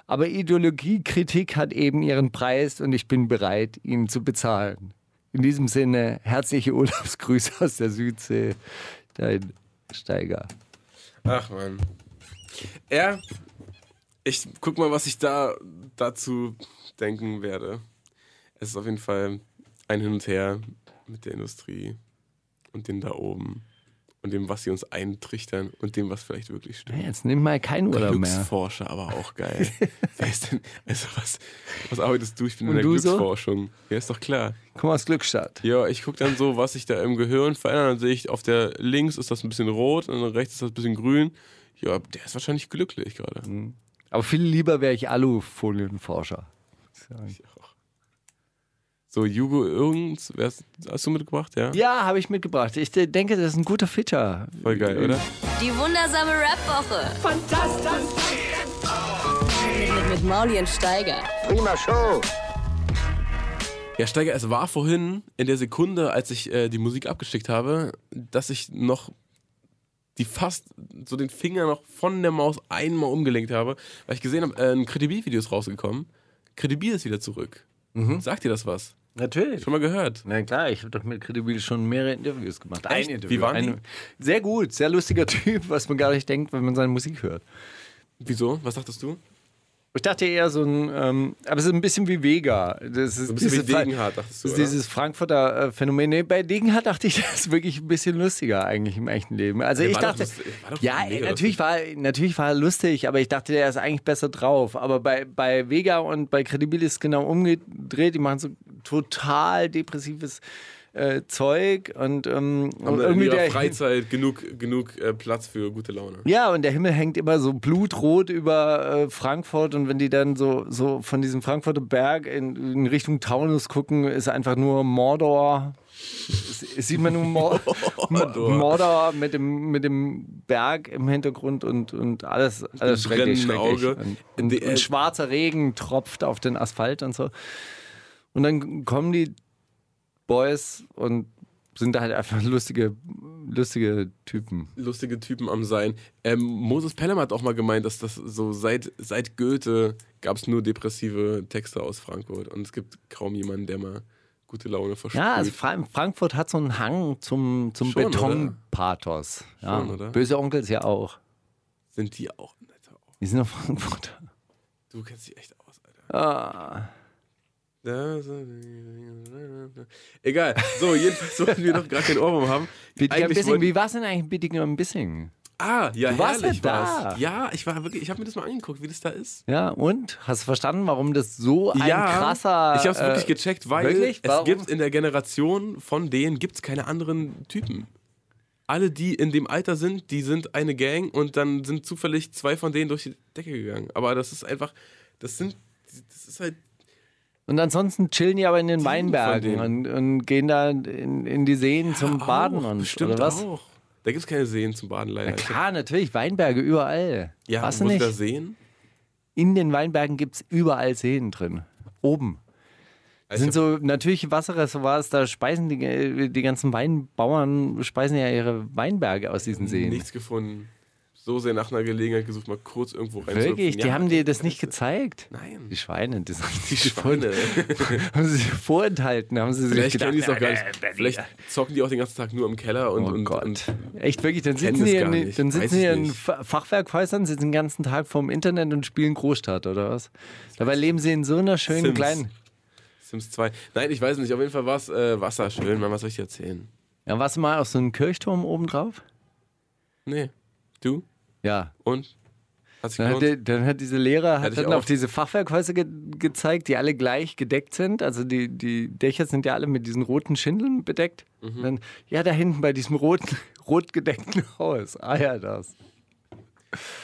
Speaker 7: Aber Ideologiekritik hat eben ihren Preis und ich bin bereit, ihn zu bezahlen. In diesem Sinne, herzliche Urlaubsgrüße aus der Südsee, dein Steiger.
Speaker 6: Ach man. Er, ich guck mal, was ich da dazu denken werde. Es ist auf jeden Fall ein Hin und Her mit der Industrie und den da oben und dem, was sie uns eintrichtern und dem, was vielleicht wirklich stimmt.
Speaker 7: Jetzt nimm mal keinen Urlaub mehr.
Speaker 6: Glücksforscher, aber auch geil. Wer ist denn, also was, was arbeitest du? Ich bin
Speaker 7: Und
Speaker 6: in der
Speaker 7: du so?
Speaker 6: Glücksforschung. Ja, ist doch klar.
Speaker 7: Komm aus Glückstadt.
Speaker 6: Ja, ich gucke dann so, was sich da im Gehirn verändert. Dann sehe ich, auf der links ist das ein bisschen rot und rechts ist das ein bisschen grün. Ja, der ist wahrscheinlich glücklich gerade.
Speaker 7: Aber viel lieber wäre ich Alufolienforscher.
Speaker 6: Ich auch. So, Jugo irgends, wer hast, hast du mitgebracht? Ja.
Speaker 7: Ja, habe ich mitgebracht. Ich de- denke, das ist ein guter Fitter.
Speaker 6: Voll geil, oder?
Speaker 2: Die wundersame Rap-Woche. Fantastisch. Mit Mauli und Steiger.
Speaker 3: Prima Show.
Speaker 6: Ja, Steiger, es war vorhin in der Sekunde, als ich äh, die Musik abgeschickt habe, dass ich noch die fast so den Finger noch von der Maus einmal umgelenkt habe, weil ich gesehen habe, äh, ein Kredibil-Video ist rausgekommen. Kredibil ist wieder zurück. Sagt dir das was?
Speaker 7: Natürlich.
Speaker 6: Schon mal gehört.
Speaker 7: Na klar, ich habe doch mit Credibil schon mehrere Interviews gemacht.
Speaker 6: Echt? Wie waren die?
Speaker 7: ein, Sehr gut, sehr lustiger Typ, was man gar nicht denkt, wenn man seine Musik hört.
Speaker 6: Wieso? Was dachtest du?
Speaker 7: Ich dachte eher so ein, ähm, aber es ist ein bisschen wie Vega. Das ist
Speaker 6: Ein bisschen wie
Speaker 7: dieses Fra-
Speaker 6: Degenhardt, dachtest du,
Speaker 7: das ist
Speaker 6: oder?
Speaker 7: Dieses Frankfurter äh, Phänomen. Nee, bei Degenhardt dachte ich, das ist wirklich ein bisschen lustiger eigentlich im echten Leben. Also
Speaker 6: Der
Speaker 7: ich
Speaker 6: war doch
Speaker 7: dachte,
Speaker 6: lust- war doch
Speaker 7: ja,
Speaker 6: mega
Speaker 7: natürlich war, natürlich war er lustig, aber ich dachte, der ist eigentlich besser drauf. Aber bei, bei Vega und bei Credibil ist es genau umgedreht. Die machen so total depressives äh, Zeug und, ähm, und
Speaker 6: Haben
Speaker 7: irgendwie
Speaker 6: in ihrer
Speaker 7: der,
Speaker 6: Freizeit genug, genug äh, Platz für gute Laune.
Speaker 7: ja, und der Himmel hängt immer so blutrot über äh, Frankfurt und wenn die dann so, so von diesem Frankfurter Berg in, in Richtung Taunus gucken, ist einfach nur Mordor. Es- es Sieht man nur Mor Mordor. Mordor mit dem, mit dem Berg im Hintergrund und, und alles, alles schrecklich,
Speaker 6: brennenden
Speaker 7: schrecklich.
Speaker 6: Auge.
Speaker 7: Und, und,
Speaker 6: Die-
Speaker 7: und schwarzer Regen tropft auf den Asphalt und so. Und dann kommen die Boys und sind da halt einfach lustige, lustige Typen.
Speaker 6: lustige Typen am Sein. Ähm, Moses Pelham hat auch mal gemeint, dass das so seit, seit Goethe gab es nur depressive Texte aus Frankfurt und es gibt kaum jemanden, der mal gute Laune versprüht.
Speaker 7: Ja, also Fra Frankfurt hat so einen Hang zum, zum
Speaker 6: Schon,
Speaker 7: Betonpathos. Ja.
Speaker 6: Schon, oder?
Speaker 7: Böse Onkels ja auch.
Speaker 6: Sind die auch nett auch.
Speaker 7: Die sind doch Frankfurter.
Speaker 6: Du kennst dich echt aus, Alter.
Speaker 7: Ah.
Speaker 6: Da- so- Egal. So, jedenfalls wollten wir noch gar kein Ohrwurm haben.
Speaker 7: Bietigheim
Speaker 6: Eigentlich
Speaker 7: Bissing,
Speaker 6: wollten-
Speaker 7: wie war es denn eigentlich in Bietigheim Bissing?
Speaker 6: ah, ja,
Speaker 7: Du warst ja
Speaker 6: herrlich
Speaker 7: da.
Speaker 6: war's. Ja, ich war wirklich, ich habe mir das mal angeguckt, wie das da ist.
Speaker 7: Ja, und? Hast du verstanden, warum das so ein krasser.
Speaker 6: Ich habe es
Speaker 7: äh,
Speaker 6: wirklich gecheckt, weil
Speaker 7: wirklich?
Speaker 6: es
Speaker 7: Warum?
Speaker 6: gibt in der Generation von denen gibt's keine anderen Typen. Alle, die in dem Alter sind, die sind eine Gang und dann sind zufällig zwei von denen durch die Decke gegangen. Aber das ist einfach, das sind, das ist halt,
Speaker 7: Und ansonsten chillen die aber in den Weinbergen
Speaker 6: von
Speaker 7: und, und gehen da in, in die Seen zum Baden
Speaker 6: auch,
Speaker 7: und
Speaker 6: bestimmt
Speaker 7: oder was?
Speaker 6: auch. Da gibt's keine Seen zum Baden leider. Ich hab-
Speaker 7: Klar, natürlich, Weinberge überall.
Speaker 6: ja,
Speaker 7: Hast du
Speaker 6: muss
Speaker 7: nicht?
Speaker 6: da Seen?
Speaker 7: In den Weinbergen gibt es überall Seen drin. Oben. Das
Speaker 6: Also
Speaker 7: sind so natürliche Wasserreservoirs, da speisen äh, die, die ganzen Weinbauern speisen ja ihre Weinberge aus diesen
Speaker 6: ich hab
Speaker 7: Seen.
Speaker 6: nichts gefunden. so sehr nach einer Gelegenheit gesucht, mal kurz irgendwo reinzuhüpfen.
Speaker 7: Wirklich? Die
Speaker 6: Ja,
Speaker 7: haben dir das nicht gezeigt?
Speaker 6: Nein.
Speaker 7: Die Schweine, das haben
Speaker 6: Die
Speaker 7: die
Speaker 6: Schweine.
Speaker 7: Schweine. haben sie sich vorenthalten, haben sie sich
Speaker 6: Vielleicht
Speaker 7: gedacht,
Speaker 6: kennen die es auch gar nicht.
Speaker 7: äh, äh,
Speaker 6: Vielleicht zocken die auch den ganzen Tag nur im Keller und,
Speaker 7: Oh
Speaker 6: und,
Speaker 7: Gott.
Speaker 6: und
Speaker 7: Echt wirklich, dann
Speaker 6: kennen
Speaker 7: sitzen
Speaker 6: es
Speaker 7: die,
Speaker 6: gar
Speaker 7: in,
Speaker 6: nicht.
Speaker 7: dann
Speaker 6: Weiß
Speaker 7: sitzen
Speaker 6: ich
Speaker 7: die in
Speaker 6: nicht.
Speaker 7: Fa- Fachwerkhäusern, sitzen den ganzen Tag vorm Internet und spielen Großstadt oder was? Dabei leben sie in so einer schönen
Speaker 6: Sims.
Speaker 7: kleinen.
Speaker 6: Sims 2. Nein, ich weiß nicht. Auf jeden Fall war es äh, Wasser schön. Mann, was soll ich dir erzählen?
Speaker 7: Ja, warst du mal auf so einem Kirchturm oben drauf?
Speaker 6: Nee. Du?
Speaker 7: Ja.
Speaker 6: Und? Hat sich
Speaker 7: Dann hat,
Speaker 6: gelohnt?
Speaker 7: der, dann hat diese Lehrer
Speaker 6: Hatte
Speaker 7: hat
Speaker 6: ich
Speaker 7: dann
Speaker 6: auch.
Speaker 7: auf diese Fachwerkhäuser ge gezeigt, die alle gleich gedeckt sind. Also die, die Dächer sind ja alle mit diesen roten Schindeln bedeckt. Und Dann, ja, da hinten bei diesem roten, rot gedeckten Haus. Ah ja, das.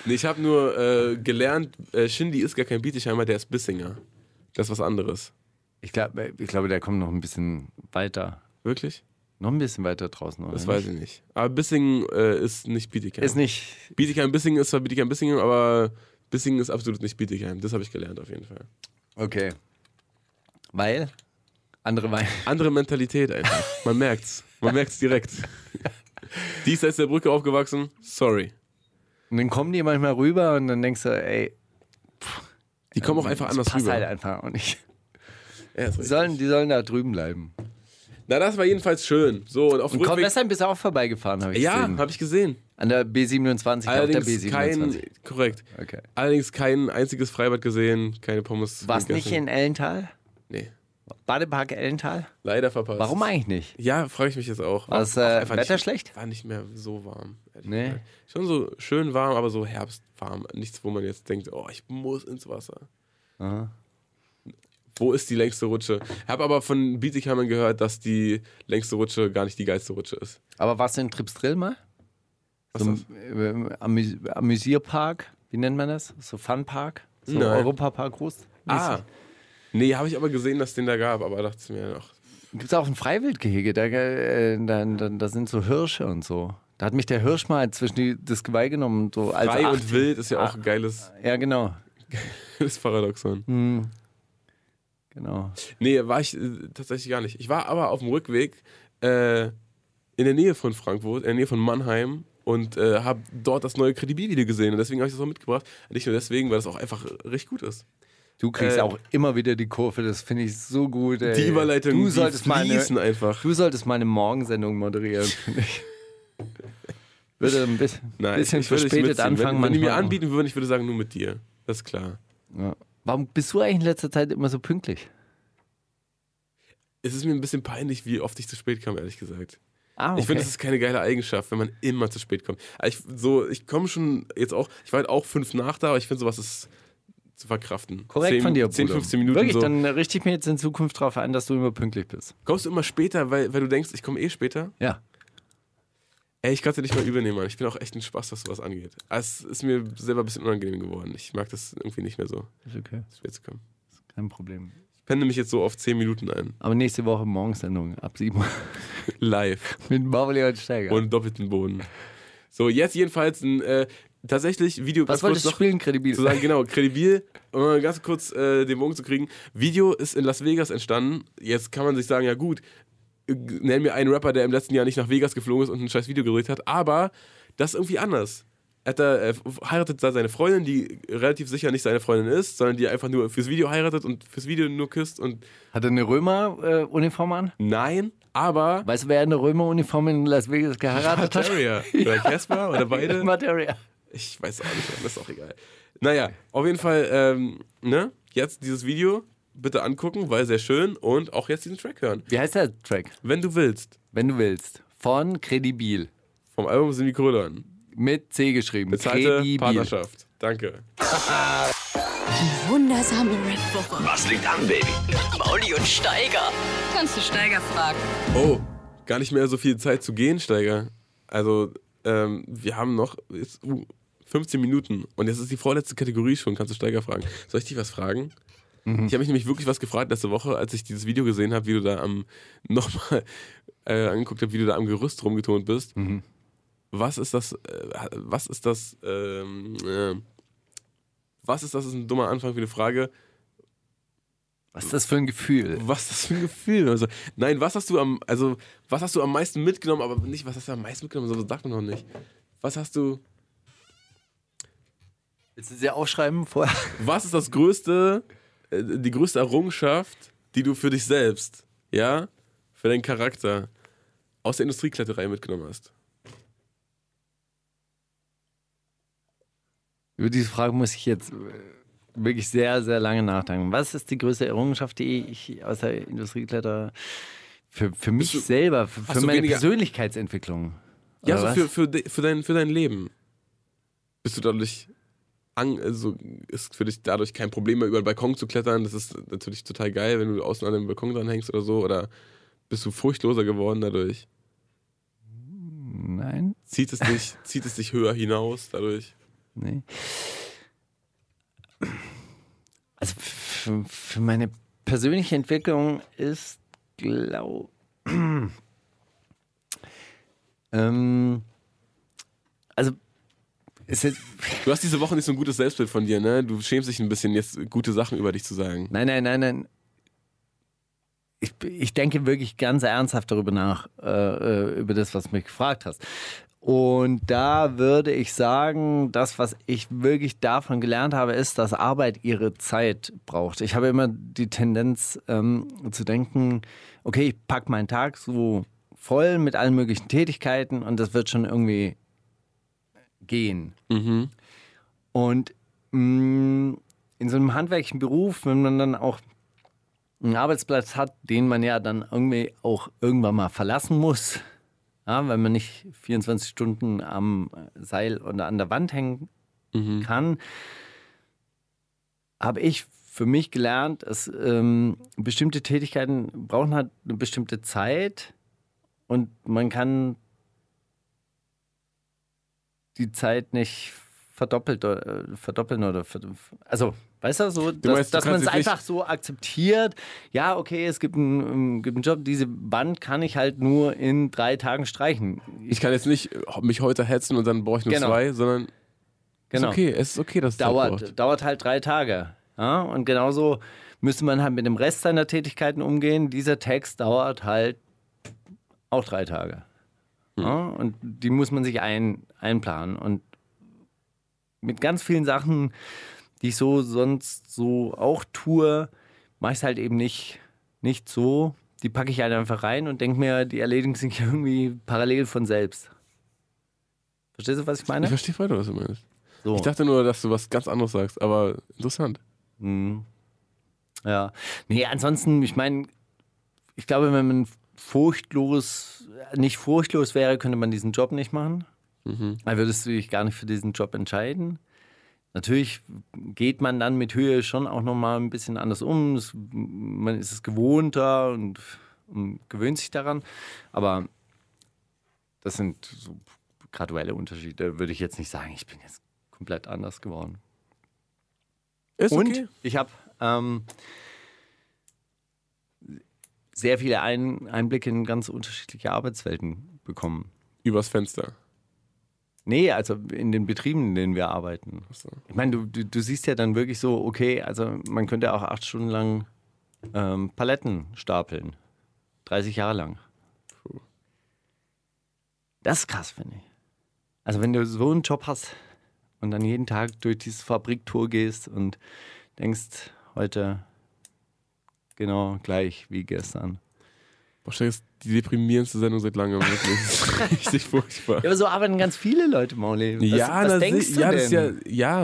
Speaker 6: Nee, ich habe nur äh, gelernt, äh, Shindy ist gar kein Bietigheimer, der ist Bissinger. Das ist was anderes.
Speaker 7: Ich, glaub, ich glaube, der kommt noch ein bisschen weiter.
Speaker 6: Wirklich?
Speaker 7: Noch ein bisschen weiter draußen. Oder
Speaker 6: Das weiß ich nicht. Aber Bissingen äh, ist nicht Bietigheim.
Speaker 7: Ist nicht.
Speaker 6: Bietigheim-Bissingen ist zwar Bietigheim-Bissingen, aber Bissingen ist absolut nicht Bietigheim. Das habe ich gelernt auf jeden Fall.
Speaker 7: Okay. Weil? Andere Weine.
Speaker 6: Andere Mentalität einfach. Man merkt's. Man merkt's direkt. Diesseits der Brücke aufgewachsen, sorry.
Speaker 7: Und dann kommen die manchmal rüber und dann denkst du, ey,
Speaker 6: Die kommen auch einfach
Speaker 7: das
Speaker 6: anders
Speaker 7: passt
Speaker 6: rüber.
Speaker 7: halt einfach auch nicht.
Speaker 6: Ja, ist
Speaker 7: Die
Speaker 6: richtig.
Speaker 7: sollen, die sollen da drüben bleiben.
Speaker 6: Na, das war jedenfalls schön. So, und auf dem
Speaker 7: Und komm,
Speaker 6: Rückweg...
Speaker 7: deshalb bist du auch vorbeigefahren, habe ich
Speaker 6: Ja,
Speaker 7: gesehen.
Speaker 6: habe ich gesehen.
Speaker 7: An der B27, auf der
Speaker 6: Allerdings
Speaker 7: B27.
Speaker 6: kein... Korrekt.
Speaker 7: okay.
Speaker 6: Allerdings kein einziges Freibad gesehen, keine Pommes.
Speaker 7: Warst nicht
Speaker 6: gegessen.
Speaker 7: in Ellental?
Speaker 6: Nee,
Speaker 7: Badepark Ellental?
Speaker 6: leider verpasst.
Speaker 7: Warum eigentlich nicht?
Speaker 6: Ja, frage ich mich jetzt auch.
Speaker 7: War das,
Speaker 6: Auch
Speaker 7: äh,
Speaker 6: einfach
Speaker 7: Wetter
Speaker 6: nicht,
Speaker 7: schlecht?
Speaker 6: War nicht mehr so warm. ehrlich
Speaker 7: Nee.
Speaker 6: gesagt. Schon so schön warm, aber so herbstwarm. Nichts, wo man jetzt denkt, oh, ich muss ins Wasser.
Speaker 7: Aha.
Speaker 6: Wo ist die längste Rutsche? Habe aber von Bietigheimern gehört, dass die längste Rutsche gar nicht die geilste Rutsche ist.
Speaker 7: Aber warst du in Tripsdrill mal?
Speaker 6: Was
Speaker 7: So
Speaker 6: ist
Speaker 7: ein äh, Amüs Amüsierpark, wie nennt man das? So Funpark? So
Speaker 6: Nein.
Speaker 7: Europapark groß?
Speaker 6: das? Ah. Nee, habe ich aber gesehen, dass es den da gab, aber dachte ich mir noch.
Speaker 7: Gibt es auch ein Freiwildgehege, da, äh, da, da, da sind so Hirsche und so. Da hat mich der Hirsch mal zwischen die, das Geweih genommen. So als
Speaker 6: Frei
Speaker 7: Also acht-
Speaker 6: und wild ist ja auch ein geiles,
Speaker 7: Ja, genau.
Speaker 6: geiles Paradoxon.
Speaker 7: genau.
Speaker 6: Nee, war ich äh, tatsächlich gar nicht. Ich war aber auf dem Rückweg äh, in der Nähe von Frankfurt, in der Nähe von Mannheim und äh, habe dort das neue Kredibil-Video gesehen und deswegen habe ich das auch mitgebracht. Nicht nur deswegen, weil das auch einfach richtig gut ist.
Speaker 7: Du kriegst
Speaker 6: Äh,
Speaker 7: auch immer wieder die Kurve, das finde ich so gut. Ey.
Speaker 6: Die Überleitung,
Speaker 7: Äh, du solltest
Speaker 6: die
Speaker 7: mal eine,
Speaker 6: fließen einfach.
Speaker 7: Du solltest meine Morgensendung moderieren, finde ich. Würde ein bisschen, bisschen
Speaker 6: würde dich
Speaker 7: verspätet
Speaker 6: mitziehen.
Speaker 7: anfangen.
Speaker 6: Wenn, wenn die mir
Speaker 7: manchmal.
Speaker 6: anbieten würden, ich würde sagen, nur mit dir. Das ist klar.
Speaker 7: Ja. Warum bist du eigentlich in letzter Zeit immer so pünktlich?
Speaker 6: Es ist mir ein bisschen peinlich, wie oft ich zu spät kam, ehrlich gesagt.
Speaker 7: Ah,
Speaker 6: Ich finde, das ist keine geile Eigenschaft, wenn man immer zu spät kommt. Aber Ich, so, ich komme schon jetzt auch, ich war halt auch fünf nach da, aber ich finde, sowas ist zu verkraften.
Speaker 7: korrekt
Speaker 6: Zehn-
Speaker 7: von dir,
Speaker 6: 10,
Speaker 7: Bruder.
Speaker 6: 15 Minuten
Speaker 7: Wirklich,
Speaker 6: so.
Speaker 7: dann richte ich mir jetzt in Zukunft darauf ein, dass du immer pünktlich bist.
Speaker 6: Kommst du immer später, weil, weil du denkst, ich komme eh später?
Speaker 7: Ja.
Speaker 6: Ey, ich kann es dir nicht mal übernehmen, Mann. Ich bin auch echt ein Spaß, was sowas angeht. Aber Es ist mir selber ein bisschen unangenehm geworden. Ich mag das irgendwie nicht mehr so,
Speaker 7: Ist okay,
Speaker 6: zu spät zu kommen.
Speaker 7: kein Problem.
Speaker 6: Ich penne mich jetzt so auf 10 Minuten ein.
Speaker 7: Aber nächste Woche Morgensendung ab 7 Uhr
Speaker 6: Live.
Speaker 7: mit Mauli und Steiger.
Speaker 6: Ohne doppelten Boden. So, jetzt jedenfalls ein, äh, tatsächlich Video.
Speaker 7: Was
Speaker 6: ganz kurz
Speaker 7: wolltest du spielen, Kredibil?
Speaker 6: zu sagen, genau, kredibil, um mal ganz kurz äh, den Bogen zu kriegen. Video ist in Las Vegas entstanden. Jetzt kann man sich sagen, ja gut, äh, nenn mir einen Rapper, der im letzten Jahr nicht nach Vegas geflogen ist und ein scheiß Video gedreht hat, aber das ist irgendwie anders. Er hat da, äh, heiratet da seine Freundin, die relativ sicher nicht seine Freundin ist, sondern die einfach nur fürs Video heiratet und fürs Video nur küsst und
Speaker 7: Hat er eine Römer-Uniform an?
Speaker 6: nein, aber
Speaker 7: Weißt du, wer eine Römer-Uniform in Las Vegas geheiratet hat?
Speaker 6: Materia oder Casper oder beide.
Speaker 7: Materia.
Speaker 6: Ich weiß auch nicht, das ist auch egal. Naja, auf jeden Fall, ähm, ne? Jetzt dieses Video bitte angucken, weil sehr schön und auch jetzt diesen Track hören.
Speaker 7: Wie heißt der Track?
Speaker 6: Wenn du willst,
Speaker 7: Wenn du willst. Von Credibil.
Speaker 6: vom Album Semikolon.
Speaker 7: Mit C geschrieben.
Speaker 6: Bezahlte
Speaker 7: Credibil.
Speaker 6: Partnerschaft. Danke.
Speaker 4: Wundersame Rap.
Speaker 3: Was liegt an, Baby?
Speaker 2: Mauli und Steiger. Kannst du Steiger fragen?
Speaker 6: Oh, gar nicht mehr so viel Zeit zu gehen, Steiger. Also, ähm, wir haben noch ist, uh, 15 Minuten und jetzt ist die vorletzte Kategorie schon. Kannst du Steiger fragen? Soll ich dich was fragen? Ich habe mich nämlich wirklich was gefragt letzte Woche, als ich dieses Video gesehen habe, wie du da am nochmal äh, angeguckt habe, wie du da am Gerüst rumgetont bist. Was ist das? Äh, was ist das? Ähm, äh, was ist das? Ist ein dummer Anfang für eine Frage.
Speaker 7: Was ist das für ein Gefühl?
Speaker 6: Was ist das für ein Gefühl? Also, nein, was hast du am, also was hast du am meisten mitgenommen, aber nicht, was hast du am meisten mitgenommen, so sagt man noch nicht. Was hast du.
Speaker 7: Willst du sie aufschreiben vorher?
Speaker 6: Was ist das größte, äh, die größte Errungenschaft, die du für dich selbst, ja, für deinen Charakter aus der Industriekletterei mitgenommen hast?
Speaker 7: Über diese Frage muss ich jetzt äh, wirklich sehr, sehr lange nachdenken. Was ist die größte Errungenschaft, die ich aus der Industrie kletter? Für, für mich
Speaker 6: du-
Speaker 7: selber, für, für
Speaker 6: du
Speaker 7: meine
Speaker 6: weniger-
Speaker 7: Persönlichkeitsentwicklung. Oder
Speaker 6: Ja, so
Speaker 7: was?
Speaker 6: für, für, de- für, dein, für dein Leben. Bist du dadurch, an, also ist für dich dadurch kein Problem mehr, über den Balkon zu klettern? Das ist natürlich total geil, wenn du außen an dem Balkon dranhängst oder so. Oder bist du furchtloser geworden dadurch?
Speaker 7: Nein?
Speaker 6: Zieht es dich, zieht es dich höher hinaus dadurch?
Speaker 7: Nee. Also für, für meine persönliche Entwicklung ist, glaube ähm, also ist jetzt,
Speaker 6: Du hast diese Woche nicht so ein gutes Selbstbild von dir, ne? Du schämst dich ein bisschen, jetzt gute Sachen über dich zu sagen.
Speaker 7: nein, nein, nein, nein. Ich, ich denke wirklich ganz ernsthaft darüber nach, äh, äh, über das, was du mich gefragt hast. Und da würde ich sagen, das, was ich wirklich davon gelernt habe, ist, dass Arbeit ihre Zeit braucht. Ich habe immer die Tendenz ähm, zu denken, okay, ich packe meinen Tag so voll mit allen möglichen Tätigkeiten und das wird schon irgendwie gehen. Und mm, mh, in so einem handwerklichen Beruf, wenn man dann auch einen Arbeitsplatz hat, den man ja dann irgendwie auch irgendwann mal verlassen muss, ja, weil man nicht 24 Stunden am Seil oder an der Wand hängen
Speaker 6: Mhm.
Speaker 7: kann, habe ich für mich gelernt, dass ähm, bestimmte Tätigkeiten brauchen halt eine bestimmte Zeit und man kann die Zeit nicht verdoppelt oder, äh, verdoppeln oder ver- also weißt du so dass,
Speaker 6: meinst, du
Speaker 7: dass man
Speaker 6: kannst
Speaker 7: es
Speaker 6: jetzt nicht-
Speaker 7: einfach so akzeptiert ja okay es gibt einen, ähm, gibt einen Job diese Wand kann ich halt nur in drei Tagen streichen
Speaker 6: Ich kann jetzt nicht äh, mich heute hetzen und dann brauche ich nur
Speaker 7: Genau.
Speaker 6: zwei, sondern
Speaker 7: Genau.
Speaker 6: ist okay, es ist okay, dass es Zeit braucht.
Speaker 7: dauert, dauert halt drei Tage. Ja? Und genauso müsste man halt mit dem Rest seiner Tätigkeiten umgehen. Dieser Text dauert halt auch drei Tage. Ja? Und die muss man sich ein, einplanen. Und mit ganz vielen Sachen, die ich so sonst so auch tue, mache ich es halt eben nicht, nicht so. Die packe ich halt einfach rein und denke mir, die erledigen sich irgendwie parallel von selbst. Verstehst du, was ich meine?
Speaker 6: Ich verstehe voll, was du meinst.
Speaker 7: So.
Speaker 6: Ich dachte nur, dass du was ganz anderes sagst, aber interessant.
Speaker 7: Ja. Nee, ansonsten, ich meine, ich glaube, wenn man furchtlos, nicht furchtlos wäre, könnte man diesen Job nicht machen. Dann würdest du dich gar nicht für diesen Job entscheiden. Natürlich geht man dann mit Höhe schon auch nochmal ein bisschen anders um. Es, man ist es gewohnter und, und gewöhnt sich daran. Aber das sind so graduelle Unterschiede. Würde ich jetzt nicht sagen, ich bin jetzt komplett anders geworden.
Speaker 6: Ist
Speaker 7: Und
Speaker 6: okay.
Speaker 7: ich habe ähm, sehr viele ein Einblicke in ganz unterschiedliche Arbeitswelten bekommen.
Speaker 6: Übers Fenster.
Speaker 7: Nee, also in den Betrieben, in denen wir arbeiten.
Speaker 6: so.
Speaker 7: Ich meine, du, du, du siehst ja dann wirklich so, okay, also man könnte auch acht Stunden lang ähm, Paletten stapeln. 30 Jahre lang. Das ist krass, finde ich. Also wenn du so einen Job hast und dann jeden Tag durch diese Fabriktour gehst und denkst, heute genau gleich wie gestern.
Speaker 6: Wahrscheinlich ist die deprimierendste Sendung seit langem. Wirklich. Das ist richtig furchtbar.
Speaker 7: Ja, aber so arbeiten ganz viele Leute, Mauli. Was, was
Speaker 6: na,
Speaker 7: denkst
Speaker 6: si-
Speaker 7: du
Speaker 6: ja,
Speaker 7: denn?
Speaker 6: das ist ja,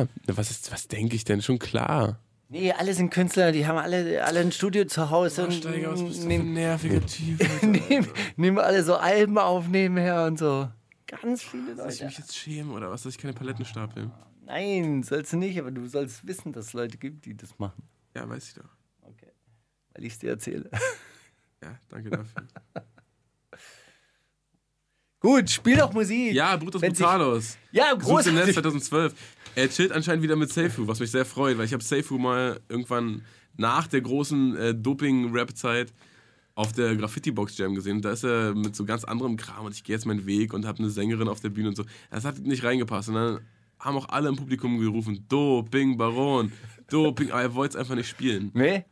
Speaker 6: ja. Na, was, ist- was denke ich denn? Schon klar.
Speaker 7: Nee, alle sind Künstler, die haben alle, alle ein Studio zu Hause und nehmen,
Speaker 6: nerviger Typ?
Speaker 7: nehmen, nehmen alle so Alben auf nebenher und so. Ganz viele
Speaker 6: Soll ich
Speaker 7: Leute.
Speaker 6: mich jetzt schämen oder was, dass ich keine Paletten stapel?
Speaker 7: Nein, sollst du nicht, aber du sollst wissen, dass es Leute gibt, die das machen,
Speaker 6: Ja, weiß ich doch.
Speaker 7: weil ich es dir erzähle.
Speaker 6: Ja, danke dafür.
Speaker 7: Gut, spiel doch Musik.
Speaker 6: Ja, Brutus
Speaker 7: Wenn sich-
Speaker 6: Brutalos.
Speaker 7: Ja,
Speaker 6: Sucht im Netz
Speaker 7: großartig.
Speaker 6: 2012. Er chillt anscheinend wieder mit Seifu, was mich sehr freut, weil ich habe Seifu mal irgendwann nach der großen äh, Doping-Rap-Zeit auf der Graffiti-Box Jam gesehen. Und da ist er mit so ganz anderem Kram und ich gehe jetzt meinen Weg und habe eine Sängerin auf der Bühne und so. Das hat nicht reingepasst. Und dann haben auch alle im Publikum gerufen, Doping, Baron, Doping, aber er wollte es einfach nicht spielen.
Speaker 7: Nee?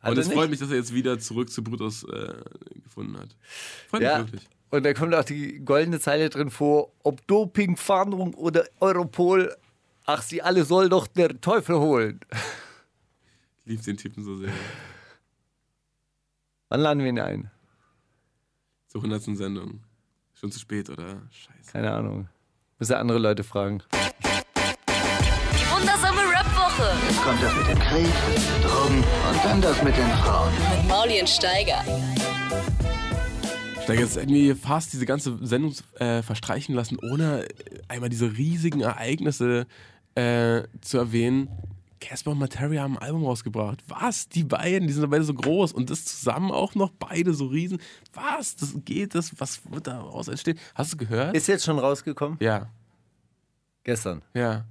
Speaker 7: Hat
Speaker 6: und
Speaker 7: er
Speaker 6: es
Speaker 7: nicht?
Speaker 6: Oh, freut mich, dass er jetzt wieder zurück zu Brutus äh, gefunden hat. Freut
Speaker 7: Ja.
Speaker 6: mich wirklich.
Speaker 7: Und da kommt auch die goldene Zeile drin vor, ob Dopingfahndung oder Europol Ach, sie alle soll doch der Teufel holen.
Speaker 6: Lieb den Typen so sehr.
Speaker 7: Wann laden wir ihn ein?
Speaker 6: Zur 100. Sendung. Schon zu spät, oder? Scheiße.
Speaker 7: Keine Ahnung. Müssen andere Leute fragen.
Speaker 2: Die wundersame Rap-Woche
Speaker 3: Jetzt kommt das mit dem Krieg, Drogen und dann das mit den Frauen.
Speaker 2: mit Maulien Steiger.
Speaker 6: Steiger, jetzt hätten wir hier fast diese ganze Sendung äh, verstreichen lassen, ohne äh, einmal diese riesigen Ereignisse äh, zu erwähnen. Casper und Materia haben ein Album rausgebracht. Was? Die beiden, die sind doch beide so groß und das zusammen auch noch beide so riesen. Was? Das geht das? Was wird daraus entstehen? Hast du gehört?
Speaker 7: Ist jetzt schon rausgekommen?
Speaker 6: ja,
Speaker 7: Gestern.
Speaker 6: ja.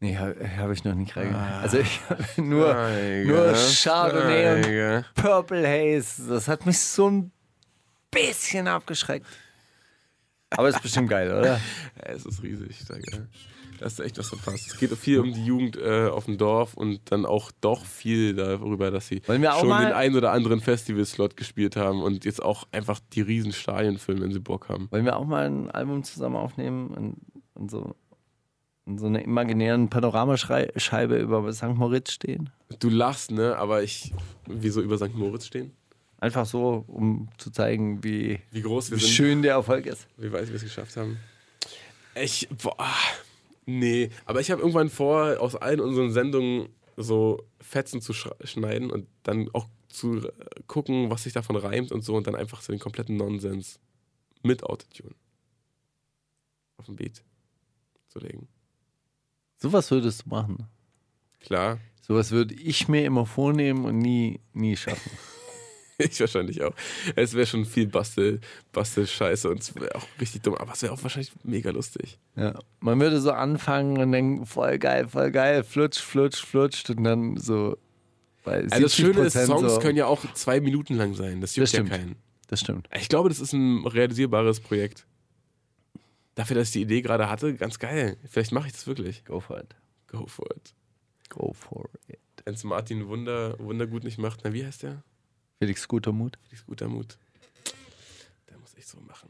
Speaker 7: Nee, habe hab ich noch nicht reingehört. Also ich habe nur,
Speaker 6: Steiger,
Speaker 7: nur Chardonnay und
Speaker 6: Steiger.
Speaker 7: Purple Haze. Das hat mich so ein bisschen abgeschreckt. Aber ist bestimmt geil, oder?
Speaker 6: Ja, Es ist riesig, Steiger. Da hast du echt was verpasst. Es geht viel um die Jugend äh, auf dem Dorf und dann auch doch viel darüber, dass sie
Speaker 7: Wollen wir auch
Speaker 6: schon
Speaker 7: mal-
Speaker 6: den einen oder anderen Festival-Slot gespielt haben und jetzt auch einfach die riesen Stadien füllen, wenn sie Bock haben.
Speaker 7: Wollen wir auch mal ein Album zusammen aufnehmen und, und so in so einer imaginären Panoramascheibe über St. Moritz stehen?
Speaker 6: Du lachst, ne? Aber ich. Wieso über St. Moritz stehen?
Speaker 7: Einfach so, um zu zeigen, wie,
Speaker 6: Wie groß wir
Speaker 7: wie
Speaker 6: sind.
Speaker 7: schön der Erfolg ist.
Speaker 6: Wie weiß ich, wie wir es geschafft haben. Ich, boah, nee. Aber ich habe irgendwann vor, aus allen unseren Sendungen so Fetzen zu schra- schneiden und dann auch zu äh, gucken, was sich davon reimt und so und dann einfach so den kompletten Nonsens mit Autotune auf dem Beat zu legen.
Speaker 7: Sowas würdest du machen.
Speaker 6: Klar,
Speaker 7: Sowas würde ich mir immer vornehmen und nie, nie schaffen.
Speaker 6: ich wahrscheinlich auch. Es wäre schon viel Bastel, Bastel-Scheiße und es wäre auch richtig dumm, aber es wäre auch wahrscheinlich mega lustig.
Speaker 7: Ja. Man würde so anfangen und denken, voll geil, voll geil, flutsch, flutsch, flutscht und dann so bei 70
Speaker 6: Also das Schöne ist, Songs
Speaker 7: so.
Speaker 6: können ja auch zwei Minuten lang sein. Das juckt ja
Speaker 7: stimmt.
Speaker 6: keinen.
Speaker 7: Das stimmt.
Speaker 6: Ich glaube, das ist ein realisierbares Projekt. Dafür, dass ich die Idee gerade hatte, ganz geil. Vielleicht mache ich das wirklich.
Speaker 7: Go for it.
Speaker 6: Go for it.
Speaker 7: Go for it.
Speaker 6: Wenn es Martin Wunder, Wundergut nicht macht, na wie heißt der?
Speaker 7: Felix Gutermut.
Speaker 6: Felix Gutermut. Der muss ich so machen.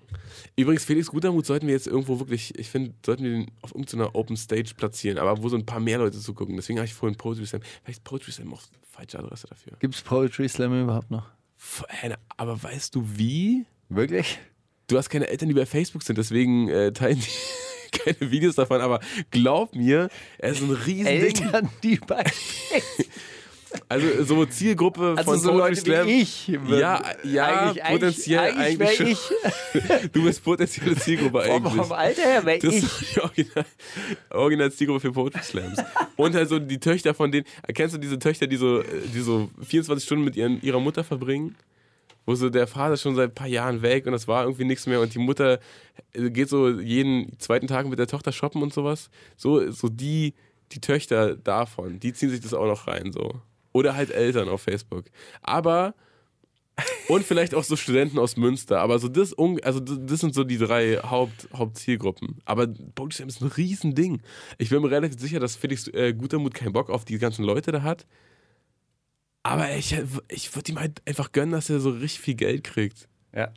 Speaker 6: Übrigens, Felix Gutermut sollten wir jetzt irgendwo wirklich, ich finde, sollten wir den auf irgendeiner Open Stage platzieren, aber wo so ein paar mehr Leute zugucken. Deswegen habe ich vorhin Poetry Slam. Vielleicht ist Poetry Slam auch falsche Adresse dafür.
Speaker 7: Gibt es Poetry Slam überhaupt noch?
Speaker 6: Pff, ey, Aber weißt du wie?
Speaker 7: Wirklich?
Speaker 6: du hast keine Eltern, die bei Facebook sind, deswegen äh, teilen die keine Videos davon, aber glaub mir, es ist ein Riesending.
Speaker 7: Eltern, die bei.
Speaker 6: Also so Zielgruppe
Speaker 7: Also
Speaker 6: von
Speaker 7: so
Speaker 6: Poetry
Speaker 7: Leute
Speaker 6: Slam.
Speaker 7: wie ich. würden-
Speaker 6: Ja, ja, potenziell eigentlich
Speaker 7: wär
Speaker 6: schon. Du bist potenzielle Zielgruppe
Speaker 7: ich. Vom,
Speaker 6: eigentlich.
Speaker 7: vom Alter her wäre
Speaker 6: Das
Speaker 7: ich.
Speaker 6: ist die original, original Zielgruppe für Poetry Slams. Und halt so die Töchter von denen. Kennst du diese Töchter, die so, äh, die so 24 Stunden mit ihren, ihrer Mutter verbringen? Wo so der Vater schon seit ein paar Jahren weg und das war irgendwie nichts mehr und die Mutter äh, geht so jeden zweiten Tag mit der Tochter shoppen und sowas. So, so die, die Töchter davon, die ziehen sich das auch noch rein, so. Oder halt Eltern auf Facebook. Aber. Und vielleicht auch so Studenten aus Münster. Aber so das, un- also das das sind so die drei Haupt, Hauptzielgruppen. Aber Poetry Slam ist ein Riesending. Ich bin mir relativ sicher, dass Felix äh, Gutermut keinen Bock auf die ganzen Leute da hat. Aber ich, ich würde ihm halt einfach gönnen, dass er so richtig viel Geld kriegt.
Speaker 7: Ja.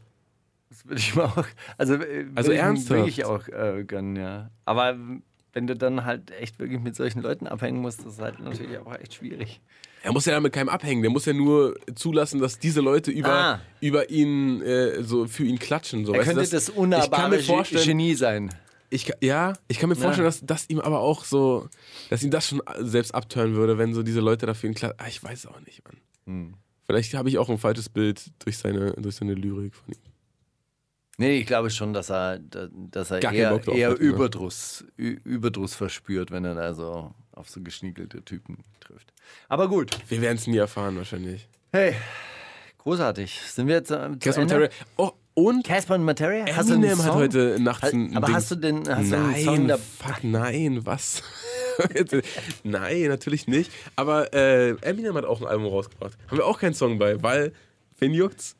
Speaker 7: Das würde ich mir auch. Also, äh, würd
Speaker 6: Also
Speaker 7: ich-
Speaker 6: ernsthaft?
Speaker 7: Würde ich auch äh, gönnen, ja. Aber ähm, wenn du dann halt echt wirklich mit solchen Leuten abhängen musst, das ist halt natürlich auch echt schwierig.
Speaker 6: Er muss ja damit keinem abhängen. Der muss ja nur zulassen, dass diese Leute über,
Speaker 7: Ah.
Speaker 6: über ihn, äh, so für ihn klatschen. So.
Speaker 7: Er
Speaker 6: Weißt du,
Speaker 7: könnte das, unnahbare
Speaker 6: Ich kann mir vorstellen,
Speaker 7: Genie sein.
Speaker 6: Ich, ka- ja, ich kann mir vorstellen, dass das ihm aber auch so, dass ihm das schon selbst abtören würde, wenn so diese Leute dafür ihn klar. Ah, ich weiß auch nicht, Mann.
Speaker 7: Hm.
Speaker 6: Vielleicht habe ich auch ein falsches Bild durch seine, durch seine Lyrik von ihm.
Speaker 7: Nee, ich glaube schon, dass er, da- dass er
Speaker 6: Gar keinen Bock
Speaker 7: eher,
Speaker 6: drauf
Speaker 7: eher
Speaker 6: hat, ne?
Speaker 7: Überdruss, Ü- Überdruss verspürt, wenn er da so auf so geschniegelte Typen trifft. Aber gut.
Speaker 6: Wir werden es nie erfahren, wahrscheinlich.
Speaker 7: Hey, großartig. Sind wir jetzt ähm, zu
Speaker 6: Casper
Speaker 7: Ende?
Speaker 6: Materia. Oh, und
Speaker 7: Casper und Materia? Hast du einen
Speaker 6: Eminem hat
Speaker 7: Song?
Speaker 6: heute nachts
Speaker 7: Hat-
Speaker 6: ein
Speaker 7: Aber
Speaker 6: Ding.
Speaker 7: hast du den hast du einen
Speaker 6: nein,
Speaker 7: Song da,
Speaker 6: fuck, nein, was? nein, natürlich nicht. Aber äh, Eminem hat auch ein Album rausgebracht. Haben wir auch keinen Song bei, weil, wen juckt's?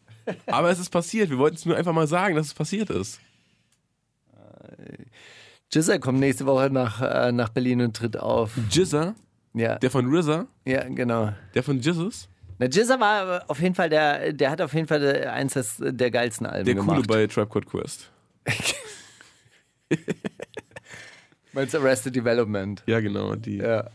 Speaker 6: Aber es ist passiert. Wir wollten es nur einfach mal sagen, dass es passiert ist.
Speaker 7: Jizzer kommt nächste Woche nach, äh, nach Berlin und tritt auf.
Speaker 6: Jizza,
Speaker 7: Ja,
Speaker 6: Mhm. der von RZA,
Speaker 7: ja genau.
Speaker 6: Der von Jizzes?
Speaker 7: Na, Jizzer war äh, auf jeden Fall der, der hat auf jeden Fall äh, eins des, der geilsten Alben
Speaker 6: Der
Speaker 7: gemacht.
Speaker 6: Coole bei Tribe Code Quest.
Speaker 7: Meinst du Arrested Development?
Speaker 6: Ja, genau, die.
Speaker 7: Ja.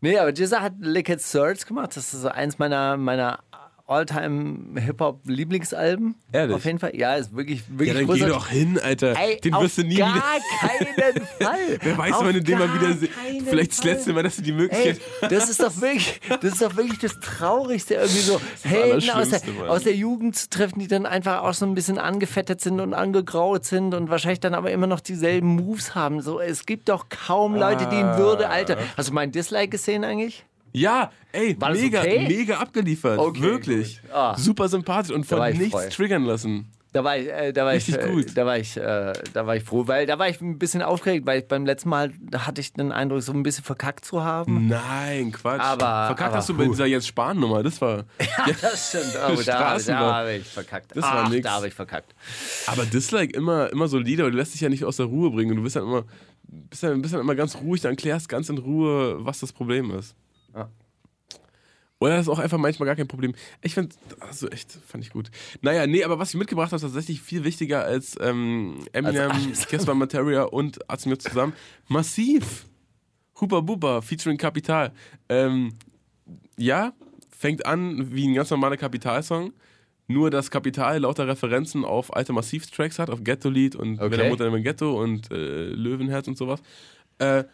Speaker 7: Nee, aber dieser hat Liquid Swords gemacht. Das ist so eins meiner, meiner All-Time-Hip-Hop-Lieblingsalben.
Speaker 6: Ehrlich?
Speaker 7: Auf jeden Fall. Ja, ist wirklich, wirklich
Speaker 6: Ja, dann geh
Speaker 7: großartig.
Speaker 6: doch hin, Alter.
Speaker 7: Ey,
Speaker 6: den
Speaker 7: auf
Speaker 6: wirst du nie
Speaker 7: gar
Speaker 6: wieder.
Speaker 7: keinen Fall.
Speaker 6: Wer weiß,
Speaker 7: Auf
Speaker 6: wann du den mal
Speaker 7: gar
Speaker 6: wieder se-
Speaker 7: keinen
Speaker 6: Vielleicht das
Speaker 7: Fall.
Speaker 6: letzte Mal, dass du die
Speaker 7: Ey,
Speaker 6: Möglichkeit.
Speaker 7: das ist doch wirklich, das ist doch wirklich das Traurigste, irgendwie so Helden aus der,
Speaker 6: Allerschlimmste, Mann.
Speaker 7: aus der Jugend zu treffen, die dann einfach auch so ein bisschen angefettet sind und angegraut sind und wahrscheinlich dann aber immer noch dieselben Moves haben. So, es gibt doch kaum Leute, die in Würde, Alter. Hast du meinen Dislike gesehen eigentlich?
Speaker 6: Ja, ey,
Speaker 7: War das
Speaker 6: mega,
Speaker 7: okay?
Speaker 6: mega abgeliefert.
Speaker 7: Okay,
Speaker 6: Wirklich.
Speaker 7: gut. Ah.
Speaker 6: Super sympathisch und
Speaker 7: war
Speaker 6: von
Speaker 7: ich
Speaker 6: nichts
Speaker 7: frei.
Speaker 6: triggern lassen.
Speaker 7: Da war ich, äh, da war ich,
Speaker 6: Richtig
Speaker 7: äh,
Speaker 6: gut.
Speaker 7: da war ich, äh, da war ich froh, weil da war ich ein bisschen aufgeregt, weil ich beim letzten Mal da hatte ich den Eindruck, so ein bisschen verkackt zu haben.
Speaker 6: Nein, Quatsch.
Speaker 7: Aber-
Speaker 6: Verkackt
Speaker 7: aber-
Speaker 6: hast du bei dieser Jens Spahn-Nummer. Das war.
Speaker 7: Das stimmt. Oh, da, hab ich- da
Speaker 6: Straßenbahn.
Speaker 7: habe ich verkackt.
Speaker 6: Das war
Speaker 7: Ach,
Speaker 6: nix.
Speaker 7: da habe ich verkackt.
Speaker 6: Aber Dislike immer, immer solider, weil du lässt dich ja nicht aus der Ruhe bringen. und Du bist dann immer, bist dann, bist dann immer ganz ruhig, dann klärst ganz in Ruhe, was das Problem ist.
Speaker 7: Ja.
Speaker 6: Oder das ist auch einfach manchmal gar kein Problem. Ich finde, also echt, fand ich gut. Naja, nee, aber was ich mitgebracht habe, ist tatsächlich viel wichtiger als ähm, Eminem,
Speaker 7: alles.
Speaker 6: Casper Materia und Azimir zusammen. Massiv! Hupa Bupa featuring Kapital. Ähm, ja, fängt an wie ein ganz normaler Kapital-Song. Nur, dass Kapital lauter Referenzen auf alte Massiv-Tracks hat, auf Ghetto-Lied und
Speaker 7: Okay.
Speaker 6: Wenn der Mutter im Ghetto und äh, Löwenherz und sowas. Äh,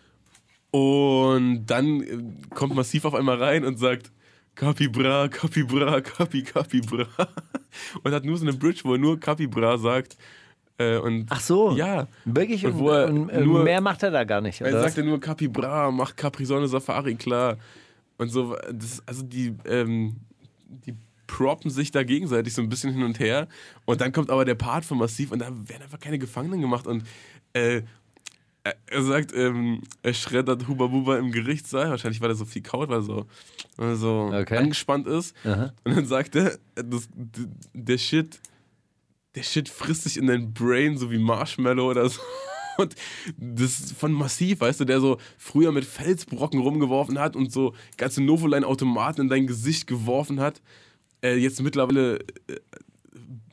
Speaker 6: und dann äh, kommt Massiv auf einmal rein und sagt Capibra, Capibra, Capi, Capibra. Und hat nur so eine Bridge, wo er nur Capibra sagt. Äh, und
Speaker 7: Ach so.
Speaker 6: Ja.
Speaker 7: Wirklich?
Speaker 6: Und
Speaker 7: Und,
Speaker 6: wo er
Speaker 7: und, äh,
Speaker 6: nur-
Speaker 7: mehr macht er da gar nicht,
Speaker 6: Er
Speaker 7: oder?
Speaker 6: sagt ja nur Capibra, mach Capri-Sonne Safari klar. Und so, das, ist- also die, ähm, die proppen sich da gegenseitig so ein bisschen hin und her. Und dann kommt aber der Part von Massiv und da werden einfach keine Gefangenen gemacht. Und äh, er- er sagt, ähm, er schreddert Huba Buba im Gerichtssaal. Wahrscheinlich, weil er so viel kaut, weil er so, weil er so
Speaker 7: Okay.
Speaker 6: angespannt ist.
Speaker 7: Aha.
Speaker 6: Und dann sagt er, das, d- der Shit, der Shit frisst sich in dein Brain, so wie Marshmallow oder so. Und das von Massiv, weißt du, der so früher mit Felsbrocken rumgeworfen hat und so ganze Novoline-Automaten in dein Gesicht geworfen hat. Äh, jetzt mittlerweile äh,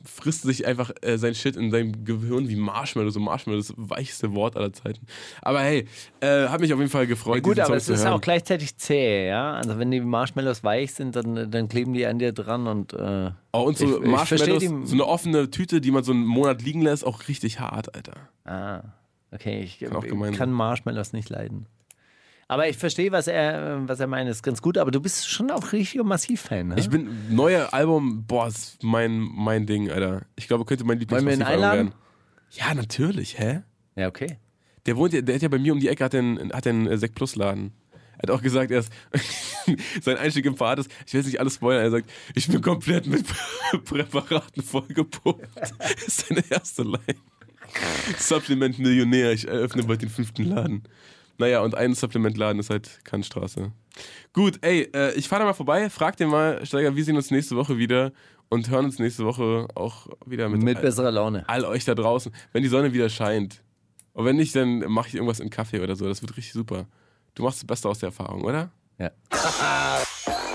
Speaker 6: frisst sich einfach äh, sein Shit in seinem Gehirn wie Marshmallow. So Marshmallow, das weichste Wort aller Zeiten. Aber hey, äh, hat mich auf jeden Fall gefreut.
Speaker 7: Gut,
Speaker 6: diesen
Speaker 7: aber
Speaker 6: Song
Speaker 7: es
Speaker 6: zu
Speaker 7: ist
Speaker 6: hören.
Speaker 7: auch gleichzeitig zäh, ja? Also wenn die Marshmallows weich sind, dann, dann kleben die an dir dran und... Äh,
Speaker 6: Oh, und so
Speaker 7: Ich- ich
Speaker 6: Marshmallows,
Speaker 7: versteh die-
Speaker 6: so eine offene Tüte, die man so einen Monat liegen lässt, auch richtig hart, Alter.
Speaker 7: ah, okay, ich
Speaker 6: auch gemein
Speaker 7: kann
Speaker 6: sein.
Speaker 7: Marshmallows nicht leiden. Aber ich verstehe, was er, äh, was er meint, ist ganz gut, aber du bist schon auch richtiger Massiv-Fan, ne?
Speaker 6: Ich bin, neue Album, boah, ist mein, mein Ding, Alter. Ich glaube, könnte mein
Speaker 7: Wollen wir ihn
Speaker 6: Lieblings-Massiv-Album
Speaker 7: einladen?
Speaker 6: werden. Ja, natürlich, hä?
Speaker 7: Ja, okay.
Speaker 6: Der wohnt ja, der hat ja bei mir um die Ecke, hat den, hat den äh, Sekt Plus Laden. Er hat auch gesagt, er ist, sein Einstieg im Part ist, ich will jetzt nicht alles spoilern, er sagt, ich bin komplett mit Präparaten vollgepumpt. Das ist seine erste Line. Supplement Millionär, ich eröffne bald den fünften Laden. Naja, und ein Supplementladen ist halt Kantstraße. Gut, ey, äh, ich fahre da mal vorbei, frag den mal, Steiger, wir sehen uns nächste Woche wieder und hören uns nächste Woche auch wieder mit,
Speaker 7: Mit besserer Laune.
Speaker 6: all euch da draußen, wenn die Sonne wieder scheint. Und wenn nicht, dann mache ich irgendwas im Kaffee oder so. Das wird richtig super. Du machst das Beste aus der Erfahrung, oder?
Speaker 7: Ja.